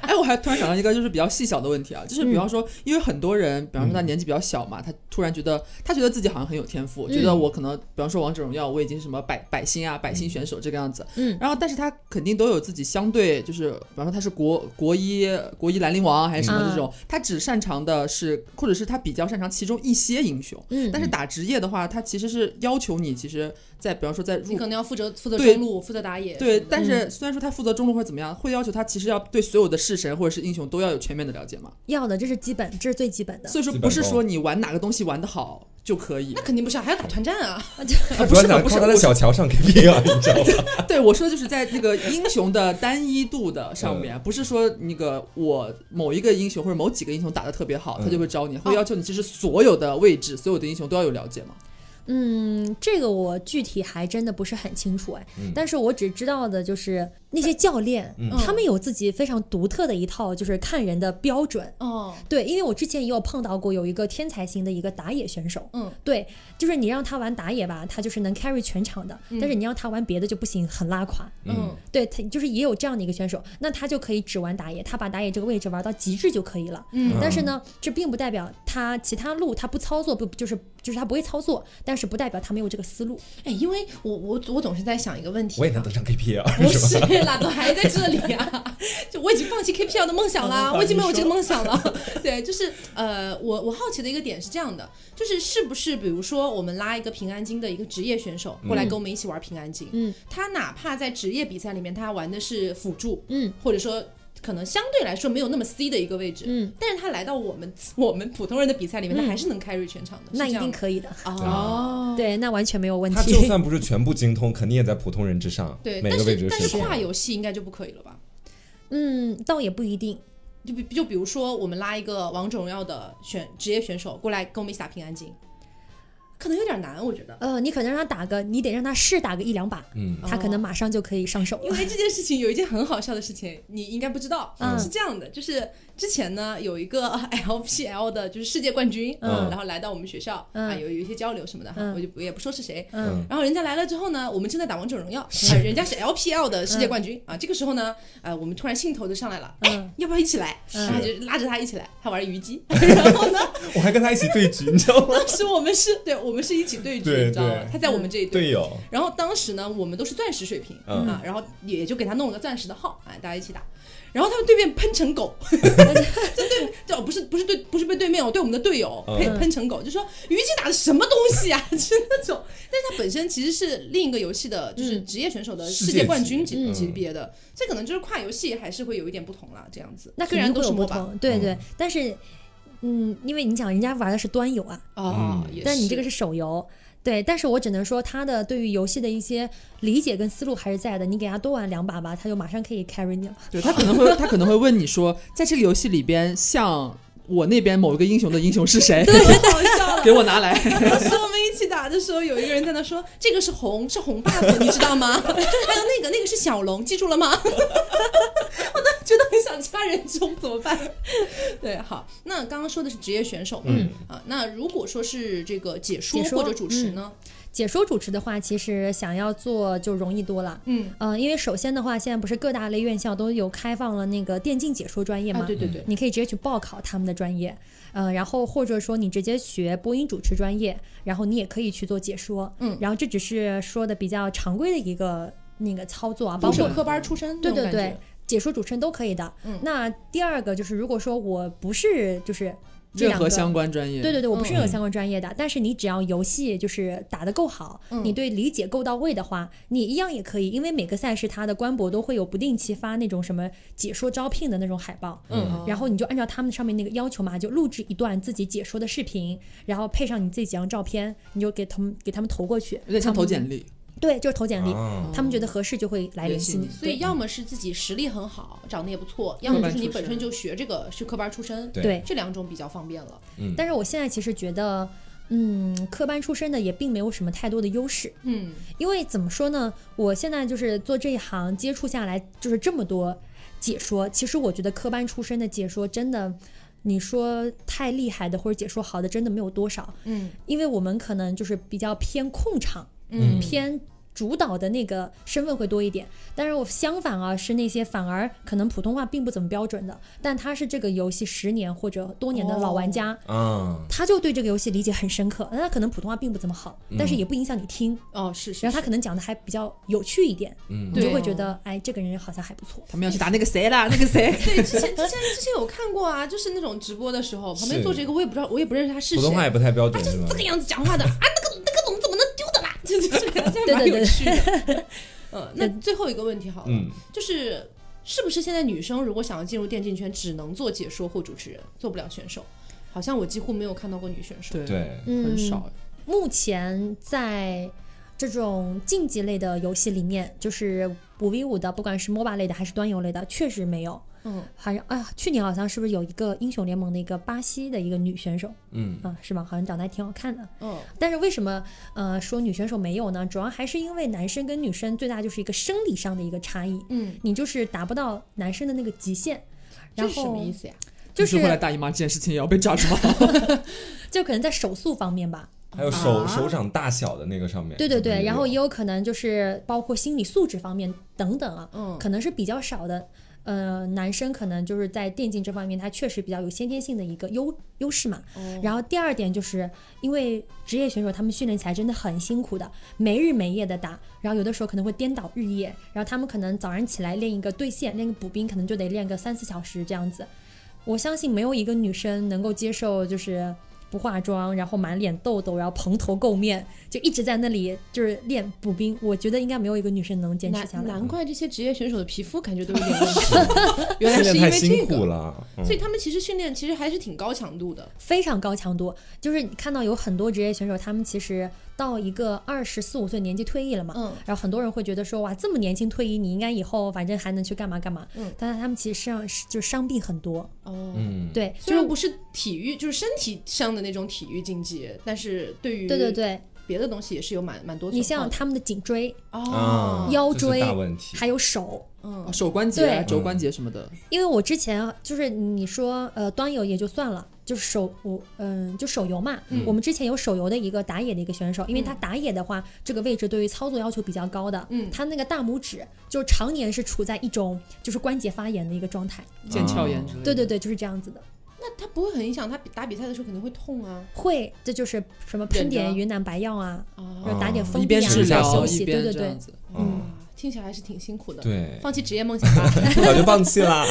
[SPEAKER 2] 哎，我还突然想到一个就是比较细小的问题啊，就是比
[SPEAKER 7] 嗯
[SPEAKER 2] 方说，因为很多人，比方说他年纪比较小嘛，他突然觉得他觉得自己好像很有天赋，觉
[SPEAKER 7] 嗯
[SPEAKER 2] 得我可能，比方说王者荣耀，我已经是什么百百星啊、百星选手这个样子，
[SPEAKER 7] 嗯
[SPEAKER 2] 然后但是他肯定都有自己相对就是，比方说他是国国一国一兰陵王还是什
[SPEAKER 7] 嗯
[SPEAKER 2] 么这种，他只擅长的是，或者是他比较擅长其中一些英雄，
[SPEAKER 7] 嗯
[SPEAKER 2] 但是打职业的话，他其实是要求你，其实在比方说在
[SPEAKER 1] 你
[SPEAKER 2] 入
[SPEAKER 1] 可能要负责负责
[SPEAKER 2] 对
[SPEAKER 1] 中路，负责打野。
[SPEAKER 2] 对，但
[SPEAKER 7] 嗯
[SPEAKER 2] 是虽然说他负责中路或者怎么样，会要求他其实要对所有的式神或者是英雄都要有全面的了解嘛。
[SPEAKER 7] 要的，这是基本，这是最基本的。
[SPEAKER 2] 所以说
[SPEAKER 3] 基本
[SPEAKER 2] 不是
[SPEAKER 3] 功
[SPEAKER 2] 说你玩哪个东西玩得好就可以
[SPEAKER 1] 那，肯定不是，还要打团战啊！
[SPEAKER 2] 啊
[SPEAKER 3] 主
[SPEAKER 2] 不
[SPEAKER 3] 要
[SPEAKER 2] 是的
[SPEAKER 3] 想
[SPEAKER 2] 不是
[SPEAKER 3] 靠他
[SPEAKER 2] 的
[SPEAKER 3] 的。小桥上 KP 啊，你知道吗？
[SPEAKER 2] 我对，我说的就是在那个英雄的单一度的上
[SPEAKER 3] 嗯
[SPEAKER 2] 面，不是说那个我某一个英雄或者某几个英雄打得特别好，他
[SPEAKER 3] 嗯
[SPEAKER 2] 就会招你，会要求你其实所有的位置、所有的英雄都要有了解 嘛。
[SPEAKER 7] 嗯，这个我具体还真的不是很清楚哎，
[SPEAKER 2] 嗯
[SPEAKER 7] 但是我只知道的就是那些教练，他们有自己非常独特的一套，就是看人的标准。
[SPEAKER 1] 哦，
[SPEAKER 7] 对，因为我之前也有碰到过有一个天才型的一个打野选手，
[SPEAKER 1] 嗯，
[SPEAKER 7] 对，就是你让他玩打野吧，他就是能 carry 全场的，
[SPEAKER 2] 嗯
[SPEAKER 7] 但是你让他玩别的就不行，很拉垮。
[SPEAKER 1] 嗯，
[SPEAKER 7] 对他就是也有这样的一个选手，那他就可以只玩打野，他把打野这个位置玩到极致就可以了。
[SPEAKER 1] 嗯
[SPEAKER 7] 但是呢，这并不代表他其他路他不操作，不就是就是他不会操作，但是不代表他没有这个思路。
[SPEAKER 1] 哎，因为我我我总是在想一个问题，
[SPEAKER 3] 我也能登上 KP 啊，
[SPEAKER 1] 不
[SPEAKER 3] 是吧？
[SPEAKER 1] 是啦，都还在这里啊！就我已经放弃 KPL 的梦想啦，我已经没有这个梦想了。 对，就是呃，我我好奇的一个点是这样的，就是是不是比如说我们拉一个平安京的一个职业选手过来跟我们一起玩平安京，
[SPEAKER 7] 嗯，
[SPEAKER 1] 他哪怕在职业比赛里面他玩的是辅助，
[SPEAKER 7] 嗯，
[SPEAKER 1] 或者说。可能相对来说没有那么 C 的一个位置，
[SPEAKER 7] 嗯，
[SPEAKER 1] 但是他来到我们 我们普通人的比赛里面，他
[SPEAKER 7] 嗯
[SPEAKER 1] 还是能 carry 全场的，
[SPEAKER 7] 那
[SPEAKER 1] 是
[SPEAKER 7] 一
[SPEAKER 1] 这样
[SPEAKER 7] 定
[SPEAKER 1] 的
[SPEAKER 7] 可以的，
[SPEAKER 1] 哦，
[SPEAKER 7] 对，那完全没有问
[SPEAKER 3] 他就
[SPEAKER 7] 题。
[SPEAKER 3] 算不是全部精通，肯定也在普通人之上。
[SPEAKER 1] 对，
[SPEAKER 3] 每
[SPEAKER 1] 但
[SPEAKER 3] 个位置
[SPEAKER 1] 是但是
[SPEAKER 3] 这样
[SPEAKER 1] 跨游戏应该就不可以了吧？
[SPEAKER 7] 嗯，倒也不一定。
[SPEAKER 1] 就比就比如说，我们拉一个王者荣耀的选职业选手过来跟我们一起打平安京，可能有点难，我觉得。
[SPEAKER 7] 呃，你可能让他打个，你得让他试打个一两把，
[SPEAKER 3] 嗯，
[SPEAKER 7] 他可能马上就可以上手
[SPEAKER 1] 哦因
[SPEAKER 7] 了。
[SPEAKER 1] 为这件事情有一件很好笑的事情，你应该不知道，
[SPEAKER 7] 嗯
[SPEAKER 1] 是这样的，就是之前呢有一个 LPL 的，就是世界冠军，
[SPEAKER 3] 嗯
[SPEAKER 1] 然后来到我们学校、
[SPEAKER 7] 嗯
[SPEAKER 1] 啊，有有一些交流什么的，哈，
[SPEAKER 7] 嗯
[SPEAKER 1] 我就不也不说是谁，
[SPEAKER 3] 嗯
[SPEAKER 1] 然后人家来了之后呢，我们正在打王者荣耀，啊人家是 LPL 的世界冠军、啊，这个时候呢，呃，我们突然兴头就上来了，哎
[SPEAKER 7] 嗯，
[SPEAKER 1] 要不要一起来？
[SPEAKER 7] 嗯
[SPEAKER 1] 然后就拉着他一起来，他玩虞 姬，然后呢。
[SPEAKER 3] 我还跟他一起对局，你 知道吗？
[SPEAKER 1] 当时我们是对，我们是一起对局，
[SPEAKER 3] 对
[SPEAKER 1] 你知道吗
[SPEAKER 3] 对？
[SPEAKER 1] 他在我们这一队。
[SPEAKER 3] 队友，
[SPEAKER 1] 然后当时呢，我们都是钻石水平、
[SPEAKER 3] 嗯
[SPEAKER 1] 啊，然后也就给他弄了个钻石的号，哎，大家一起打。然后他们对面喷成狗， 就对，就不是不是对，不是被对面哦，对我们的队友
[SPEAKER 3] 嗯
[SPEAKER 1] 喷喷成狗，就说虞姬打的什么东西啊，就是那种。但是他本身其实是另一个游戏的，就是
[SPEAKER 7] 嗯
[SPEAKER 1] 职业选手的
[SPEAKER 3] 世
[SPEAKER 1] 世
[SPEAKER 3] 界
[SPEAKER 1] 界冠
[SPEAKER 3] 级
[SPEAKER 1] 军级
[SPEAKER 3] 嗯
[SPEAKER 1] 级别的，这可能就是跨游戏还是会有一点不同啦，这样子。
[SPEAKER 7] 那
[SPEAKER 1] 虽
[SPEAKER 7] 肯
[SPEAKER 1] 然
[SPEAKER 7] 定
[SPEAKER 1] 都
[SPEAKER 7] 会
[SPEAKER 1] 是
[SPEAKER 7] 有不
[SPEAKER 1] 模板
[SPEAKER 7] 同，对对，但是。嗯，因为你想，人家玩的是端游啊，
[SPEAKER 1] 啊，
[SPEAKER 3] 嗯
[SPEAKER 1] 也
[SPEAKER 7] 但你
[SPEAKER 1] 是
[SPEAKER 7] 这个是手游，对，但是我只能说他的对于游戏的一些理解跟思路还是在的。你给他多玩两把吧，他就马上可以 carry 你了。
[SPEAKER 2] 对他可能会，他可能会问你说，在这个游戏里边，像我那边某一个英雄的英雄是谁，
[SPEAKER 1] 对，太好笑了
[SPEAKER 2] 给。我拿来。
[SPEAKER 1] 当时我们一起打的时候，有一个人在那说：“这个是红，是红 buff，你知道吗？ 还有那个，那个是小龙，记住了吗？” 我当时觉得很想掐人中，怎么办？对，好，那刚刚说的是职业选手嘛，
[SPEAKER 3] 嗯
[SPEAKER 1] 啊，那如果说是这个解说
[SPEAKER 7] 解说
[SPEAKER 1] 或者主持呢？
[SPEAKER 7] 解说主持的话，其实想要做就容易多了。
[SPEAKER 1] 嗯，
[SPEAKER 7] 呃，因为首先的话，现在不是各大类院校都有开放了那个电竞解说专业吗？嗯
[SPEAKER 1] 啊，对对对，
[SPEAKER 7] 你可以直接去报考他们的专业，呃，然后或者说你直接学播音主持专业，然后你也可以去做解说，
[SPEAKER 1] 嗯
[SPEAKER 7] 然后这只是说的比较常规的一个那个操作啊，包
[SPEAKER 1] 不是
[SPEAKER 7] 括
[SPEAKER 1] 科班出身，
[SPEAKER 7] 对对对，，解说主持人都可以的。
[SPEAKER 1] 嗯
[SPEAKER 7] 那第二个就是，如果说我不是就是这
[SPEAKER 2] 任
[SPEAKER 7] 两
[SPEAKER 2] 何
[SPEAKER 7] 个。
[SPEAKER 2] 相关专业，
[SPEAKER 7] 对对对，我不是
[SPEAKER 1] 嗯
[SPEAKER 7] 有相关专业的，但是你只要游戏就是打得够好，
[SPEAKER 1] 嗯
[SPEAKER 7] 你对理解够到位的话，你一样也可以，因为每个赛事它的官博都会有不定期发那种什么解说招聘的那种海报，
[SPEAKER 2] 哦
[SPEAKER 1] 嗯，
[SPEAKER 7] 然后你就按照他们上面那个要求嘛，就录制一段自己解说的视频，然后配上你自己几张照片，你就给他们给他们投过去，
[SPEAKER 2] 有点像
[SPEAKER 7] 他
[SPEAKER 2] 投
[SPEAKER 7] 们
[SPEAKER 2] 简历。
[SPEAKER 7] 对，就是投
[SPEAKER 2] 哦
[SPEAKER 7] 简历，
[SPEAKER 3] 啊
[SPEAKER 7] 他们觉得合适就会来联系你
[SPEAKER 2] 联系。
[SPEAKER 1] 哦所以
[SPEAKER 7] 对
[SPEAKER 1] 要么是自己实力很好，长得也不错，要么就是你本身就学这个是科班出身，
[SPEAKER 3] 对
[SPEAKER 7] 对，
[SPEAKER 1] 这两种比较方便了。
[SPEAKER 7] 但是我现在其实觉得，嗯，科班出身的也并没有什么太多的优势，
[SPEAKER 1] 嗯，
[SPEAKER 7] 因为怎么说呢，我现在就是做这一行接触下来，就是这么多解说，其实我觉得科班出身的解说真的。你说太厉害的或者解说好的，真的没有多少，
[SPEAKER 1] 嗯
[SPEAKER 7] 因为我们可能就是比较偏控场，
[SPEAKER 1] 嗯
[SPEAKER 7] 偏主导的那个身份会多一点。但是我相反啊，是那些反而可能普通话并不怎么标准的，但他是这个游戏十年或者多年的老玩家，
[SPEAKER 3] 啊，
[SPEAKER 7] 他就对这个游戏理解很深刻。那他可能普通话并不怎么好，但是也不影响你听。
[SPEAKER 1] 哦是是，
[SPEAKER 7] 然后他可能讲的还比较有趣一点，
[SPEAKER 3] 嗯
[SPEAKER 7] 你就
[SPEAKER 1] 对
[SPEAKER 7] 会觉得，哎，这个人好像还不错。
[SPEAKER 2] 他们要去打那个谁啦，那个谁，
[SPEAKER 1] 对，之 前之前之前有看过啊，就是那种直播的时候，旁边坐着一个我也不知道，我也不认识他是
[SPEAKER 3] 普通话也
[SPEAKER 1] 谁，
[SPEAKER 3] 不太标
[SPEAKER 1] 他
[SPEAKER 3] 准
[SPEAKER 1] 就是是
[SPEAKER 3] 吗
[SPEAKER 1] 这？个样子讲话的啊，那个那个龙怎么能丢的啦？ 就就是这样，这还蛮
[SPEAKER 7] 对对
[SPEAKER 1] 有 趣的。嗯，那最后一个问题好了，
[SPEAKER 3] 嗯，
[SPEAKER 1] 就是是不是现在女生如果想要进入电竞圈，只能做解说或主持人，做不了选手？好像我几乎没有看到过女选手。
[SPEAKER 2] 对，
[SPEAKER 3] 对，
[SPEAKER 2] 很少。
[SPEAKER 7] 嗯目前在这种竞技类的游戏里面，就是五 v 五的，不管是 MOBA 类的还是端游类的，确实没有。
[SPEAKER 1] 嗯，
[SPEAKER 7] 好像啊，去年好像是不是有一个英雄联盟的一个巴西的一个女选手
[SPEAKER 3] 嗯
[SPEAKER 7] 啊，是吗？好像长得还挺好看的。
[SPEAKER 1] 嗯，
[SPEAKER 7] 但是为什么呃说女选手没有呢？主要还是因为男生跟女生最大就是一个生理上的一个差异，
[SPEAKER 1] 嗯，
[SPEAKER 7] 你就是达不到男生的那个极限。然
[SPEAKER 1] 这
[SPEAKER 7] 后
[SPEAKER 1] 是什么意思呀？
[SPEAKER 7] 就
[SPEAKER 2] 你
[SPEAKER 7] 是
[SPEAKER 2] 后来大姨妈这件事情也要被 judge 吗？
[SPEAKER 7] 就可能在手速方面吧，
[SPEAKER 3] 还有手
[SPEAKER 2] 啊
[SPEAKER 3] 手掌大小的那个上面，嗯
[SPEAKER 7] 对对对，然后也
[SPEAKER 3] 有
[SPEAKER 7] 有可能就是包括心理素质方面等等啊，
[SPEAKER 1] 嗯
[SPEAKER 7] 可能是比较少的。呃，男生可能就是在电竞这方面，他确实比较有先天性的一个优优势嘛。
[SPEAKER 1] 哦
[SPEAKER 7] 然后第二点就是因为职业选手他们训练起来真的很辛苦的，没日没夜的打，然后有的时候可能会颠倒日夜，然后他们可能早上起来练一个对线，练个补兵，可能就得练个三四小时这样子。我相信没有一个女生能够接受就是不化妆，然后满脸痘痘，然后蓬头垢面，就一直在那里就是练步兵。我觉得应该没有一个女生能坚持下
[SPEAKER 1] 难
[SPEAKER 7] 来。
[SPEAKER 1] 难怪这些职业选手的皮肤感觉都有点问题， 原来
[SPEAKER 3] 训
[SPEAKER 1] 是
[SPEAKER 3] 练
[SPEAKER 1] 因
[SPEAKER 3] 太
[SPEAKER 1] 为
[SPEAKER 3] 辛
[SPEAKER 1] 这
[SPEAKER 3] 苦
[SPEAKER 1] 个。
[SPEAKER 3] 了，嗯
[SPEAKER 1] 所以他们其实训练其实还是挺高强度的，
[SPEAKER 7] 非常高强度，就是你看到有很多职业选手，他们其实到一个二十四五岁年纪退役了嘛，
[SPEAKER 1] 嗯
[SPEAKER 7] 然后很多人会觉得说，哇，这么年轻退役，你应该以后反正还能去干嘛干嘛，
[SPEAKER 1] 嗯
[SPEAKER 7] 但是他们其实上就伤病很多，
[SPEAKER 1] 哦，
[SPEAKER 3] 嗯，
[SPEAKER 7] 对，
[SPEAKER 1] 虽
[SPEAKER 7] 就
[SPEAKER 1] 然
[SPEAKER 7] 是
[SPEAKER 1] 不是体育，就是身体上的那种体育竞技，但是对于
[SPEAKER 7] 对对对，
[SPEAKER 1] 别的东西也是有蛮蛮多损
[SPEAKER 7] 你
[SPEAKER 1] 耗
[SPEAKER 7] 像
[SPEAKER 1] 的。
[SPEAKER 7] 他们的颈椎
[SPEAKER 3] 啊
[SPEAKER 1] 哦，
[SPEAKER 7] 腰
[SPEAKER 3] 这是
[SPEAKER 7] 椎
[SPEAKER 3] 大问题，
[SPEAKER 7] 还有手，
[SPEAKER 1] 嗯
[SPEAKER 2] 手关节啊、
[SPEAKER 7] 对
[SPEAKER 2] 肘关节什么的，
[SPEAKER 7] 因为我之前就是你说呃端游也就算了，就是手我嗯、就手游嘛、
[SPEAKER 3] 嗯
[SPEAKER 7] 我们之前有手游的一个打野的一个选手，因为他
[SPEAKER 1] 嗯
[SPEAKER 7] 打野的话，这个位置对于操作要求比较高的，
[SPEAKER 1] 嗯
[SPEAKER 7] 他那个大拇指就常年是处在一种就是关节发炎的一个状态，
[SPEAKER 2] 腱鞘炎之类的。
[SPEAKER 7] 对对对，就是这样子的。
[SPEAKER 1] 那他不会很影响他比打比赛的时候肯定会痛啊
[SPEAKER 7] 会，这就是什么喷
[SPEAKER 1] 忍着
[SPEAKER 7] 点云南白药啊，
[SPEAKER 1] 啊
[SPEAKER 7] 然后打点
[SPEAKER 3] 哦
[SPEAKER 7] 蜂
[SPEAKER 2] 一边
[SPEAKER 7] 蜜啊，
[SPEAKER 2] 治
[SPEAKER 7] 然
[SPEAKER 2] 疗
[SPEAKER 7] 后休
[SPEAKER 2] 一
[SPEAKER 7] 息，
[SPEAKER 2] 边
[SPEAKER 7] 对对
[SPEAKER 2] 这样
[SPEAKER 7] 对，
[SPEAKER 2] 子，
[SPEAKER 3] 嗯，
[SPEAKER 1] 听起来还是挺辛苦的。，
[SPEAKER 3] 对，
[SPEAKER 1] 放弃职业梦想吧。
[SPEAKER 3] 早就放弃了，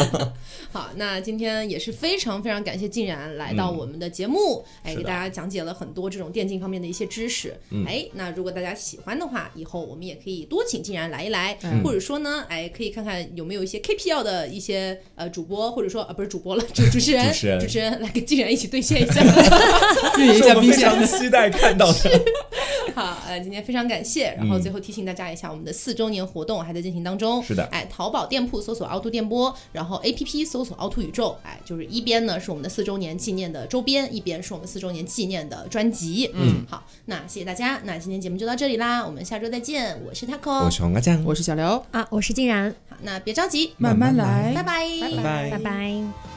[SPEAKER 1] 好，那今天也是非常非常感谢静然来到我们的节目，哎，
[SPEAKER 3] 嗯是
[SPEAKER 1] 给
[SPEAKER 3] 的
[SPEAKER 1] 大家讲解了很多这种电竞方面的一些知识。
[SPEAKER 3] 嗯
[SPEAKER 1] 哎，那如果大家喜欢的话，以后我们也可以多请静然来一来，
[SPEAKER 2] 嗯
[SPEAKER 1] 或者说呢，哎，可以看看有没有一些 KPL 的一些呃主播，或者说啊不是主播了，主主持人，
[SPEAKER 3] 主持人
[SPEAKER 1] 来跟静然一起兑现一下。
[SPEAKER 2] 运营一
[SPEAKER 3] 是我
[SPEAKER 2] 下
[SPEAKER 3] 们
[SPEAKER 2] 冰
[SPEAKER 3] 非
[SPEAKER 2] 箱。
[SPEAKER 3] 常期待看到的，
[SPEAKER 1] 好，呃，今天非常感谢。然后最后提醒大家一下，我们的四周年活动还在进行当中。
[SPEAKER 3] 嗯是的
[SPEAKER 1] 哎，淘宝店铺搜索“凹凸电波”，然后 APP 搜索“凹凸宇宙”。哎，就是一边呢是我们的四周年纪念的周边，一边是我们四周年纪念的专辑。嗯，好，那谢谢大家，那今天节目就到这里啦，我们下周再见。我是 Taco，
[SPEAKER 3] 我是黄瓜酱，
[SPEAKER 2] 哦我是小刘，
[SPEAKER 7] 啊，我是静然，
[SPEAKER 1] 好，那别着急，
[SPEAKER 2] 慢慢
[SPEAKER 3] 慢慢
[SPEAKER 2] 来，
[SPEAKER 1] 拜拜，拜
[SPEAKER 3] 拜
[SPEAKER 7] 拜拜。